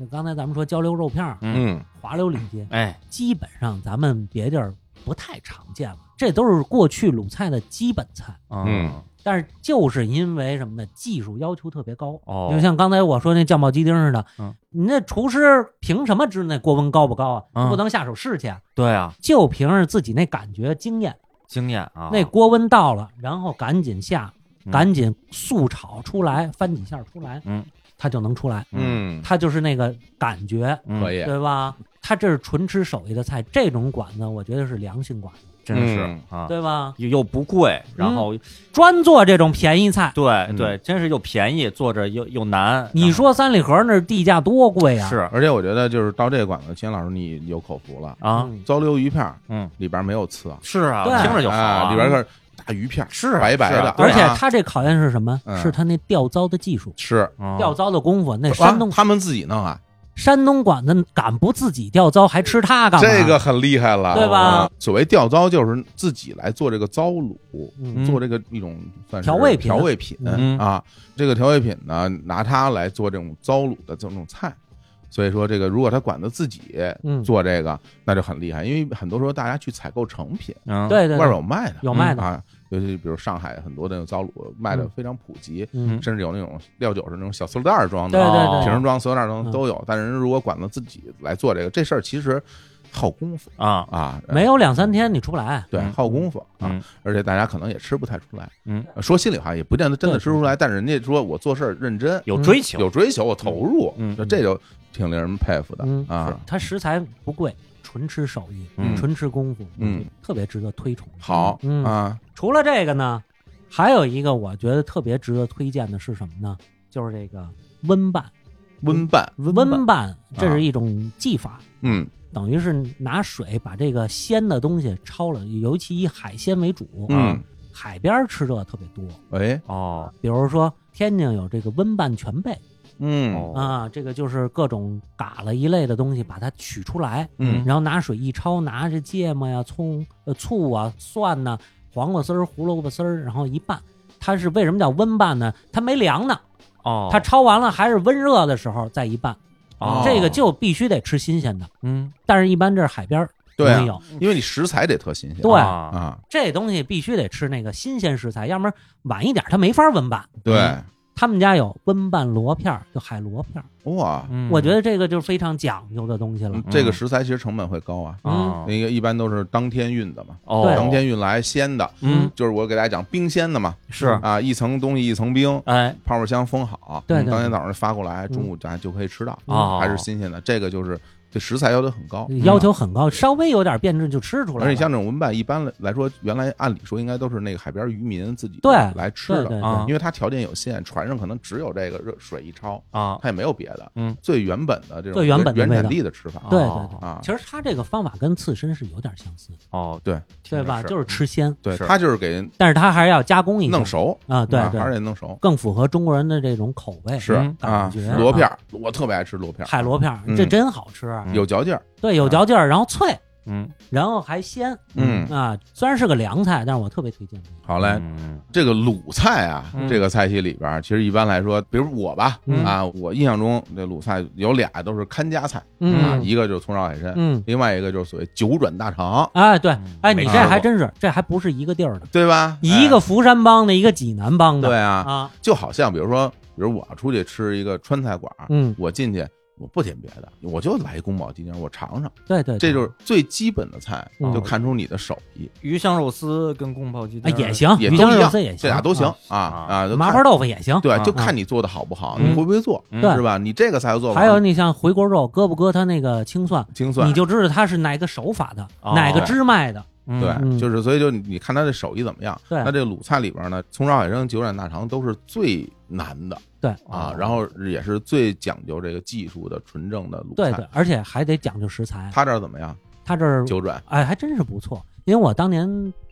Speaker 3: 就刚才咱们说焦溜肉片儿、
Speaker 2: 嗯
Speaker 1: 嗯，
Speaker 3: 滑溜里脊，
Speaker 2: 哎
Speaker 3: 基本上咱们别地儿不太常见了。这都是过去鲁菜的基本菜，
Speaker 1: 嗯
Speaker 3: 但是就是因为什么呢？技术要求特别高，
Speaker 2: 哦
Speaker 3: 就像刚才我说那酱爆鸡丁似的，
Speaker 2: 嗯
Speaker 3: 你那厨师凭什么知那锅温高不高啊？
Speaker 2: 嗯
Speaker 3: 不能下手试去啊，
Speaker 2: 对啊，
Speaker 3: 就凭着自己那感觉经验，
Speaker 2: 经验啊，
Speaker 3: 那锅温到了，然后赶紧下，
Speaker 2: 嗯
Speaker 3: 赶紧速炒出来，翻几下出来，
Speaker 2: 嗯，
Speaker 3: 它就能出来。
Speaker 1: 嗯，
Speaker 3: 它就是那个感觉，
Speaker 2: 嗯
Speaker 1: 可，以，
Speaker 3: 对吧？它这是纯吃手艺的菜，这种馆子我觉得是良心馆子，
Speaker 2: 真是
Speaker 1: 嗯
Speaker 2: 啊，
Speaker 3: 对嗯吧？
Speaker 2: 又又不贵，然后
Speaker 3: 专做这种便宜
Speaker 1: 啊
Speaker 3: 菜，
Speaker 2: 对对，真是又便宜，坐着又又难，
Speaker 3: 嗯你说三里河那地价多贵
Speaker 2: 然
Speaker 3: 啊！
Speaker 2: 后是
Speaker 1: 而且我觉得就是到这个馆子，秦老师你有口福了，
Speaker 2: 啊，
Speaker 3: 嗯
Speaker 1: 糟溜鱼片儿
Speaker 2: 嗯，
Speaker 1: 里边没有刺啊，
Speaker 2: 是啊，
Speaker 3: 对
Speaker 2: 听着就好
Speaker 1: 哎
Speaker 2: 啊，
Speaker 1: 里边是大鱼片儿，
Speaker 2: 是啊
Speaker 1: 白白
Speaker 2: 是啊
Speaker 1: 的
Speaker 2: 对
Speaker 3: 而且
Speaker 1: 啊
Speaker 3: 它这考验是什么？
Speaker 1: 嗯
Speaker 3: 是它那吊糟的技术，
Speaker 1: 吃，
Speaker 2: 嗯
Speaker 3: 吊糟的功夫。那山
Speaker 1: 啊
Speaker 3: 东，
Speaker 1: 他们自己弄啊，
Speaker 3: 山东馆子敢不自己吊糟，还吃它干嘛？
Speaker 1: 这个很厉害了，
Speaker 3: 对吧
Speaker 1: 啊？所谓吊糟就是自己来做这个糟卤，
Speaker 3: 嗯
Speaker 1: 做这个一种算是
Speaker 3: 调味品
Speaker 1: 调味品
Speaker 2: 嗯
Speaker 1: 啊，这个调味品呢，拿它来做这种糟卤的这种菜。所以说，这个如果他管他自己
Speaker 3: 嗯
Speaker 1: 做这个，那就很厉害，因为很多时候大家去采购成品，
Speaker 2: 嗯
Speaker 3: 对对
Speaker 1: 外
Speaker 3: 对
Speaker 1: 边有卖的，
Speaker 3: 有卖的，
Speaker 1: 啊，尤其比如上海很多那种糟卤卖的
Speaker 3: 嗯
Speaker 1: 非常普及，
Speaker 3: 嗯
Speaker 1: 甚至有那种料酒是那种小塑料袋儿装
Speaker 3: 对
Speaker 1: 的，
Speaker 3: 对
Speaker 2: 哦
Speaker 3: 对，
Speaker 1: 瓶儿装、塑料袋儿装
Speaker 3: 嗯
Speaker 1: 都有。但是人如果管他自己来做这个，这事儿其实耗功夫
Speaker 2: 啊，
Speaker 1: 啊，呃
Speaker 3: 没有两三天你出不来。
Speaker 1: 对
Speaker 2: 嗯
Speaker 1: 耗功夫啊，
Speaker 2: 嗯
Speaker 1: 而且大家可能也吃不太出来。呃
Speaker 2: 嗯，
Speaker 1: 说心里话，也不见得真的
Speaker 3: 对
Speaker 1: 吃不出来，但是人家说我做事儿认真，
Speaker 3: 嗯
Speaker 2: 有追求，
Speaker 1: 有追求，我投入，
Speaker 2: 嗯
Speaker 1: 这就挺令人佩服的
Speaker 3: 嗯
Speaker 1: 啊。
Speaker 3: 它食材不贵，纯吃手艺，
Speaker 2: 嗯
Speaker 3: 纯吃功夫，
Speaker 1: 嗯，
Speaker 3: 特别值得推崇。
Speaker 1: 好
Speaker 3: 嗯
Speaker 1: 啊，
Speaker 3: 除了这个呢，还有一个我觉得特别值得推荐的是什么呢？就是这个温拌。
Speaker 1: 温拌，
Speaker 3: 温拌这
Speaker 1: 啊
Speaker 3: 是一种技法，
Speaker 1: 嗯
Speaker 3: 等于是拿水把这个鲜的东西焯了，尤其以海鲜为主。
Speaker 1: 嗯，
Speaker 3: 海边儿吃这特别多，
Speaker 1: 哎，
Speaker 2: 哦，
Speaker 3: 比如说天津有这个温拌全贝
Speaker 1: 嗯
Speaker 2: 哦
Speaker 3: 啊，这个就是各种嘎了一类的东西，把它取出来，
Speaker 1: 嗯
Speaker 3: 然后拿水一焯，拿着芥末呀、葱、呃、醋啊、蒜呐、黄瓜丝儿、胡萝卜丝儿，然后一拌。它是为什么叫温拌呢？它没凉呢，
Speaker 2: 哦，
Speaker 3: 它焯完了还是温热的时候再一拌，
Speaker 2: 哦
Speaker 3: 这个就必须得吃新鲜的。
Speaker 2: 嗯
Speaker 3: 但是，一般这是海边儿
Speaker 1: 对啊
Speaker 3: 没有，
Speaker 1: 因为你食材得特新鲜，
Speaker 3: 对
Speaker 2: 啊
Speaker 1: 啊，
Speaker 3: 这东西必须得吃那个新鲜食材，要不然晚一点它没法温拌。
Speaker 1: 对，
Speaker 3: 他们家有温拌螺片儿，就海螺片儿，
Speaker 1: 哇，
Speaker 2: 嗯
Speaker 3: 我觉得这个就是非常讲究的东西了。
Speaker 1: 这个食材其实成本会高啊，
Speaker 2: 啊
Speaker 1: 那个一般都是当天运的嘛，
Speaker 2: 哦
Speaker 3: 嗯对
Speaker 1: 当天运来鲜的，
Speaker 2: 嗯
Speaker 1: 就是我给大家讲冰鲜的嘛，
Speaker 2: 是
Speaker 3: 嗯
Speaker 1: 啊，一层东西一层冰，
Speaker 2: 哎
Speaker 1: 泡沫箱封好，嗯
Speaker 3: 对对嗯
Speaker 1: 当天早上发过来，中午大家就可以吃到，
Speaker 2: 哦
Speaker 1: 还是新鲜的。这个就是对食材要求很高，
Speaker 3: 要求很高，稍微有点变质就吃出来
Speaker 1: 而
Speaker 3: 了。
Speaker 1: 且像这种文办，一般来说，原来按理说应该都是那个海边渔民自己
Speaker 3: 对
Speaker 1: 来吃的，
Speaker 3: 对对哦
Speaker 2: 啊
Speaker 1: 因为它条件有限，船上可能只有这个热水一焯，
Speaker 2: 啊
Speaker 1: 它也没有别的，
Speaker 2: 嗯，
Speaker 1: 最原本的这种
Speaker 3: 最原本的
Speaker 1: 原
Speaker 3: 味道
Speaker 1: 产地的吃法，
Speaker 3: 对
Speaker 2: 哦
Speaker 3: 对
Speaker 1: 啊，
Speaker 3: 其实他这个方法跟刺身是有点相似，
Speaker 2: 哦
Speaker 1: 对
Speaker 3: 对吧？
Speaker 1: 是
Speaker 3: 就是吃鲜，
Speaker 1: 对，
Speaker 2: 是
Speaker 1: 它就是给人
Speaker 3: 但是他还是要加工一下
Speaker 1: 弄熟
Speaker 3: 啊，对
Speaker 1: 啊还是
Speaker 3: 对，
Speaker 1: 得弄熟，
Speaker 3: 更符合中国人的这种口味。
Speaker 1: 是
Speaker 2: 嗯
Speaker 1: 啊
Speaker 3: 感觉，
Speaker 1: 螺片儿，我特别爱吃螺片儿，
Speaker 3: 海螺片儿，
Speaker 1: 嗯
Speaker 3: 这真好吃，
Speaker 2: 嗯
Speaker 1: 有嚼劲儿，
Speaker 3: 对，有嚼劲儿，然后脆，
Speaker 2: 嗯
Speaker 3: 然后还鲜
Speaker 1: 嗯，
Speaker 3: 啊。虽然是个凉菜，但是我特别推荐这个。
Speaker 1: 好嘞，
Speaker 2: 嗯
Speaker 1: 这个鲁菜啊
Speaker 2: 嗯，
Speaker 1: 这个菜系里边儿，其实一般来说，比如我吧
Speaker 3: 嗯，
Speaker 1: 啊，我印象中这鲁菜有俩都是看家菜啊，
Speaker 3: 嗯
Speaker 1: 一个就是葱烧海参，
Speaker 3: 嗯，
Speaker 1: 另外一个就是所谓九转大肠，
Speaker 3: 哎对，哎
Speaker 1: 嗯没
Speaker 3: 你这
Speaker 1: 吃过
Speaker 3: 还真是，这还不是一个地儿的，
Speaker 1: 对吧？
Speaker 3: 一
Speaker 1: 哎
Speaker 3: 个福山帮的，一个济南帮的。
Speaker 1: 对啊，
Speaker 3: 啊，
Speaker 1: 就好像比如说，比如我出去吃一个川菜馆儿，
Speaker 3: 嗯，
Speaker 1: 我进去。我不点别的，我就来一宫保鸡丁，我尝尝，
Speaker 3: 对对，
Speaker 1: 这
Speaker 3: 对
Speaker 1: 就是最基本的菜，
Speaker 3: 嗯
Speaker 1: 就看出你的手艺，
Speaker 2: 鱼香肉丝跟宫保鸡
Speaker 3: 啊
Speaker 2: 丁
Speaker 3: 也行，
Speaker 1: 也
Speaker 3: 鱼
Speaker 1: 都
Speaker 3: 香
Speaker 1: 一
Speaker 3: 肉
Speaker 1: 样，
Speaker 3: 丝也行，
Speaker 1: 这俩都行
Speaker 3: 啊
Speaker 1: 啊啊，就
Speaker 3: 麻
Speaker 1: 看
Speaker 3: 婆豆腐也行，
Speaker 1: 对
Speaker 2: 啊，
Speaker 1: 就看你做的好不好，
Speaker 2: 嗯
Speaker 1: 你会不会做，
Speaker 2: 嗯
Speaker 3: 对
Speaker 1: 是吧？你这个菜做法
Speaker 3: 还有你像回锅肉，搁不搁它那个青蒜，
Speaker 1: 精算，
Speaker 3: 你就知道它是哪个手法的，
Speaker 2: 哦
Speaker 3: 哪个支脉的。
Speaker 2: 嗯
Speaker 1: 对，
Speaker 3: 嗯
Speaker 1: 就是所以就你看他这手艺怎么样。
Speaker 3: 对
Speaker 1: 那这个鲁菜里边呢，葱烧海参、九转大肠都是最难的
Speaker 3: 对
Speaker 1: 啊
Speaker 2: 哦，
Speaker 1: 然后也是最讲究这个技术的纯正的鲁
Speaker 3: 对
Speaker 1: 菜
Speaker 3: 对。，而且还得讲究食材。
Speaker 1: 他这儿怎么样？
Speaker 3: 它这儿
Speaker 1: 九转
Speaker 3: 哎，还真是不错，因为我当年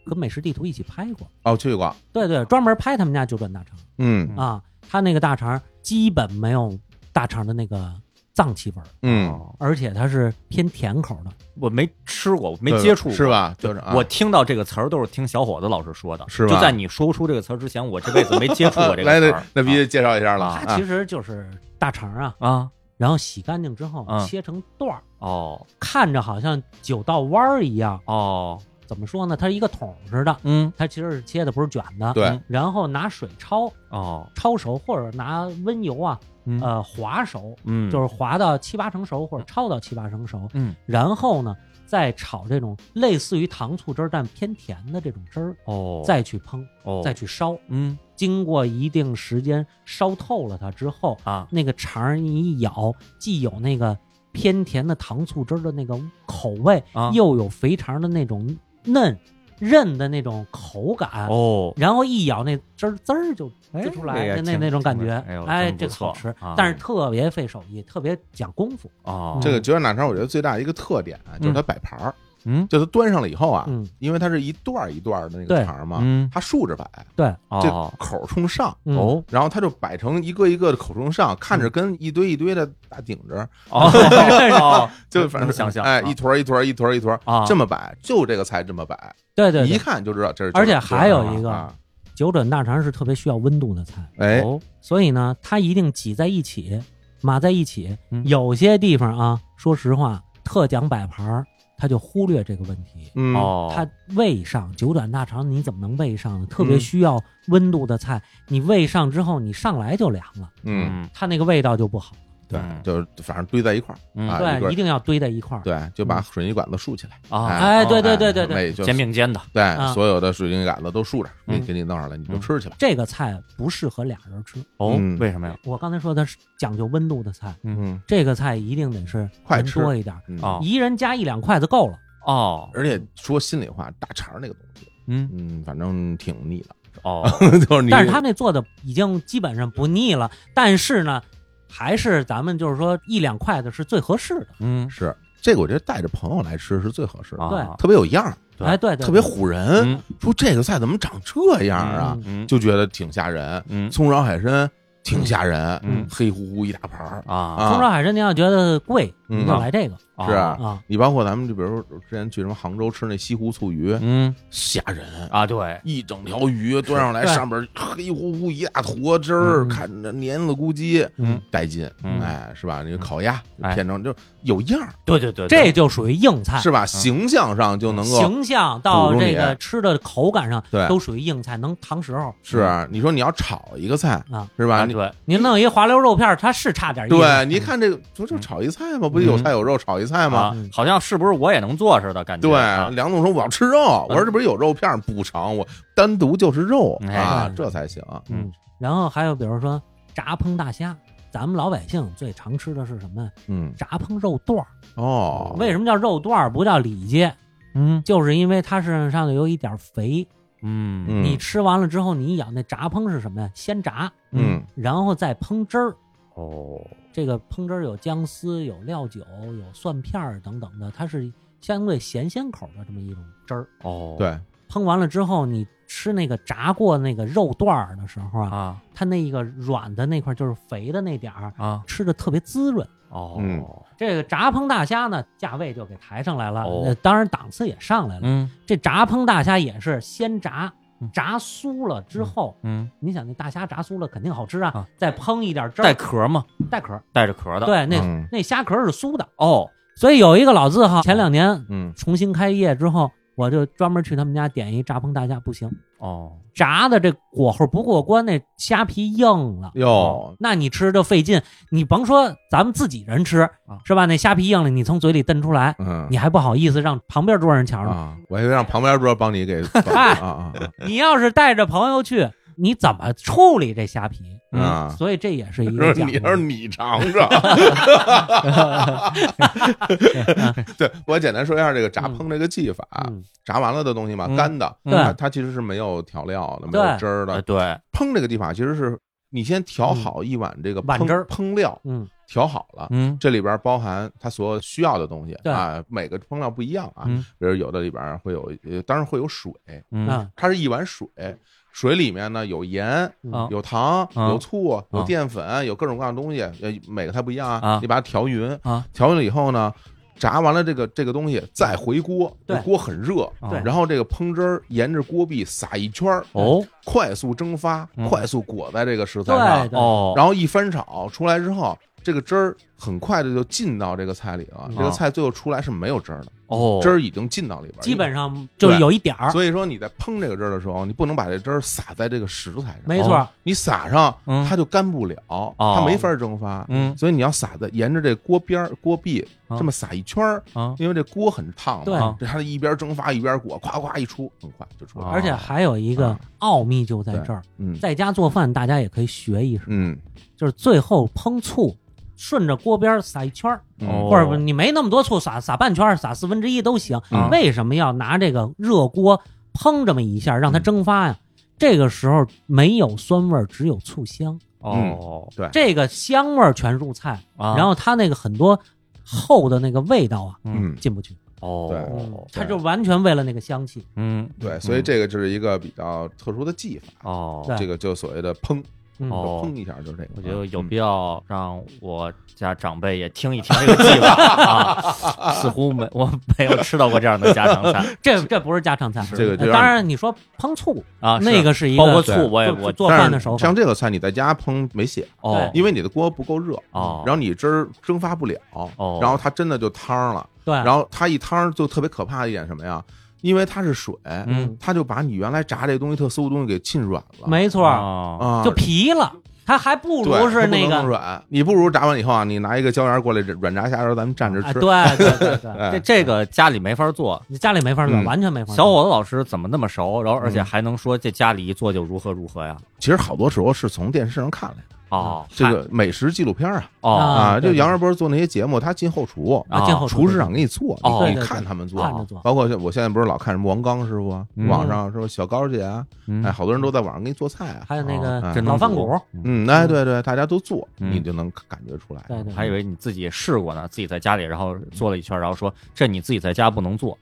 Speaker 3: 跟美食地图一起拍过，
Speaker 1: 哦，去过，
Speaker 3: 对对，专门拍他们家九转大肠
Speaker 1: 嗯
Speaker 3: 啊，他那个大肠基本没有大肠的那个脏气味儿，
Speaker 1: 嗯，
Speaker 2: 哦
Speaker 3: 而且它是偏甜口的。
Speaker 2: 我没吃过，我没
Speaker 1: 对
Speaker 2: 接触过，
Speaker 1: 是吧？九转啊，
Speaker 2: 我听到这个词儿都是听小伙子老师说的，
Speaker 1: 是吧
Speaker 2: 就在你说不出这个词儿之前，我这辈子没接触
Speaker 1: 啊
Speaker 2: 过这 个
Speaker 1: 来
Speaker 2: 词
Speaker 1: 那
Speaker 2: 儿。
Speaker 1: 那必须得介绍一下了
Speaker 3: 它
Speaker 1: 啊
Speaker 3: 其。实就是大肠啊，
Speaker 2: 啊，
Speaker 3: 然后洗干净之后
Speaker 2: 嗯
Speaker 3: 切成段儿，
Speaker 2: 哦
Speaker 3: 看着好像九道弯儿一样，
Speaker 2: 哦，
Speaker 3: 怎么说呢？它是一个桶似的，
Speaker 2: 嗯，
Speaker 3: 它其实是切的，不是卷的。
Speaker 1: 对
Speaker 2: 嗯，
Speaker 3: 然后拿水焯
Speaker 2: 哦，
Speaker 3: 焯熟，或者拿温油啊，
Speaker 2: 嗯
Speaker 3: 呃，滑熟，
Speaker 2: 嗯，
Speaker 3: 就是滑到七八成熟，或者焯到七八成熟。
Speaker 2: 嗯，
Speaker 3: 然后呢，再炒这种类似于糖醋汁儿但偏甜的这种汁儿，
Speaker 2: 哦，
Speaker 3: 再去烹，
Speaker 2: 哦
Speaker 3: 再去烧。
Speaker 2: 嗯
Speaker 3: 经过一定时间烧透了它之后，
Speaker 2: 啊
Speaker 3: 那个肠儿你一咬，既有那个偏甜的糖醋汁儿的那个口味，
Speaker 2: 啊
Speaker 3: 又有肥肠的那种嫩韧的那种口
Speaker 1: 嗯
Speaker 3: 感，
Speaker 2: 哦，
Speaker 3: 然后一咬那汁儿滋儿就
Speaker 2: 哎
Speaker 3: 就出
Speaker 2: 这
Speaker 3: 来，
Speaker 2: 也
Speaker 3: 那那
Speaker 2: 挺
Speaker 3: 那种感
Speaker 2: 挺
Speaker 3: 觉
Speaker 2: 哎呦，
Speaker 3: 哎，
Speaker 2: 真不
Speaker 3: 这个好
Speaker 2: 错
Speaker 3: 吃
Speaker 2: 啊，
Speaker 3: 但是特别费手艺，特别讲功夫。
Speaker 2: 哦，
Speaker 1: 这个九转大肠，我觉得最大一个特点啊就是它摆盘儿，
Speaker 2: 嗯
Speaker 1: 就它端上了以后啊，
Speaker 3: 嗯
Speaker 1: 因为它是一段儿一段儿的那
Speaker 3: 对
Speaker 1: 个肠儿嘛，
Speaker 2: 嗯
Speaker 1: 它竖着摆，
Speaker 3: 对，
Speaker 1: 这
Speaker 2: 哦
Speaker 1: 口儿冲上，
Speaker 3: 嗯，
Speaker 2: 哦
Speaker 1: 然后它就摆成一个一个的口冲上，看着跟一堆一堆的大顶着，
Speaker 2: 哦，
Speaker 1: 就反正
Speaker 2: 能想象
Speaker 1: 哎，
Speaker 2: 啊
Speaker 1: 一坨儿一坨儿一坨儿一坨儿
Speaker 2: 啊
Speaker 1: 这么摆，就这个菜这么摆，
Speaker 3: 对对
Speaker 1: 一
Speaker 3: 对，
Speaker 1: 看就知道这是九转。
Speaker 3: 而且还有一个
Speaker 1: 啊，
Speaker 3: 九转大肠是特别需要温度的菜，
Speaker 1: 哎，
Speaker 2: 哦
Speaker 3: 所以呢，它一定挤在一起，码在一起。
Speaker 2: 嗯
Speaker 3: 有些地方啊，说实话，特讲摆盘儿，他就忽略这个问题。
Speaker 1: 嗯，
Speaker 2: 哦，
Speaker 3: 它喂上九转大肠，你怎么能喂上呢？特别
Speaker 2: 嗯
Speaker 3: 需要温度的菜，你喂上之后，你上来就凉了，
Speaker 1: 嗯，
Speaker 3: 它那个味道就不好。
Speaker 1: 对
Speaker 2: 嗯，
Speaker 1: 就是反正堆在一块儿，
Speaker 2: 嗯
Speaker 1: 啊一
Speaker 3: 对，
Speaker 1: 个
Speaker 3: 一定要堆在一块儿。
Speaker 1: 对，就把水泥管子竖起来，
Speaker 2: 啊
Speaker 3: 哎嗯对对对对对
Speaker 1: 哎就
Speaker 2: 肩并肩的
Speaker 1: 对
Speaker 3: 啊
Speaker 1: 所有的水泥杆子都竖着，给
Speaker 2: 嗯
Speaker 1: 给你弄上来，你就吃去吧。
Speaker 3: 这个菜不适合俩人吃。
Speaker 2: 哦
Speaker 1: 嗯，
Speaker 2: 为什么呀？
Speaker 3: 我刚才说它是讲究温度的菜，
Speaker 1: 嗯，
Speaker 3: 这个菜一定得是
Speaker 1: 快
Speaker 3: 人
Speaker 1: 吃
Speaker 3: 多一点儿，
Speaker 1: 嗯
Speaker 2: 啊
Speaker 3: 一人夹一两筷子够了。
Speaker 2: 哦，
Speaker 1: 而且说心里话，大肠那个东西，
Speaker 2: 嗯，
Speaker 1: 嗯，反正挺腻的，
Speaker 2: 哦，
Speaker 1: 就是你，
Speaker 3: 但是他那做的已经基本上不腻了，但是呢，还是咱们就是说一两筷子是最合适的。
Speaker 2: 嗯，
Speaker 1: 是这个，我觉得带着朋友来吃 是最合适的，
Speaker 2: 啊
Speaker 1: 特别有样儿。
Speaker 2: 对
Speaker 3: 哎，对对，
Speaker 1: 特别唬人，
Speaker 2: 嗯
Speaker 1: 说这个菜怎么长这样啊？
Speaker 2: 嗯
Speaker 1: 就觉得挺吓人。
Speaker 2: 嗯
Speaker 1: 葱烧海参挺吓人，
Speaker 2: 嗯
Speaker 1: 黑乎乎一大盘儿，
Speaker 2: 啊
Speaker 1: 啊
Speaker 3: 中山海参，您要觉得贵，
Speaker 1: 嗯
Speaker 3: 您就来这个
Speaker 1: 是啊
Speaker 3: 啊。
Speaker 1: 你包括咱们就比如说之前去什么杭州吃那西湖醋鱼，
Speaker 2: 嗯
Speaker 1: 吓人。
Speaker 2: 啊，对，
Speaker 1: 一整条鱼端上来，
Speaker 3: 对
Speaker 1: 上边黑乎乎一大坨汁儿，
Speaker 2: 嗯
Speaker 1: 看着黏了咕叽，
Speaker 2: 嗯，
Speaker 1: 带劲，
Speaker 2: 嗯
Speaker 1: 哎，是吧？那个烤鸭
Speaker 2: 哎
Speaker 1: 片成就有样儿，
Speaker 2: 对对对，
Speaker 3: 这就属于硬菜，
Speaker 1: 是
Speaker 2: 嗯
Speaker 1: 吧？形象上就能够
Speaker 3: 形象到
Speaker 1: 捕捉
Speaker 3: 这
Speaker 1: 你
Speaker 3: 个吃的口感上，
Speaker 1: 对
Speaker 3: 都属于硬菜，能扛时候。
Speaker 1: 是。啊你说你要炒一个菜
Speaker 3: 嗯啊，
Speaker 1: 是吧？
Speaker 2: 啊
Speaker 1: 你
Speaker 2: 对，
Speaker 3: 您弄一滑溜肉片儿，它嗯是差点意思。
Speaker 1: 对，你看这个不就炒一菜吗？不就有菜有肉炒一菜吗？
Speaker 2: 啊，好像是不是我也能做似的
Speaker 3: 嗯
Speaker 2: 感觉？
Speaker 1: 对，
Speaker 2: 啊
Speaker 1: 梁总说我要吃肉，我说这不是有肉片儿补偿，我单独就是肉
Speaker 2: 哎
Speaker 1: 啊
Speaker 3: 对，
Speaker 1: 这才行。
Speaker 2: 嗯
Speaker 3: 然后还有比如说炸烹大虾，咱们老百姓最常吃的是什么？
Speaker 1: 嗯，
Speaker 3: 炸烹肉段儿。
Speaker 1: 哦，
Speaker 3: 为什么叫肉段儿不叫里脊？
Speaker 2: 嗯
Speaker 3: 就是因为它身上头有一点肥，
Speaker 2: 嗯
Speaker 1: 嗯
Speaker 3: 你吃完了之后，你一咬那炸烹是什么呀？先炸，
Speaker 1: 嗯，
Speaker 3: 然后再烹汁儿。
Speaker 2: 哦，
Speaker 3: 这个烹汁儿有姜丝、有料酒、有蒜片儿等等的，它是相对咸鲜口的这么一种汁儿。
Speaker 2: 哦，
Speaker 1: 对，
Speaker 3: 烹完了之后，你吃那个炸过那个肉段儿的时候啊，
Speaker 2: 啊
Speaker 3: 它那个软的那块儿就是肥的那点儿，
Speaker 2: 啊
Speaker 3: 吃的特别滋润。
Speaker 2: 哦，
Speaker 1: 嗯
Speaker 3: 这个炸烹大虾呢，价位就给抬上来了，
Speaker 2: 哦
Speaker 3: 呃当然档次也上来了。
Speaker 2: 嗯
Speaker 3: 这炸烹大虾也是先炸
Speaker 2: 嗯，
Speaker 3: 炸酥了之后，
Speaker 2: 嗯，
Speaker 3: 你想那大虾炸酥了肯定好吃啊，
Speaker 2: 啊
Speaker 3: 再烹一点汁儿，
Speaker 2: 带壳嘛，
Speaker 3: 带壳儿，
Speaker 2: 带着壳的，
Speaker 3: 对，那、
Speaker 1: 嗯
Speaker 3: 那虾壳儿是酥的。
Speaker 2: 哦，
Speaker 3: 所以有一个老字号，前两年
Speaker 1: 嗯
Speaker 3: 重新开业之后，我就专门去他们家点一炸烹大虾，不行，
Speaker 2: 哦，
Speaker 3: 炸的这火候不过关，那虾皮硬了。哦
Speaker 1: 哟，
Speaker 3: 那你吃就费劲，你甭说咱们自己人吃
Speaker 2: 啊，
Speaker 3: 是吧？那虾皮硬了，你从嘴里蹬出来，
Speaker 1: 嗯，
Speaker 3: 你还不好意思让旁边桌人瞧着。
Speaker 1: 啊，我还以为让旁边桌帮你 给啊啊
Speaker 3: 你要是带着朋友去，你怎么处理这虾皮？
Speaker 1: 啊啊！
Speaker 3: 嗯所以这也是一
Speaker 1: 说
Speaker 3: 个嗯讲
Speaker 1: 你
Speaker 3: 究
Speaker 1: 说你尝 尝， 对我简单说一下这个炸烹这个技法，啊
Speaker 3: 嗯
Speaker 1: 炸完了的东西嘛，
Speaker 2: 嗯
Speaker 1: 干的，
Speaker 2: 嗯
Speaker 1: 它它其实是没有调料的，没有
Speaker 3: 对
Speaker 1: 汁儿
Speaker 2: 呃
Speaker 1: 的。
Speaker 2: 对，
Speaker 1: 烹这个技法其实是你先调好一碗这个
Speaker 3: 嗯碗
Speaker 1: 烹
Speaker 3: 汁儿
Speaker 1: 烹料，
Speaker 3: 嗯
Speaker 1: 调好了，
Speaker 2: 嗯
Speaker 1: 这里边包含它所需要的东西
Speaker 3: 对
Speaker 1: 啊，每个烹料不一样啊，
Speaker 2: 嗯
Speaker 1: 比如有的里边会有，呃当然会有水，
Speaker 2: 嗯
Speaker 3: 啊
Speaker 1: 它是一碗水，水里面呢有盐、
Speaker 3: 嗯
Speaker 2: 啊
Speaker 1: 有糖、
Speaker 2: 啊
Speaker 1: 有醋、有淀粉、有各种各样的东西，呃，每个它不一样
Speaker 2: 啊
Speaker 1: 啊，你把它调匀，
Speaker 2: 啊，
Speaker 1: 调匀了以后呢。炸完了这个这个东西，再回锅，
Speaker 3: 对
Speaker 1: 这锅很热，
Speaker 2: 对
Speaker 1: 然后这个烹汁儿沿着锅壁撒一圈儿，
Speaker 2: 哦
Speaker 1: 快速蒸发，
Speaker 2: 嗯
Speaker 1: 快速裹在这个食材上
Speaker 3: 对，对
Speaker 2: 哦，
Speaker 1: 然后一翻炒出来之后，这个汁儿很快的就进到这个菜里了。
Speaker 3: 嗯
Speaker 1: 这个菜最后出来是没有汁儿的，
Speaker 2: 啊哦，
Speaker 1: 汁儿已经进到里边儿，
Speaker 3: 基本。上就是有一点儿，
Speaker 1: 所以说你在烹这个汁儿的时候，你不能把这汁儿撒在这个食材上，
Speaker 3: 没错儿，
Speaker 1: 你撒上
Speaker 2: 嗯
Speaker 1: 它就干不了，它没法蒸发。
Speaker 2: 嗯
Speaker 1: 所以你要撒在沿着这锅边儿、锅壁
Speaker 2: 啊
Speaker 1: 这么撒一圈儿，
Speaker 2: 啊
Speaker 1: 因为这锅很烫
Speaker 3: 对
Speaker 1: 嘛，这它一边蒸发一边裹，夸夸一出，很快就出来了。
Speaker 2: 啊
Speaker 3: 而且还有一个
Speaker 1: 啊
Speaker 3: 奥秘就在
Speaker 1: 对
Speaker 3: 这儿，
Speaker 1: 嗯
Speaker 3: 在家做饭大家也可以学一手，
Speaker 1: 嗯，
Speaker 3: 就是最后烹醋，顺着锅边儿撒一圈儿，
Speaker 1: 嗯
Speaker 2: 哦
Speaker 3: 或者不你没那么多醋，撒撒半圈儿，撒四分之一都行。
Speaker 1: 嗯
Speaker 3: 为什么要拿这个热锅烹这么一下，让
Speaker 1: 嗯
Speaker 3: 它蒸发呀？这个时候没有酸味儿，只有醋香，
Speaker 2: 哦
Speaker 3: 这个香味儿全入菜，
Speaker 2: 啊，
Speaker 3: 然后它那个很多厚的那个味道啊
Speaker 1: 嗯，
Speaker 3: 进不去，嗯
Speaker 2: 哦，
Speaker 3: 它就完全为了那个香气。
Speaker 2: 嗯，
Speaker 1: 对，所以这个就是一个比较特殊的技法。
Speaker 2: 哦，
Speaker 3: 对
Speaker 1: 这个就所谓的烹，
Speaker 3: 嗯
Speaker 2: 哦
Speaker 1: 就烹一下就是这个。
Speaker 2: 我觉得有
Speaker 1: 嗯
Speaker 2: 必要让我家长辈也听一听这个技 法啊，似乎没我没有吃到过这样的家常 菜
Speaker 3: 这这不是家常菜，
Speaker 1: 这个就
Speaker 3: 呃
Speaker 1: 让
Speaker 3: 当然你说烹醋
Speaker 2: 啊，是
Speaker 3: 那个是一个
Speaker 2: 包括醋，我也
Speaker 3: 做
Speaker 2: 我
Speaker 3: 做
Speaker 1: 但
Speaker 3: 饭
Speaker 1: 是
Speaker 3: 的手法
Speaker 1: 像，这个菜你在家烹没写，啊
Speaker 2: 哦
Speaker 1: 因为你的锅不够热
Speaker 2: 哦
Speaker 1: 然后你汁儿蒸发不了，
Speaker 2: 哦
Speaker 1: 然后它真的就汤了，
Speaker 3: 对，
Speaker 1: 然后它一汤就特别可怕的一点什么呀？因为它是水，
Speaker 2: 嗯
Speaker 1: 它就把你原来炸这东西特酥的东西给浸软了，
Speaker 3: 没错儿，
Speaker 2: 啊
Speaker 1: 啊，
Speaker 3: 就皮了，它还不
Speaker 1: 对
Speaker 3: 如是
Speaker 1: 它不
Speaker 3: 那
Speaker 1: 能
Speaker 3: 个
Speaker 1: 弄软，你不如炸完以后啊，你拿一个椒盐过来软炸虾时候咱们蘸着
Speaker 3: 啊，
Speaker 1: 吃，
Speaker 3: 对对对对，
Speaker 2: 这
Speaker 1: 哎，
Speaker 2: 这个家里没法做。
Speaker 3: 你家里没法做，
Speaker 1: 嗯
Speaker 3: 完全没法做。
Speaker 2: 小伙子老师怎么那么熟？然后而且还能说这家里一做就如何如何呀？
Speaker 1: 其实好多时候是从电视上看来的，
Speaker 2: 哦，
Speaker 1: 嗯这个美食纪录片啊，
Speaker 2: 哦
Speaker 1: 啊，
Speaker 3: 对
Speaker 1: 就
Speaker 3: 对
Speaker 1: 杨二波做那些节目，他进后厨，
Speaker 3: 啊，进后
Speaker 1: 厨师长给你做，
Speaker 2: 哦
Speaker 1: 你
Speaker 3: 对
Speaker 1: 你
Speaker 3: 对
Speaker 1: 看他们做
Speaker 3: 看着。做
Speaker 1: 包括像我现在不是老看什么王刚师傅啊，
Speaker 2: 嗯
Speaker 1: 网上什么小高姐啊，
Speaker 2: 嗯
Speaker 1: 哎，好多人都在网上给你做菜啊。
Speaker 3: 还有那
Speaker 1: 哦
Speaker 3: 个
Speaker 2: 真能
Speaker 3: 老饭
Speaker 2: 煮
Speaker 3: 骨，
Speaker 1: 嗯，哎，对对，大家都做，
Speaker 2: 嗯
Speaker 1: 你就能感觉出来。
Speaker 3: 对对，
Speaker 2: 还以
Speaker 3: 为
Speaker 2: 为你自己试过呢，自己在家里，然后做了一圈，然后说这你自己在家不 能做，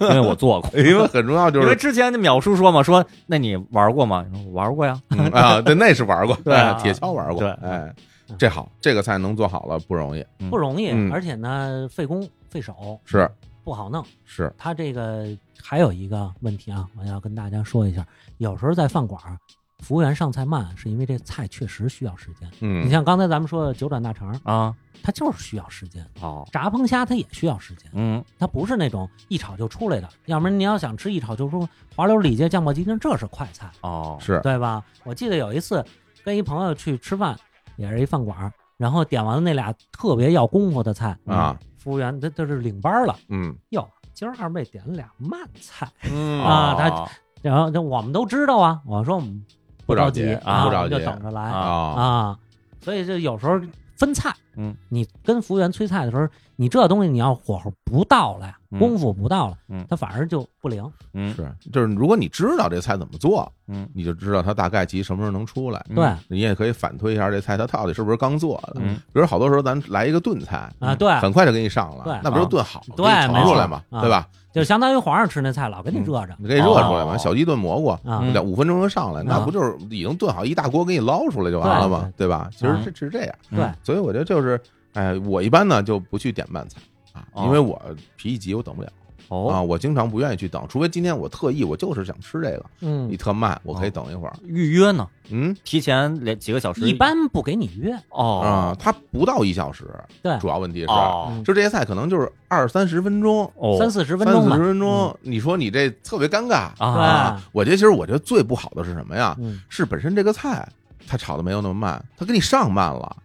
Speaker 2: 因为我做过。
Speaker 1: 因为很重哎要就
Speaker 2: 因为
Speaker 1: 是
Speaker 2: 之前那淼叔说嘛，说那你玩过吗？我说玩过呀。
Speaker 1: 嗯啊，对，那是玩过，
Speaker 2: 对啊
Speaker 1: 哎铁锹玩过。
Speaker 2: 对
Speaker 1: 哎，
Speaker 3: 嗯
Speaker 1: 这好，这个菜能做好了不容易，
Speaker 2: 嗯
Speaker 3: 不容易，
Speaker 1: 嗯
Speaker 3: 而且呢费工费手，
Speaker 1: 是
Speaker 3: 不好弄。
Speaker 1: 是，
Speaker 3: 它这个还有一个问题啊，我要跟大家说一下，有时候在饭馆儿，服务员上菜慢，是因为这菜确实需要时间。你
Speaker 1: 嗯，
Speaker 3: 像刚才咱们说的九转大肠，
Speaker 2: 啊，哦
Speaker 3: 它就是需要时间；
Speaker 2: 好，
Speaker 3: 炸烹虾它也需要时间，
Speaker 2: 嗯，
Speaker 3: 它不是那种一炒就出来的。要不然你要想吃一炒就出，滑溜里脊、酱爆鸡丁，这是快菜。
Speaker 2: 哦，
Speaker 1: 是，
Speaker 3: 对吧？我记得有一次跟一朋友去吃饭，也是一饭馆儿，然后点完了那俩特别要功夫的菜
Speaker 1: 啊，
Speaker 3: 服务员他他是领班儿了，
Speaker 1: 嗯
Speaker 3: 哟，今儿二位点了俩慢菜，
Speaker 1: 嗯
Speaker 3: 啊他
Speaker 2: 哦
Speaker 3: 然后这我们都知道啊，我说我们
Speaker 1: 不着
Speaker 3: 着
Speaker 1: 急
Speaker 3: 啊，
Speaker 1: 不着
Speaker 3: 我们
Speaker 1: 急
Speaker 3: 就等着来
Speaker 2: 啊
Speaker 1: 啊
Speaker 3: 啊，所以这有时候分菜，
Speaker 2: 嗯，
Speaker 3: 你跟服务员催菜的时候，你这东西你要火候不到了呀，
Speaker 2: 嗯
Speaker 3: 功夫不到了，
Speaker 2: 嗯
Speaker 3: 他反而就不灵，
Speaker 2: 嗯，
Speaker 1: 是，就是如果你知道这菜怎么做，
Speaker 2: 嗯，
Speaker 1: 你就知道它大概及什么时候能出来。
Speaker 2: 嗯
Speaker 3: 对啊
Speaker 1: 你也可以反推一下这菜它到底是不是刚做的。
Speaker 2: 嗯
Speaker 1: 比如好多时候咱来一个炖菜，
Speaker 3: 啊，对，
Speaker 1: 嗯很快就给你上
Speaker 3: 对啊
Speaker 1: 了，那不就炖好了，
Speaker 3: 对
Speaker 1: 给你盛出来嘛，
Speaker 3: 没错啊
Speaker 1: 对吧？
Speaker 3: 就相当于皇上吃那菜老给你热着
Speaker 1: 你给热出来嘛，
Speaker 2: 哦
Speaker 1: 小鸡炖蘑菇。
Speaker 3: 啊
Speaker 2: 嗯，
Speaker 1: 两五分钟就上来，那
Speaker 3: 啊
Speaker 1: 不就是已经炖好一大锅，给你捞出来就完了吗？对吧？其实
Speaker 2: 嗯
Speaker 1: 这是这样，
Speaker 3: 对
Speaker 2: 嗯
Speaker 1: 所以我觉得就是，哎，我一般呢就不去点慢菜啊，
Speaker 2: 哦
Speaker 1: 因为我脾气急，我等不了啊，
Speaker 2: 哦，
Speaker 1: 我经常不愿意去等，除非今天我特意，我就是想吃这个，
Speaker 3: 嗯
Speaker 1: 你，特慢，我可以等一会儿。
Speaker 2: 预约呢，
Speaker 1: 嗯
Speaker 2: 提前连几个小时，
Speaker 3: 一般不给你约，
Speaker 1: 啊
Speaker 2: 哦，，
Speaker 1: 它不到一小时，
Speaker 3: 对
Speaker 1: 主要问题是，
Speaker 2: 哦
Speaker 3: 嗯
Speaker 1: 就这些菜可能就是二三十分钟，
Speaker 2: 哦，
Speaker 3: 三四十分钟
Speaker 1: 三四
Speaker 3: 吧
Speaker 1: 十。分钟，你说你这特别尴尬
Speaker 2: 啊
Speaker 1: 啊！我觉得其实我觉得最不好的是什么呀？
Speaker 3: 嗯，
Speaker 1: 是本身这个菜它炒的没有那么慢，它给你上慢了，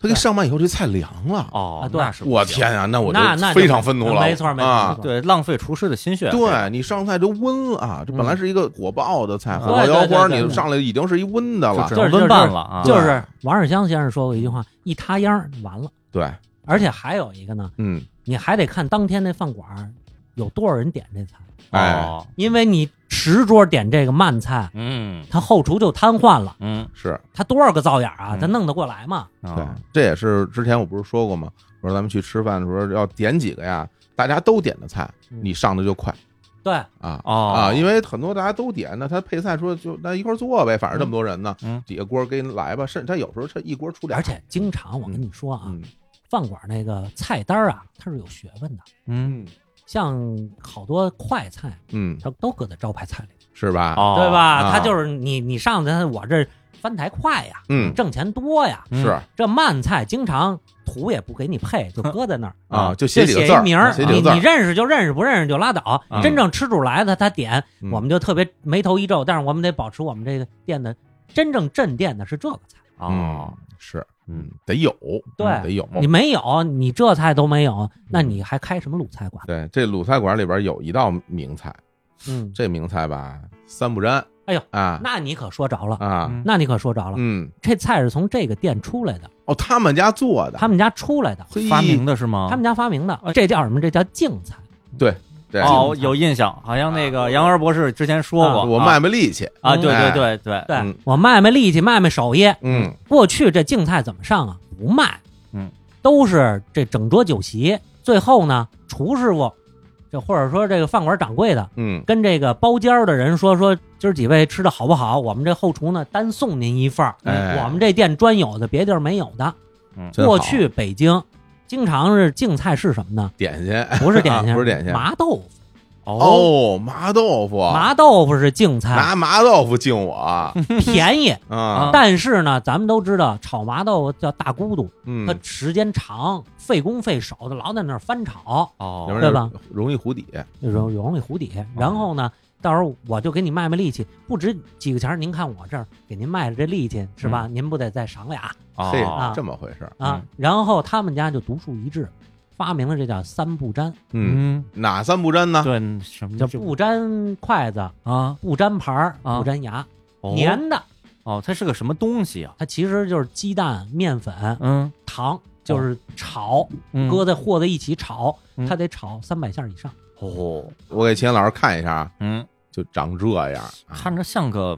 Speaker 1: 它给你
Speaker 3: 对
Speaker 1: 上慢以后这菜凉了，
Speaker 2: 哦
Speaker 3: 啊，对
Speaker 2: 那是不
Speaker 1: 我
Speaker 2: 行
Speaker 1: 天，啊，那我
Speaker 3: 那那就
Speaker 1: 非常愤怒了，
Speaker 3: 没错没错
Speaker 1: 啊！
Speaker 2: 对，浪费厨师的心血，
Speaker 1: 对你上菜就温了，这本来是一个火爆的菜，
Speaker 2: 嗯
Speaker 1: 火爆腰花，
Speaker 3: 嗯对对对对
Speaker 1: 你上来已经是一温的了
Speaker 2: 就只，
Speaker 3: 就是
Speaker 2: 能温拌了啊，
Speaker 1: 对
Speaker 3: 就是王世襄先生说过一句话：“一塌秧儿完了。
Speaker 1: 对，”
Speaker 3: 而且还有一个呢，
Speaker 1: 嗯，
Speaker 3: 你还得看当天那饭馆儿有多少人点这菜，
Speaker 1: 哎，
Speaker 2: 哦
Speaker 3: 因为你十桌点这个慢菜，
Speaker 2: 嗯
Speaker 3: 他后厨就瘫痪了，
Speaker 2: 嗯，
Speaker 1: 是
Speaker 3: 他多少个灶眼儿啊，
Speaker 2: 嗯
Speaker 3: 他弄得过来吗？
Speaker 2: 啊
Speaker 1: 对，这也是之前我不是说过吗？我说咱们去吃饭的时候要点几个呀，大家都点的菜，
Speaker 3: 嗯
Speaker 1: 你上的就快
Speaker 3: 对，
Speaker 1: 啊
Speaker 2: 哦
Speaker 1: 啊，因为很多大家都点，那他配菜说就那一块儿做呗，反正这么多人呢，
Speaker 2: 嗯
Speaker 1: 几个锅给你来吧，甚至他有时候他一锅出俩，
Speaker 3: 而且经常我跟你说啊，
Speaker 1: 嗯
Speaker 3: 饭馆那个菜单儿啊，它是有学问的，
Speaker 2: 嗯
Speaker 1: 嗯
Speaker 3: 像好多快菜，
Speaker 1: 嗯，
Speaker 3: 它都搁在招牌菜里，
Speaker 1: 是吧？
Speaker 2: 哦，
Speaker 3: 对？
Speaker 1: 啊
Speaker 3: 吧？它就是你你上的，我这翻台快呀，
Speaker 1: 嗯，
Speaker 3: 挣钱多呀，
Speaker 2: 嗯
Speaker 1: 是啊
Speaker 3: 这慢菜经常图也不给你配，就搁在那儿
Speaker 1: 啊，就
Speaker 3: 就
Speaker 1: 几个
Speaker 3: 写
Speaker 1: 字
Speaker 3: 一
Speaker 1: 儿，
Speaker 3: 名儿，
Speaker 1: 写
Speaker 2: 啊
Speaker 1: 几
Speaker 3: 你
Speaker 1: 个字
Speaker 3: 你
Speaker 1: 儿，
Speaker 3: 认识就认识，不认识就拉倒。
Speaker 2: 嗯
Speaker 3: 真正吃主来的他点，
Speaker 1: 嗯
Speaker 3: 我们就特别眉头一皱，但是我们得保持我们这个店的真正镇店的是这个菜。
Speaker 2: 哦，
Speaker 1: 嗯是，嗯
Speaker 2: 嗯，
Speaker 1: 得有，
Speaker 3: 对
Speaker 1: 嗯得有。
Speaker 3: 你没有，你这菜都没
Speaker 1: 嗯
Speaker 3: 有，那你还开什么鲁菜馆？
Speaker 1: 对，这鲁菜馆里边有一道名菜，
Speaker 3: 嗯，
Speaker 1: 这名菜吧，三不沾。
Speaker 3: 哎呦
Speaker 1: 啊
Speaker 3: 那你可说着了，
Speaker 1: 啊，
Speaker 2: 嗯
Speaker 3: 那你可说着了。
Speaker 1: 嗯，
Speaker 3: 这菜是从这个店出来的，
Speaker 1: 哦，他们家做的，
Speaker 3: 他们家出来的，
Speaker 1: 嘿
Speaker 2: 发明的是吗？
Speaker 3: 他们家发明的，
Speaker 1: 哦
Speaker 3: 这叫什么？这叫净菜。
Speaker 1: 嗯对，
Speaker 2: 哦，有印象，好像那
Speaker 1: 啊
Speaker 2: 个杨元博士之前说过，
Speaker 1: 我
Speaker 2: 啊
Speaker 1: 卖卖力气，
Speaker 2: 啊，对
Speaker 1: 哎
Speaker 2: 对对对，
Speaker 3: 对、
Speaker 1: 嗯
Speaker 3: 我卖卖力气，卖卖手艺，
Speaker 1: 嗯
Speaker 3: 过去这净菜怎么上啊？不卖，
Speaker 2: 嗯，
Speaker 3: 都是这整桌酒席，最后呢，厨师傅，这或者说这个饭馆掌柜的，
Speaker 1: 嗯，
Speaker 3: 跟这个包间儿的人说说，今儿几位吃的好不好？我们这后厨呢，单送您一份儿，
Speaker 1: 哎
Speaker 3: 我们这店专有的，别地儿没有的。
Speaker 1: 真
Speaker 3: 过
Speaker 1: 好
Speaker 3: 去北京经常是净菜是什 么呢？
Speaker 1: 点心哎
Speaker 3: 不是点心，
Speaker 1: 不是点心
Speaker 3: 麻豆腐，
Speaker 2: 哦，哎
Speaker 1: 哦，麻豆腐，啊
Speaker 3: 麻豆腐是净菜，
Speaker 1: 拿麻豆腐敬我
Speaker 2: 嗯
Speaker 3: 便宜。
Speaker 1: 啊，
Speaker 3: 但是呢，咱们都知道炒麻豆腐叫大咕嘟，
Speaker 1: 嗯
Speaker 3: 它，时间长，费工费手的，老在那儿翻炒，
Speaker 2: 哦
Speaker 1: 要不然
Speaker 3: 对吧？
Speaker 1: 容易糊底，
Speaker 2: 嗯
Speaker 3: 容容易糊底。然后呢，到时候我就给你卖卖力气，不值几个钱儿。您看我这儿给您卖了这力气，是吧？您不得再赏俩
Speaker 1: 嘿
Speaker 2: 哦，，
Speaker 1: 这么回事儿，
Speaker 3: 啊
Speaker 2: 嗯？
Speaker 3: 然后他们家就独树一帜，发明了这叫三不沾，
Speaker 1: 嗯，
Speaker 2: 嗯，
Speaker 1: 哪三不沾呢？
Speaker 2: 对，什么
Speaker 3: 叫不沾筷子、
Speaker 2: 啊？
Speaker 3: 不沾盘儿、
Speaker 2: 嗯啊
Speaker 3: 不沾牙，
Speaker 2: 哦
Speaker 3: 粘的。
Speaker 2: 哦，它是个什么东西啊？
Speaker 3: 它其实就是鸡蛋、面粉、
Speaker 2: 嗯，
Speaker 3: 糖，就是炒，
Speaker 2: 嗯
Speaker 3: 搁在和在一起炒，
Speaker 2: 嗯
Speaker 3: 它得炒三百下以上。
Speaker 2: 哦，
Speaker 1: 我给秦岩老师看一下啊，
Speaker 2: 嗯，
Speaker 1: 就长这样，啊
Speaker 2: 看着像个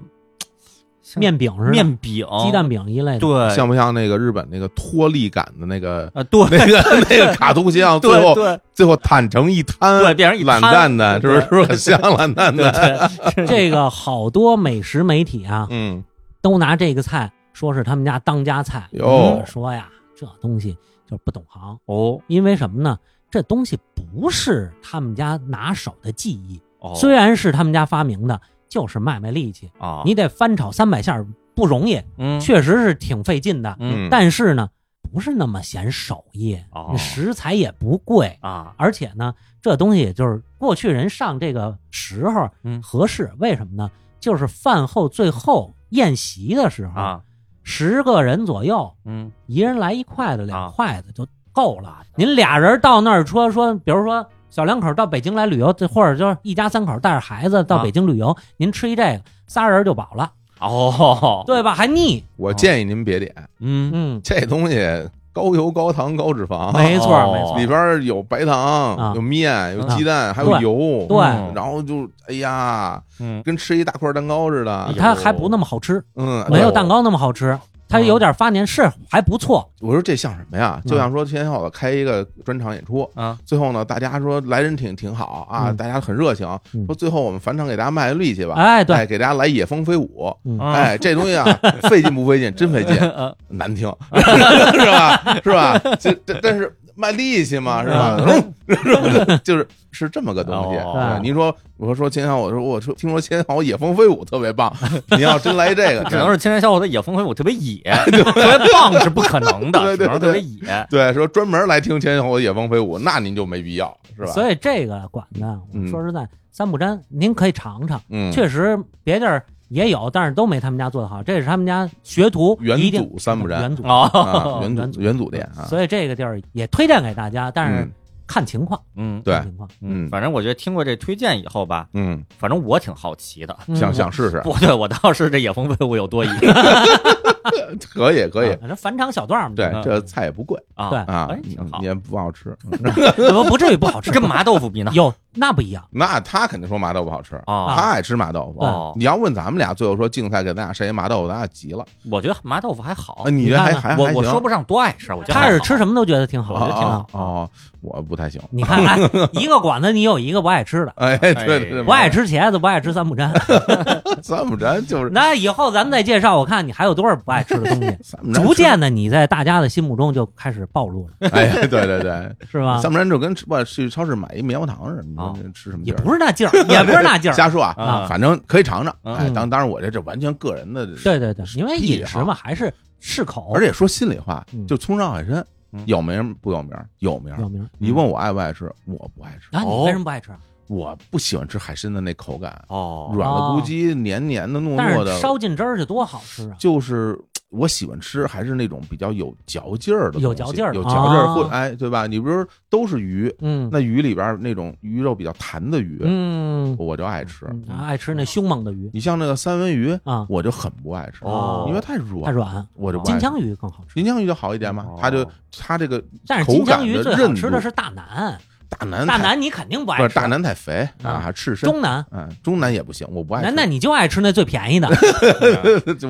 Speaker 2: 像
Speaker 3: 面饼似的，
Speaker 2: 面饼、
Speaker 3: 鸡蛋饼一类的。
Speaker 2: 对，
Speaker 1: 像不像那个日本那个脱力感的那 个
Speaker 2: 啊，对，
Speaker 1: 那个那个卡通形象？最
Speaker 2: 对
Speaker 1: 后
Speaker 2: 对
Speaker 1: 最后坦诚一摊，
Speaker 2: 对变成一
Speaker 1: 懒
Speaker 2: 摊
Speaker 1: 蛋蛋，是不是？是
Speaker 2: 对
Speaker 1: 不是很像懒蛋
Speaker 2: 对
Speaker 1: 蛋？
Speaker 2: 对，
Speaker 3: 这个好多美食媒体啊，
Speaker 1: 嗯
Speaker 3: 都拿这个菜说是他们家当家菜。
Speaker 1: 哟
Speaker 3: 我说呀，这东西就是不懂行，
Speaker 2: 哦
Speaker 3: 因为什么呢？这东西不是他们家拿手的技艺，
Speaker 2: 哦，
Speaker 3: 虽然是他们家发明的，就是卖卖力气。
Speaker 2: 啊，
Speaker 3: 你得翻炒三百下儿不容易，
Speaker 2: 嗯
Speaker 3: 确实是挺费劲的。
Speaker 2: 嗯
Speaker 3: 但是呢，不是那么显手艺
Speaker 2: 哦，
Speaker 3: 你食材也不贵，
Speaker 2: 啊
Speaker 3: 而且呢，这东西就是过去人上这个时候
Speaker 2: 嗯
Speaker 3: 合适，为什么呢？就是饭后最后宴席的时候，
Speaker 2: 啊
Speaker 3: 十个人左右，
Speaker 2: 嗯
Speaker 3: 一人来一筷子、
Speaker 2: 啊
Speaker 3: 两筷子就够了。您俩人到那儿说说，比如说小两口到北京来旅游，这或者就是一家三口带着孩子到
Speaker 2: 啊
Speaker 3: 北京旅游，您吃一这个，仨人就饱了，
Speaker 2: 哦，
Speaker 3: 对吧？还腻，
Speaker 1: 我建议您别点
Speaker 2: 嗯
Speaker 3: 嗯，
Speaker 1: 这东西，高油、高糖、高脂肪，
Speaker 3: 没错
Speaker 2: 哦
Speaker 3: 没错，
Speaker 1: 里边儿有白
Speaker 3: 啊
Speaker 1: 糖、有面、有鸡蛋，还有
Speaker 3: 对
Speaker 1: 油，
Speaker 3: 对
Speaker 2: 嗯
Speaker 1: 然后就哎呀，
Speaker 2: 嗯
Speaker 1: 跟吃一大块蛋糕似的
Speaker 2: 哎。
Speaker 3: 它
Speaker 2: 呦
Speaker 3: 还不那么好吃，
Speaker 2: 哎
Speaker 1: 嗯，
Speaker 3: 没有
Speaker 1: 对
Speaker 3: 蛋。糕那么好吃，它有点发黏，是还不错，
Speaker 1: 我说这像什么呀？
Speaker 3: 嗯
Speaker 1: 就像说前后我开一个专场演出，
Speaker 2: 啊
Speaker 1: 最后呢，大家说来人挺挺好啊，
Speaker 3: 嗯
Speaker 1: 大家很热情，
Speaker 3: 嗯
Speaker 1: 说最后我们返场给大家卖个力气吧。
Speaker 3: 哎，对，
Speaker 1: 哎，给大家来野蜂飞舞。
Speaker 3: 嗯
Speaker 2: 啊嗯
Speaker 1: 哎，这东西啊，费劲不费劲？真费劲， 难听，是吧？是吧？这这但是卖力气嘛，是吧？嗯 就是是这么个东西。
Speaker 2: 哦
Speaker 1: 对您说，我说秦昊，我说我说听说秦昊野蜂飞舞特别棒，你要真来 这个，
Speaker 2: 只能是青年小伙子野风飞舞特别野，特别棒是不可能的，
Speaker 1: 对
Speaker 2: 只
Speaker 1: 对
Speaker 2: 能是特别野。
Speaker 1: 对说专门来听秦昊野蜂飞舞，那您就没必要，是吧？
Speaker 3: 所以这个馆子，我
Speaker 1: 嗯
Speaker 3: 说实在，三不沾，您可以尝尝，
Speaker 1: 嗯，
Speaker 3: 确实别地儿也有，但是都没他们家做的好，这是他们家学徒
Speaker 1: 元
Speaker 3: 一定
Speaker 1: 祖三不沾
Speaker 3: 元祖
Speaker 1: 啊，
Speaker 2: 哦，
Speaker 1: 元祖元祖店啊，
Speaker 3: 所以这个地儿也推荐给大家，但是
Speaker 1: 嗯
Speaker 3: 看情况，
Speaker 2: 嗯，
Speaker 1: 对
Speaker 3: 看，情况，
Speaker 1: 嗯
Speaker 2: 反正我觉得听过这推荐以后吧，
Speaker 1: 嗯，
Speaker 2: 反正我挺好奇的。
Speaker 3: 嗯
Speaker 1: 想想试试，
Speaker 2: 不对，我倒是这野蜂飞舞有多野
Speaker 1: 可以可以
Speaker 3: 啊，反正返场小段儿嘛，
Speaker 1: 对
Speaker 2: 嗯，
Speaker 1: 这菜也不贵
Speaker 2: 啊，
Speaker 3: 对
Speaker 1: 啊
Speaker 2: 哎，挺，好
Speaker 1: 也不好吃，
Speaker 3: 不不至于不好吃，
Speaker 2: 跟麻豆腐比呢？
Speaker 3: 有那不一样，
Speaker 1: 那他肯定说麻豆腐好吃，
Speaker 2: 啊，
Speaker 1: 他爱吃麻豆腐。
Speaker 2: 哦，
Speaker 1: 你要问咱们俩，最后说竞赛给咱俩谁麻豆腐，咱俩急了。
Speaker 2: 我觉得麻豆腐还好
Speaker 1: 啊，，你这
Speaker 3: 看
Speaker 1: 还
Speaker 3: 看
Speaker 1: 还
Speaker 2: 我
Speaker 1: 还
Speaker 2: 我
Speaker 1: 行
Speaker 2: 说不上多爱吃，我觉得
Speaker 3: 他是吃
Speaker 2: 么？
Speaker 3: 什么都觉得挺好，
Speaker 1: 哦
Speaker 2: 我觉得挺
Speaker 1: 哦
Speaker 2: 好
Speaker 1: 哦，我不太行。
Speaker 3: 你看， 哎，一个馆子你有一个不爱吃的，
Speaker 1: 哎，对对对，
Speaker 2: 哎
Speaker 3: 不 爱吃茄子，不爱吃三不沾。
Speaker 1: 三不沾就是。
Speaker 3: 那以后咱们再介绍，我看你还有多少不爱吃的东西
Speaker 1: 三不沾吃，
Speaker 3: 逐渐的，你在大家的心目中就开始暴露了，
Speaker 1: 哎，对对对，
Speaker 3: 是吧？
Speaker 1: 三不沾就跟吃不去超市买一棉花糖似的，你
Speaker 2: 哦
Speaker 1: 说这吃什么
Speaker 3: 也
Speaker 1: 劲儿？
Speaker 3: 不是那 劲儿，也不是那劲儿。
Speaker 1: 瞎说啊，
Speaker 2: 啊
Speaker 1: 反正可以尝尝。
Speaker 2: 嗯
Speaker 1: 哎，当当然我这这完全个人的，
Speaker 3: 对对对，因为
Speaker 1: 屁啊
Speaker 3: 饮食嘛，还是适口，
Speaker 1: 而且说心里话
Speaker 3: 嗯，
Speaker 1: 就葱烧海参
Speaker 2: 嗯
Speaker 1: 有名不有名？有名。
Speaker 3: 有名儿。
Speaker 1: 你问我爱不爱吃，我不爱吃，哦
Speaker 3: 啊，你为什么不爱吃啊？
Speaker 1: 我不喜欢吃海参的那口感。
Speaker 2: 哦，
Speaker 1: 软了
Speaker 3: 哦
Speaker 1: 咕叽、黏黏的、糯
Speaker 3: 但
Speaker 1: 糯
Speaker 3: 是
Speaker 1: 的，
Speaker 3: 烧进汁儿去多好吃啊！
Speaker 1: 就是我喜欢吃还是那种比较有嚼劲儿的东西，
Speaker 3: 有嚼劲儿的
Speaker 1: 有嚼劲儿，
Speaker 3: 啊
Speaker 1: 或哎，对吧？你比如说都是鱼，
Speaker 3: 嗯
Speaker 1: 那鱼里边儿那种鱼肉比较弹的鱼，
Speaker 3: 嗯，
Speaker 1: 我就爱吃。
Speaker 3: 嗯啊爱吃那凶猛的鱼
Speaker 1: 你像那个三文鱼，
Speaker 3: 啊，
Speaker 1: 我就很不爱吃，
Speaker 2: 哦
Speaker 1: 因为太软，
Speaker 3: 太软。
Speaker 1: 我就不爱
Speaker 3: 金
Speaker 1: 吃。
Speaker 3: 枪鱼更好吃，
Speaker 1: 金枪鱼就好一点嘛
Speaker 2: 哦，
Speaker 1: 它就它这个
Speaker 3: 但是
Speaker 1: 口
Speaker 3: 金枪
Speaker 1: 感
Speaker 3: 鱼
Speaker 1: 的
Speaker 3: 最好
Speaker 1: 韧
Speaker 3: 吃
Speaker 1: 度
Speaker 3: 的是大南，
Speaker 1: 大南
Speaker 3: 大
Speaker 1: 太
Speaker 3: 南你肯定不
Speaker 1: 不
Speaker 3: 爱
Speaker 1: 是
Speaker 3: 吃，
Speaker 1: 大南太肥
Speaker 3: 啊
Speaker 1: 啊，还赤身。
Speaker 3: 中南，
Speaker 1: 嗯，中南也不行，我不爱
Speaker 3: 那
Speaker 1: 吃。
Speaker 3: 那你就爱吃那最便宜的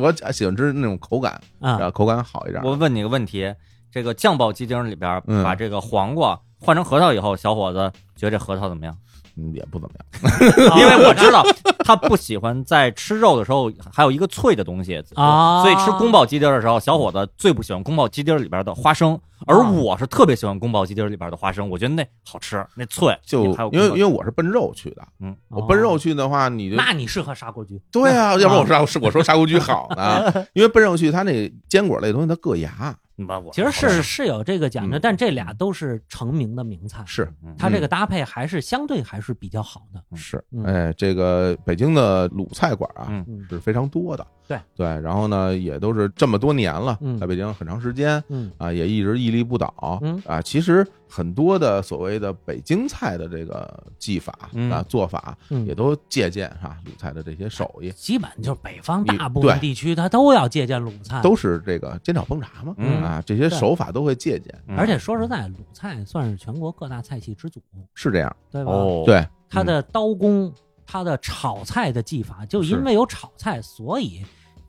Speaker 1: 我喜欢吃那种口感，
Speaker 3: 啊
Speaker 1: 然后口感好一点。
Speaker 2: 我问你个问题，这个酱爆鸡丁里边
Speaker 1: 嗯
Speaker 2: 把这个黄瓜换成核桃以后，小伙子觉得这核桃怎么 样？
Speaker 1: 嗯也不怎么样。
Speaker 2: 因为我知道他不喜欢在吃肉的时候还有一个脆的东西
Speaker 3: 啊
Speaker 2: 所以吃宫保鸡丁的时候，小伙子最不喜欢宫保鸡丁里边的花生，而我是特别喜欢宫保鸡丁里边的花生，我觉得那好吃，那脆，
Speaker 1: 就
Speaker 2: 还有
Speaker 1: 因为因为
Speaker 2: 为
Speaker 1: 我是奔肉去的，
Speaker 2: 嗯，
Speaker 1: 我奔
Speaker 3: 哦
Speaker 1: 肉去的话，你就
Speaker 3: 那你适合砂锅居，
Speaker 1: 对啊，要不然我说我说砂锅居好 呢，因为奔肉去它那坚果类东西它硌牙，
Speaker 2: 你把我
Speaker 3: 其实
Speaker 2: 好
Speaker 3: 是
Speaker 2: 吃
Speaker 3: 是有这个讲究，
Speaker 1: 嗯
Speaker 3: 但这俩都是成名的名菜，
Speaker 1: 是
Speaker 2: 嗯
Speaker 3: 它这个搭配还是相对还是比较好的。
Speaker 1: 是
Speaker 3: 嗯，
Speaker 1: 哎，这个北京的鲁菜馆啊
Speaker 2: 嗯
Speaker 3: 嗯
Speaker 1: 是非常多的，
Speaker 3: 对
Speaker 1: 对，然后呢也都是这么多年了
Speaker 3: 嗯，
Speaker 1: 在北京很长时间
Speaker 3: 嗯
Speaker 1: 啊，也一直屹立不倒
Speaker 3: 嗯，
Speaker 1: 啊，其实很多的所谓的北京菜的这个技法
Speaker 2: 嗯
Speaker 1: 啊做法
Speaker 3: 嗯，
Speaker 1: 也都借鉴哈鲁菜的这些手艺，
Speaker 3: 基本就是北方
Speaker 1: 你
Speaker 3: 大部
Speaker 1: 对
Speaker 3: 分地区它都要借鉴鲁菜，
Speaker 1: 都是这个煎炒烹炸嘛
Speaker 2: 嗯
Speaker 1: 啊，这些
Speaker 3: 啊对
Speaker 1: 手法都会借鉴，
Speaker 2: 嗯
Speaker 3: 而且说实在，鲁菜算是全国各大菜系之祖，
Speaker 1: 是这样，
Speaker 3: 对吧？
Speaker 2: 哦，，
Speaker 1: 对，
Speaker 3: 它
Speaker 1: 嗯
Speaker 3: 的刀工，它的炒菜的技法，就是因为有炒菜，所以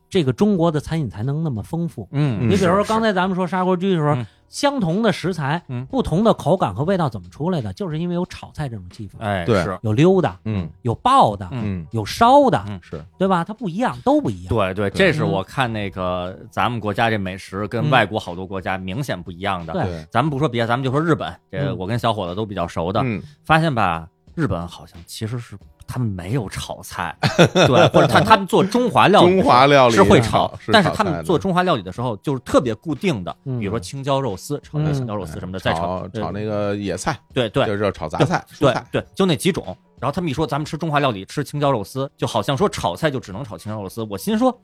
Speaker 3: 这个中国的餐饮才能那么丰富。
Speaker 2: 嗯，
Speaker 3: 你比如
Speaker 1: 是
Speaker 3: 说
Speaker 1: 是
Speaker 3: 刚才咱们说砂锅居的时候
Speaker 2: 嗯，
Speaker 3: 相同的食材
Speaker 2: 嗯，
Speaker 3: 不同的口感和味道怎么出来的？就是因为有炒菜这种技法，
Speaker 2: 哎，
Speaker 1: 对
Speaker 2: 是，
Speaker 3: 有溜的，
Speaker 1: 嗯
Speaker 3: 有爆的，
Speaker 2: 嗯
Speaker 1: 嗯，
Speaker 3: 有烧的，
Speaker 2: 嗯
Speaker 1: 是
Speaker 3: 对吧？它不一样，都不一样。
Speaker 2: 对对，这是
Speaker 3: 嗯
Speaker 2: 我看那个咱们国家这美食跟
Speaker 3: 嗯
Speaker 2: 外国好多国家明显不一样的。
Speaker 3: 对
Speaker 1: 对，
Speaker 2: 咱们不说别的，咱们就说日本，这
Speaker 3: 嗯
Speaker 2: 我跟小伙子都比较熟的，
Speaker 1: 嗯
Speaker 2: 发现吧，日本好像其实是他们没有炒菜，对，或者他他们做中华料理的时候，
Speaker 1: 中华料理
Speaker 2: 是会
Speaker 1: 是炒
Speaker 2: 炒
Speaker 1: 是，
Speaker 2: 但是
Speaker 1: 炒
Speaker 2: 他
Speaker 1: 菜的
Speaker 2: 们做中华料理的时候就是特别固定的，
Speaker 3: 嗯
Speaker 2: 比如说青椒肉丝，炒那个青椒肉丝什么的，再
Speaker 1: 嗯炒
Speaker 2: 对
Speaker 1: 炒那个野菜，
Speaker 2: 对对
Speaker 1: 就是要炒杂菜、蔬
Speaker 2: 对
Speaker 1: 菜，
Speaker 2: 对，就那几种。然后他们一说咱们吃中华料理，吃青椒肉丝，就好像说炒菜就只能炒青椒肉丝。我心说，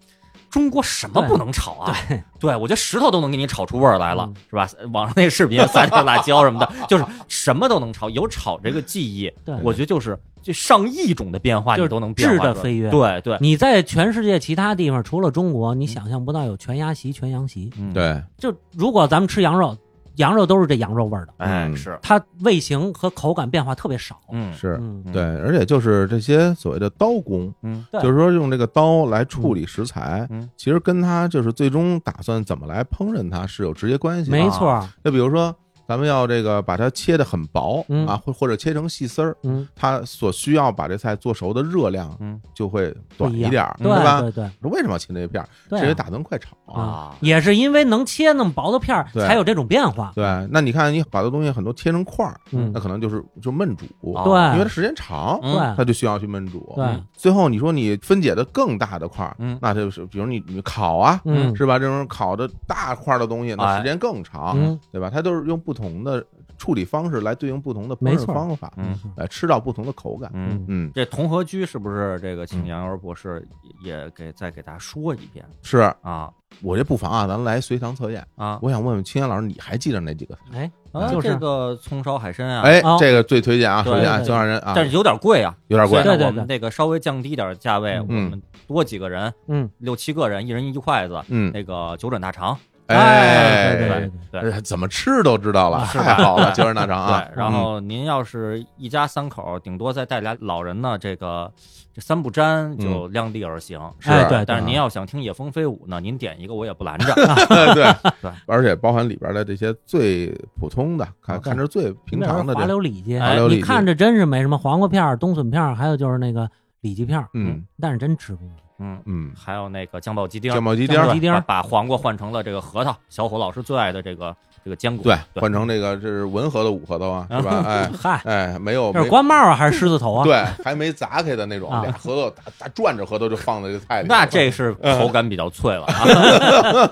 Speaker 2: 中国什么不能炒啊？对，我觉得石头都能给你炒出味儿来了，
Speaker 3: 嗯
Speaker 2: 是吧？网上那视频撒点辣椒什么的，就是什么都能炒，有炒这个技艺，
Speaker 3: 对
Speaker 2: 我觉得就是这上亿种的变化
Speaker 3: 就是
Speaker 2: 你都能变化出来
Speaker 3: 质的飞跃
Speaker 2: 对嗯对，
Speaker 3: 你在全世界其他地方，除了中国，你想象不到有全鸭席、全羊席。
Speaker 2: 嗯，
Speaker 1: 对，
Speaker 3: 就如果咱们吃羊肉，羊肉都是这羊肉味儿的，
Speaker 2: 哎
Speaker 1: 嗯
Speaker 2: 是，
Speaker 3: 它味型和口感变化特别少。
Speaker 2: 嗯
Speaker 1: 是。
Speaker 3: 嗯，
Speaker 1: 对，而且就是这些所谓的刀工，
Speaker 2: 嗯
Speaker 3: 对
Speaker 1: 就是说用这个刀来处理食材，
Speaker 2: 嗯
Speaker 1: 其实跟它就是最终打算怎么来烹饪它是有直接关系的。
Speaker 3: 没
Speaker 2: 啊
Speaker 3: 错儿。
Speaker 1: 就比如说，咱们要这个把它切的很薄、
Speaker 3: 嗯
Speaker 1: 啊，或或者切成细丝儿，
Speaker 3: 嗯，
Speaker 1: 它所需要把这菜做熟的热量
Speaker 2: 嗯
Speaker 1: 就会短
Speaker 3: 不一样
Speaker 1: 点儿，
Speaker 3: 对
Speaker 1: 吧？
Speaker 3: 对对
Speaker 1: 说为什么要切那片儿？
Speaker 3: 对啊
Speaker 1: 是因为打灯快炒啊。
Speaker 2: 啊，
Speaker 3: 也是因为能切那么薄的片儿，
Speaker 1: 对
Speaker 3: 才有这种变化。
Speaker 1: 对，那你看，你把这东西很多切成块儿，
Speaker 3: 嗯
Speaker 1: 那，可能就是就焖煮，
Speaker 2: 啊
Speaker 3: 对
Speaker 1: 因为它时间长，
Speaker 2: 嗯
Speaker 3: 对
Speaker 1: 它就需要去焖煮。
Speaker 3: 对
Speaker 2: 嗯，
Speaker 1: 最后你说你分解的更大的块儿，
Speaker 2: 嗯
Speaker 1: 那就是比如你你烤啊，
Speaker 3: 嗯
Speaker 1: 是吧？这种烤的大块儿的东西，那
Speaker 2: 哎
Speaker 1: 时间更长，
Speaker 3: 嗯
Speaker 1: 对吧？它都是用不同的处理方式来对应不同的烹
Speaker 3: 没
Speaker 1: 饪
Speaker 3: 错
Speaker 1: 方法，
Speaker 2: 嗯
Speaker 1: 来吃到不同的口感。
Speaker 2: 嗯。
Speaker 1: 嗯，
Speaker 2: 这同和居是不是这个？请杨元博士也给再给大家说一遍
Speaker 1: 是
Speaker 2: 啊
Speaker 1: 我这不妨啊，咱来随堂测验。
Speaker 2: 啊！
Speaker 1: 我想问问青岩老师，你还记着哪几个？
Speaker 3: 哎，
Speaker 2: 啊，
Speaker 3: 就是
Speaker 2: 这个葱烧海参啊，，
Speaker 1: 哎
Speaker 3: 哦，
Speaker 1: 这个最推荐啊！
Speaker 2: 对
Speaker 1: 首先啊，
Speaker 3: 对对
Speaker 1: 青蛙人啊，
Speaker 2: 但是有点贵啊，
Speaker 1: 有点贵
Speaker 2: 所以呢
Speaker 3: 对对
Speaker 2: 我们
Speaker 3: 对
Speaker 2: 这个稍微降低点价位，
Speaker 3: 嗯
Speaker 2: 我们多几个人，
Speaker 3: 嗯，
Speaker 2: 六七个人，一人一筷子，
Speaker 1: 嗯，
Speaker 2: 那个九转大肠，
Speaker 3: 哎对对
Speaker 2: 对对。
Speaker 1: 哎怎么吃都知道了，
Speaker 2: 是吧
Speaker 1: 太好了，九人大肠 啊！
Speaker 2: 对，然后您要是一家三口，顶多再带俩老人呢，这个这三不沾就
Speaker 1: 嗯
Speaker 2: 量力而行。
Speaker 1: 是
Speaker 3: 哎对对
Speaker 2: 但是您要想听野蜂飞舞呢，您点一个我也不拦 着。
Speaker 1: 嗯对
Speaker 2: 对，
Speaker 1: 而且包含里边的这些最普通的，看看着最平常的
Speaker 3: 滑
Speaker 1: 这个，
Speaker 3: 溜里脊，
Speaker 1: 滑溜里脊
Speaker 3: 哎你看着真是没什么黄瓜片儿、冬笋片儿，还有就是那个里脊片儿，
Speaker 1: 嗯
Speaker 3: 但是真吃不了。
Speaker 2: 嗯，
Speaker 1: 嗯，
Speaker 2: 还有那个酱爆鸡丁，
Speaker 1: 酱爆鸡丁
Speaker 3: 酱
Speaker 1: 儿
Speaker 3: 爆鸡丁
Speaker 2: 把把黄瓜换成了这个核桃，小伙老师最爱的这个这个坚果。
Speaker 1: 对，
Speaker 2: 对
Speaker 1: 换成这个这是文核的武核桃啊，是吧？哎
Speaker 3: 嗨，
Speaker 1: 哎，没有
Speaker 3: 这
Speaker 1: 没
Speaker 3: 是官帽啊，还是狮子头啊？，
Speaker 1: 对，还没砸开的那种，
Speaker 3: 啊
Speaker 1: 俩核桃打打转着核桃就放在这菜里，
Speaker 2: 那这是口感比较脆了啊。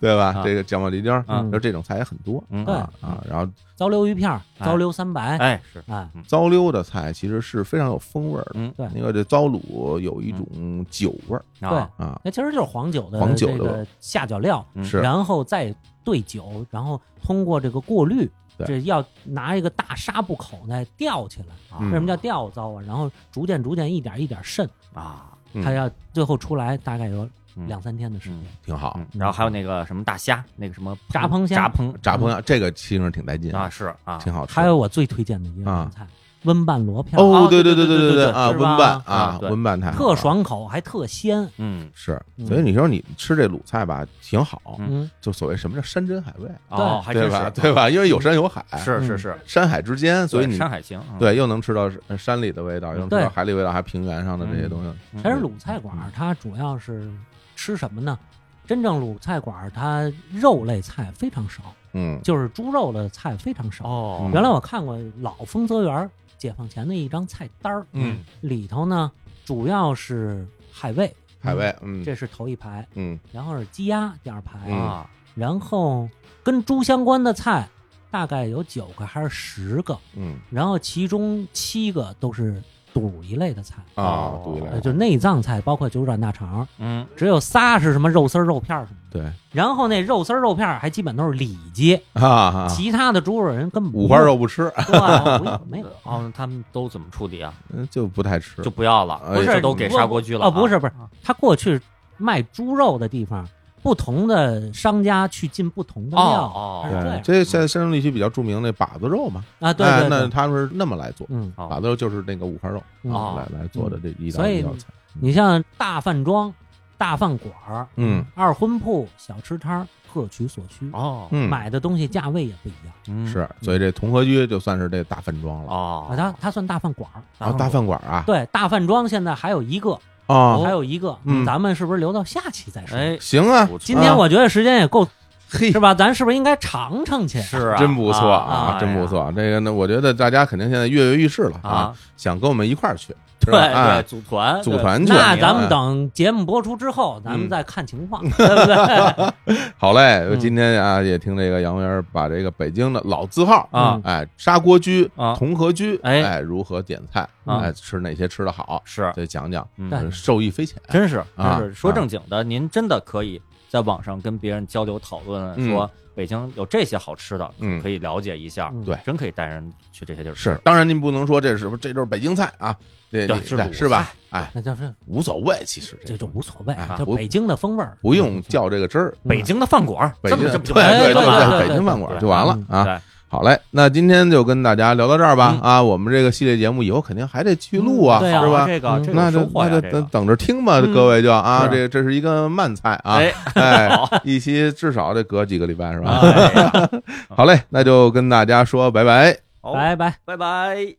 Speaker 1: 对吧
Speaker 2: 啊？
Speaker 1: 这个酱爆鸡丁儿，
Speaker 3: 嗯
Speaker 1: 就这种菜也很多
Speaker 2: 嗯
Speaker 1: 啊啊，然后
Speaker 3: 糟溜鱼片儿，
Speaker 2: 哎
Speaker 3: 糟溜三白，
Speaker 2: 哎，是，
Speaker 3: 哎，
Speaker 1: 糟溜的菜其实是非常有风味儿的。
Speaker 2: 嗯，
Speaker 3: 对
Speaker 1: 那个这糟卤有一
Speaker 3: 嗯
Speaker 1: 种酒味儿
Speaker 2: 啊，
Speaker 1: 啊，
Speaker 3: 那其实就是黄酒的
Speaker 1: 黄酒
Speaker 3: 这
Speaker 1: 的
Speaker 3: 个下脚料，
Speaker 2: 嗯
Speaker 1: 是
Speaker 3: 然后再兑酒，然后通过这个过滤，
Speaker 1: 对
Speaker 3: 这要拿一个大纱布口袋吊起来。
Speaker 2: 啊
Speaker 1: 嗯
Speaker 3: 为什么叫吊糟啊？然后逐渐逐渐一点一点渗，
Speaker 2: 啊？
Speaker 1: 嗯
Speaker 3: 它要最后出来大概有
Speaker 2: 嗯
Speaker 3: 两三天的时间。
Speaker 1: 挺好
Speaker 2: 嗯。然后还有那个什么大虾，那个什么
Speaker 3: 炸
Speaker 2: 烹
Speaker 3: 烹虾
Speaker 2: 炸烹
Speaker 1: 炸烹羊这个其实挺带劲
Speaker 2: 啊，，是啊，
Speaker 1: 挺好吃。
Speaker 3: 还有我最推荐的一个
Speaker 1: 啊
Speaker 3: 菜，温拌螺片儿，
Speaker 1: 哦，
Speaker 2: 啊
Speaker 1: 对
Speaker 2: 对
Speaker 1: 对
Speaker 2: 对
Speaker 1: 对
Speaker 2: 对对
Speaker 1: 啊，
Speaker 3: 是
Speaker 1: 温
Speaker 3: 吧
Speaker 1: 拌
Speaker 2: 啊
Speaker 1: 啊，
Speaker 2: 对
Speaker 1: 温拌太好
Speaker 3: 特
Speaker 1: 了
Speaker 3: 爽口，还特鲜。
Speaker 2: 嗯
Speaker 1: 是，
Speaker 3: 嗯
Speaker 1: 所以你说你吃这鲁菜吧，挺好，
Speaker 2: 嗯
Speaker 3: 嗯，
Speaker 1: 就所谓什么叫山珍海味，
Speaker 2: 哦，还真
Speaker 1: 对
Speaker 2: 是嗯
Speaker 1: 吧？对吧？因为有山有海，
Speaker 2: 是是是，
Speaker 1: 山海之间，所以
Speaker 2: 对
Speaker 1: 你
Speaker 2: 山海情，嗯，
Speaker 1: 对又能吃到山呃山里的味道，又能吃
Speaker 3: 对
Speaker 1: 到海里味道，还有平原上的这些东西。
Speaker 2: 嗯
Speaker 3: 其实鲁菜馆儿它主要是吃什么呢？真正鲁菜馆儿它肉类菜非常少，
Speaker 1: 嗯
Speaker 3: 就是猪肉的菜非常少。
Speaker 2: 哦，
Speaker 3: 原来我看过老丰泽园儿解放前的一张菜单儿，
Speaker 1: 嗯，
Speaker 3: 里头呢主要是海味，
Speaker 1: 海味，嗯
Speaker 3: 这是头一排，
Speaker 1: 嗯
Speaker 3: 然后是鸡鸭第二排，
Speaker 1: 嗯
Speaker 2: 啊，
Speaker 3: 然后跟猪相关的菜大概有九个还是十个，
Speaker 1: 嗯
Speaker 3: 然后其中七个都是肚一类的菜，
Speaker 1: 啊，对
Speaker 3: 呃，
Speaker 1: 了，
Speaker 3: 就内脏菜，包括九转大肠，
Speaker 2: 嗯
Speaker 3: 只有仨是什么肉丝儿、肉片儿什么的。
Speaker 1: 对
Speaker 3: 然后那肉丝儿、肉片儿还基本都是里脊，
Speaker 1: 啊啊，
Speaker 3: 其他的猪肉哦人根本不
Speaker 1: 五 花肉不吃，
Speaker 3: 对吧不用没有。
Speaker 2: 哦，他们都怎么处理啊？
Speaker 1: 嗯就不太吃
Speaker 2: 就。不要了，
Speaker 1: 不是
Speaker 2: 就都给砂锅居了啊
Speaker 3: 哦，不是不是，他过去卖猪肉的地方，不同的商家去进不同的料，
Speaker 2: 哦哦
Speaker 3: 它是
Speaker 1: 对，
Speaker 3: 这样
Speaker 1: 这在山东地区比较著名的把子肉嘛，
Speaker 3: 啊，对
Speaker 1: 哎
Speaker 3: 对
Speaker 1: 那
Speaker 3: 对，
Speaker 1: 他们是那么来做，
Speaker 3: 嗯，
Speaker 2: 哦
Speaker 1: 把子肉就是那个五花肉
Speaker 3: 嗯
Speaker 2: 哦
Speaker 1: 来来做的这一道
Speaker 3: 所以
Speaker 1: 一道菜。
Speaker 3: 你像大饭庄、大饭馆儿、
Speaker 1: 嗯
Speaker 3: 哦二婚铺、小吃摊儿，各取所需，
Speaker 2: 哦，
Speaker 1: 嗯，
Speaker 3: 买的东西价位也不一样。
Speaker 2: 嗯
Speaker 1: 是，所以这同和居就算是这大饭庄了。
Speaker 2: 哦
Speaker 3: 啊，，它它算大饭馆儿，
Speaker 1: 啊，大饭馆啊，
Speaker 3: 对，大饭庄现在还有一个，
Speaker 1: 啊，
Speaker 3: 还有一个，
Speaker 1: 嗯
Speaker 3: 咱们是不是留到下期再说？
Speaker 2: 哎，
Speaker 1: 行啊，
Speaker 2: 不错
Speaker 3: 今天我觉得时间也够，
Speaker 1: 嘿
Speaker 3: 是，吧？咱是不是应该尝尝去？
Speaker 2: 是啊，
Speaker 1: 真不错
Speaker 2: 啊，
Speaker 1: 真不错。这个呢，我觉得大家肯定现在跃跃欲试了
Speaker 2: 啊，
Speaker 1: 想跟我们一块儿去，是
Speaker 2: 对
Speaker 1: 吧
Speaker 2: 对，
Speaker 1: 哎，
Speaker 2: 组团
Speaker 1: 组团去。
Speaker 3: 那咱
Speaker 1: 哎
Speaker 3: 们等节目播出之后，咱
Speaker 1: 嗯
Speaker 3: 们再看 情况，对不对？
Speaker 1: 好嘞，今天啊也听这个杨元儿把这个北京的老字号
Speaker 2: 啊
Speaker 1: 哎，砂锅居
Speaker 2: 啊
Speaker 1: 同和居，
Speaker 2: 哎
Speaker 1: 哎，如何点菜，
Speaker 2: 啊
Speaker 1: 哎，吃哪些吃的好，
Speaker 2: 是，
Speaker 1: 得讲讲，
Speaker 2: 嗯
Speaker 3: 对
Speaker 1: 受益匪浅。
Speaker 2: 真是，
Speaker 1: 啊
Speaker 2: 真是说正经的，您真的可以在网上跟别人交流讨论，
Speaker 1: 嗯
Speaker 2: 说北京有这些好吃的，
Speaker 1: 嗯
Speaker 2: 可以了解一下。
Speaker 3: 嗯
Speaker 1: 对
Speaker 2: 真可以带人去这些地儿吃。
Speaker 1: 是，当然您不能说这是这就是北京菜啊，这
Speaker 2: 对
Speaker 1: 你
Speaker 2: 是鲁
Speaker 1: 是吧？哎，
Speaker 3: 那就是
Speaker 1: 无所谓，其实
Speaker 3: 这
Speaker 1: 这
Speaker 3: 就无所谓
Speaker 1: 啊，
Speaker 3: 就
Speaker 1: 不
Speaker 3: 北京的风味儿，嗯
Speaker 1: 不用较这个真儿。
Speaker 2: 嗯
Speaker 1: 嗯
Speaker 2: 北京的饭馆儿，
Speaker 1: 北
Speaker 2: 这
Speaker 1: 京
Speaker 2: 么这
Speaker 1: 对
Speaker 2: 么就
Speaker 3: 哎
Speaker 1: 对，
Speaker 3: 对
Speaker 1: 就
Speaker 3: 对
Speaker 1: 在
Speaker 3: 对
Speaker 1: 北京饭馆就完了
Speaker 2: 对
Speaker 1: 啊。好嘞，那今天就跟大家聊到这儿吧
Speaker 2: 嗯
Speaker 1: 啊！我们这个系列节目以后肯定还得去录啊，
Speaker 3: 嗯对啊
Speaker 1: 是吧？
Speaker 2: 哎这个
Speaker 3: 嗯
Speaker 2: 这个
Speaker 1: 那
Speaker 2: 有
Speaker 1: 就
Speaker 2: 收获
Speaker 1: 那就
Speaker 2: 呀，这
Speaker 1: 等
Speaker 2: 个
Speaker 1: 等着听吧，
Speaker 2: 嗯
Speaker 1: 各位就啊，
Speaker 2: 是
Speaker 1: 这这是一个慢菜啊，
Speaker 2: 哎，
Speaker 1: 哎
Speaker 2: 好，
Speaker 1: 一期至少得隔几个礼拜是吧？
Speaker 2: 哎呀
Speaker 1: 好嘞，那就跟大家说拜拜。
Speaker 2: 好，
Speaker 3: 拜拜。
Speaker 2: 拜拜。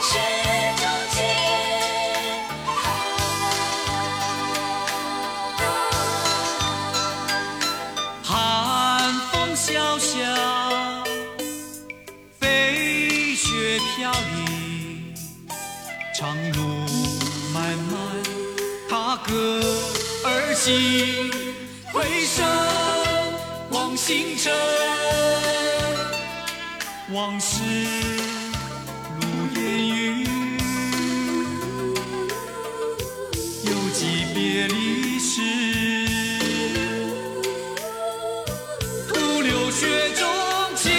Speaker 4: 是种情。
Speaker 5: 寒风萧萧，飞雪飘零，长路漫漫，踏歌而行，回首望星辰，往事如烟云，犹记别离时。徒留雪中情。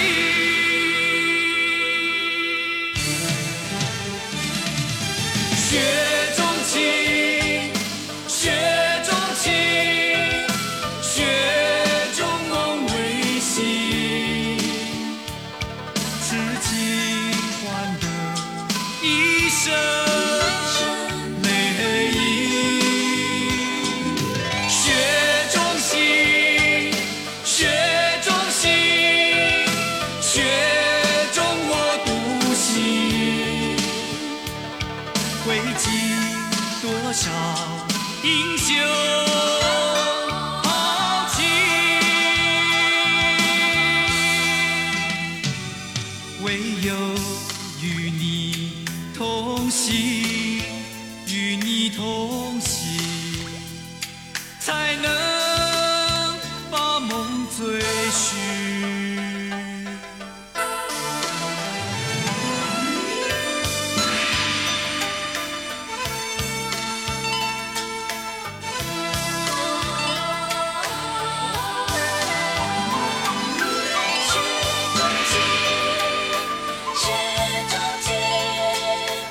Speaker 5: 雪中情，雪中情，雪中微笑，是尽欢的一生泪影。雪中行，雪中行，雪中我独行。会经多少英雄豪情？唯有与你同行，与你同行。才能把梦追寻。
Speaker 4: 是种情，是种情。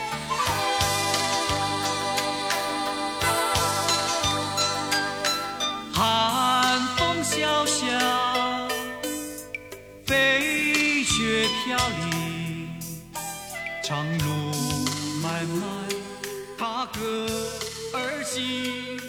Speaker 5: 寒风萧萧，飞雪飘零，长路漫漫，踏歌而行，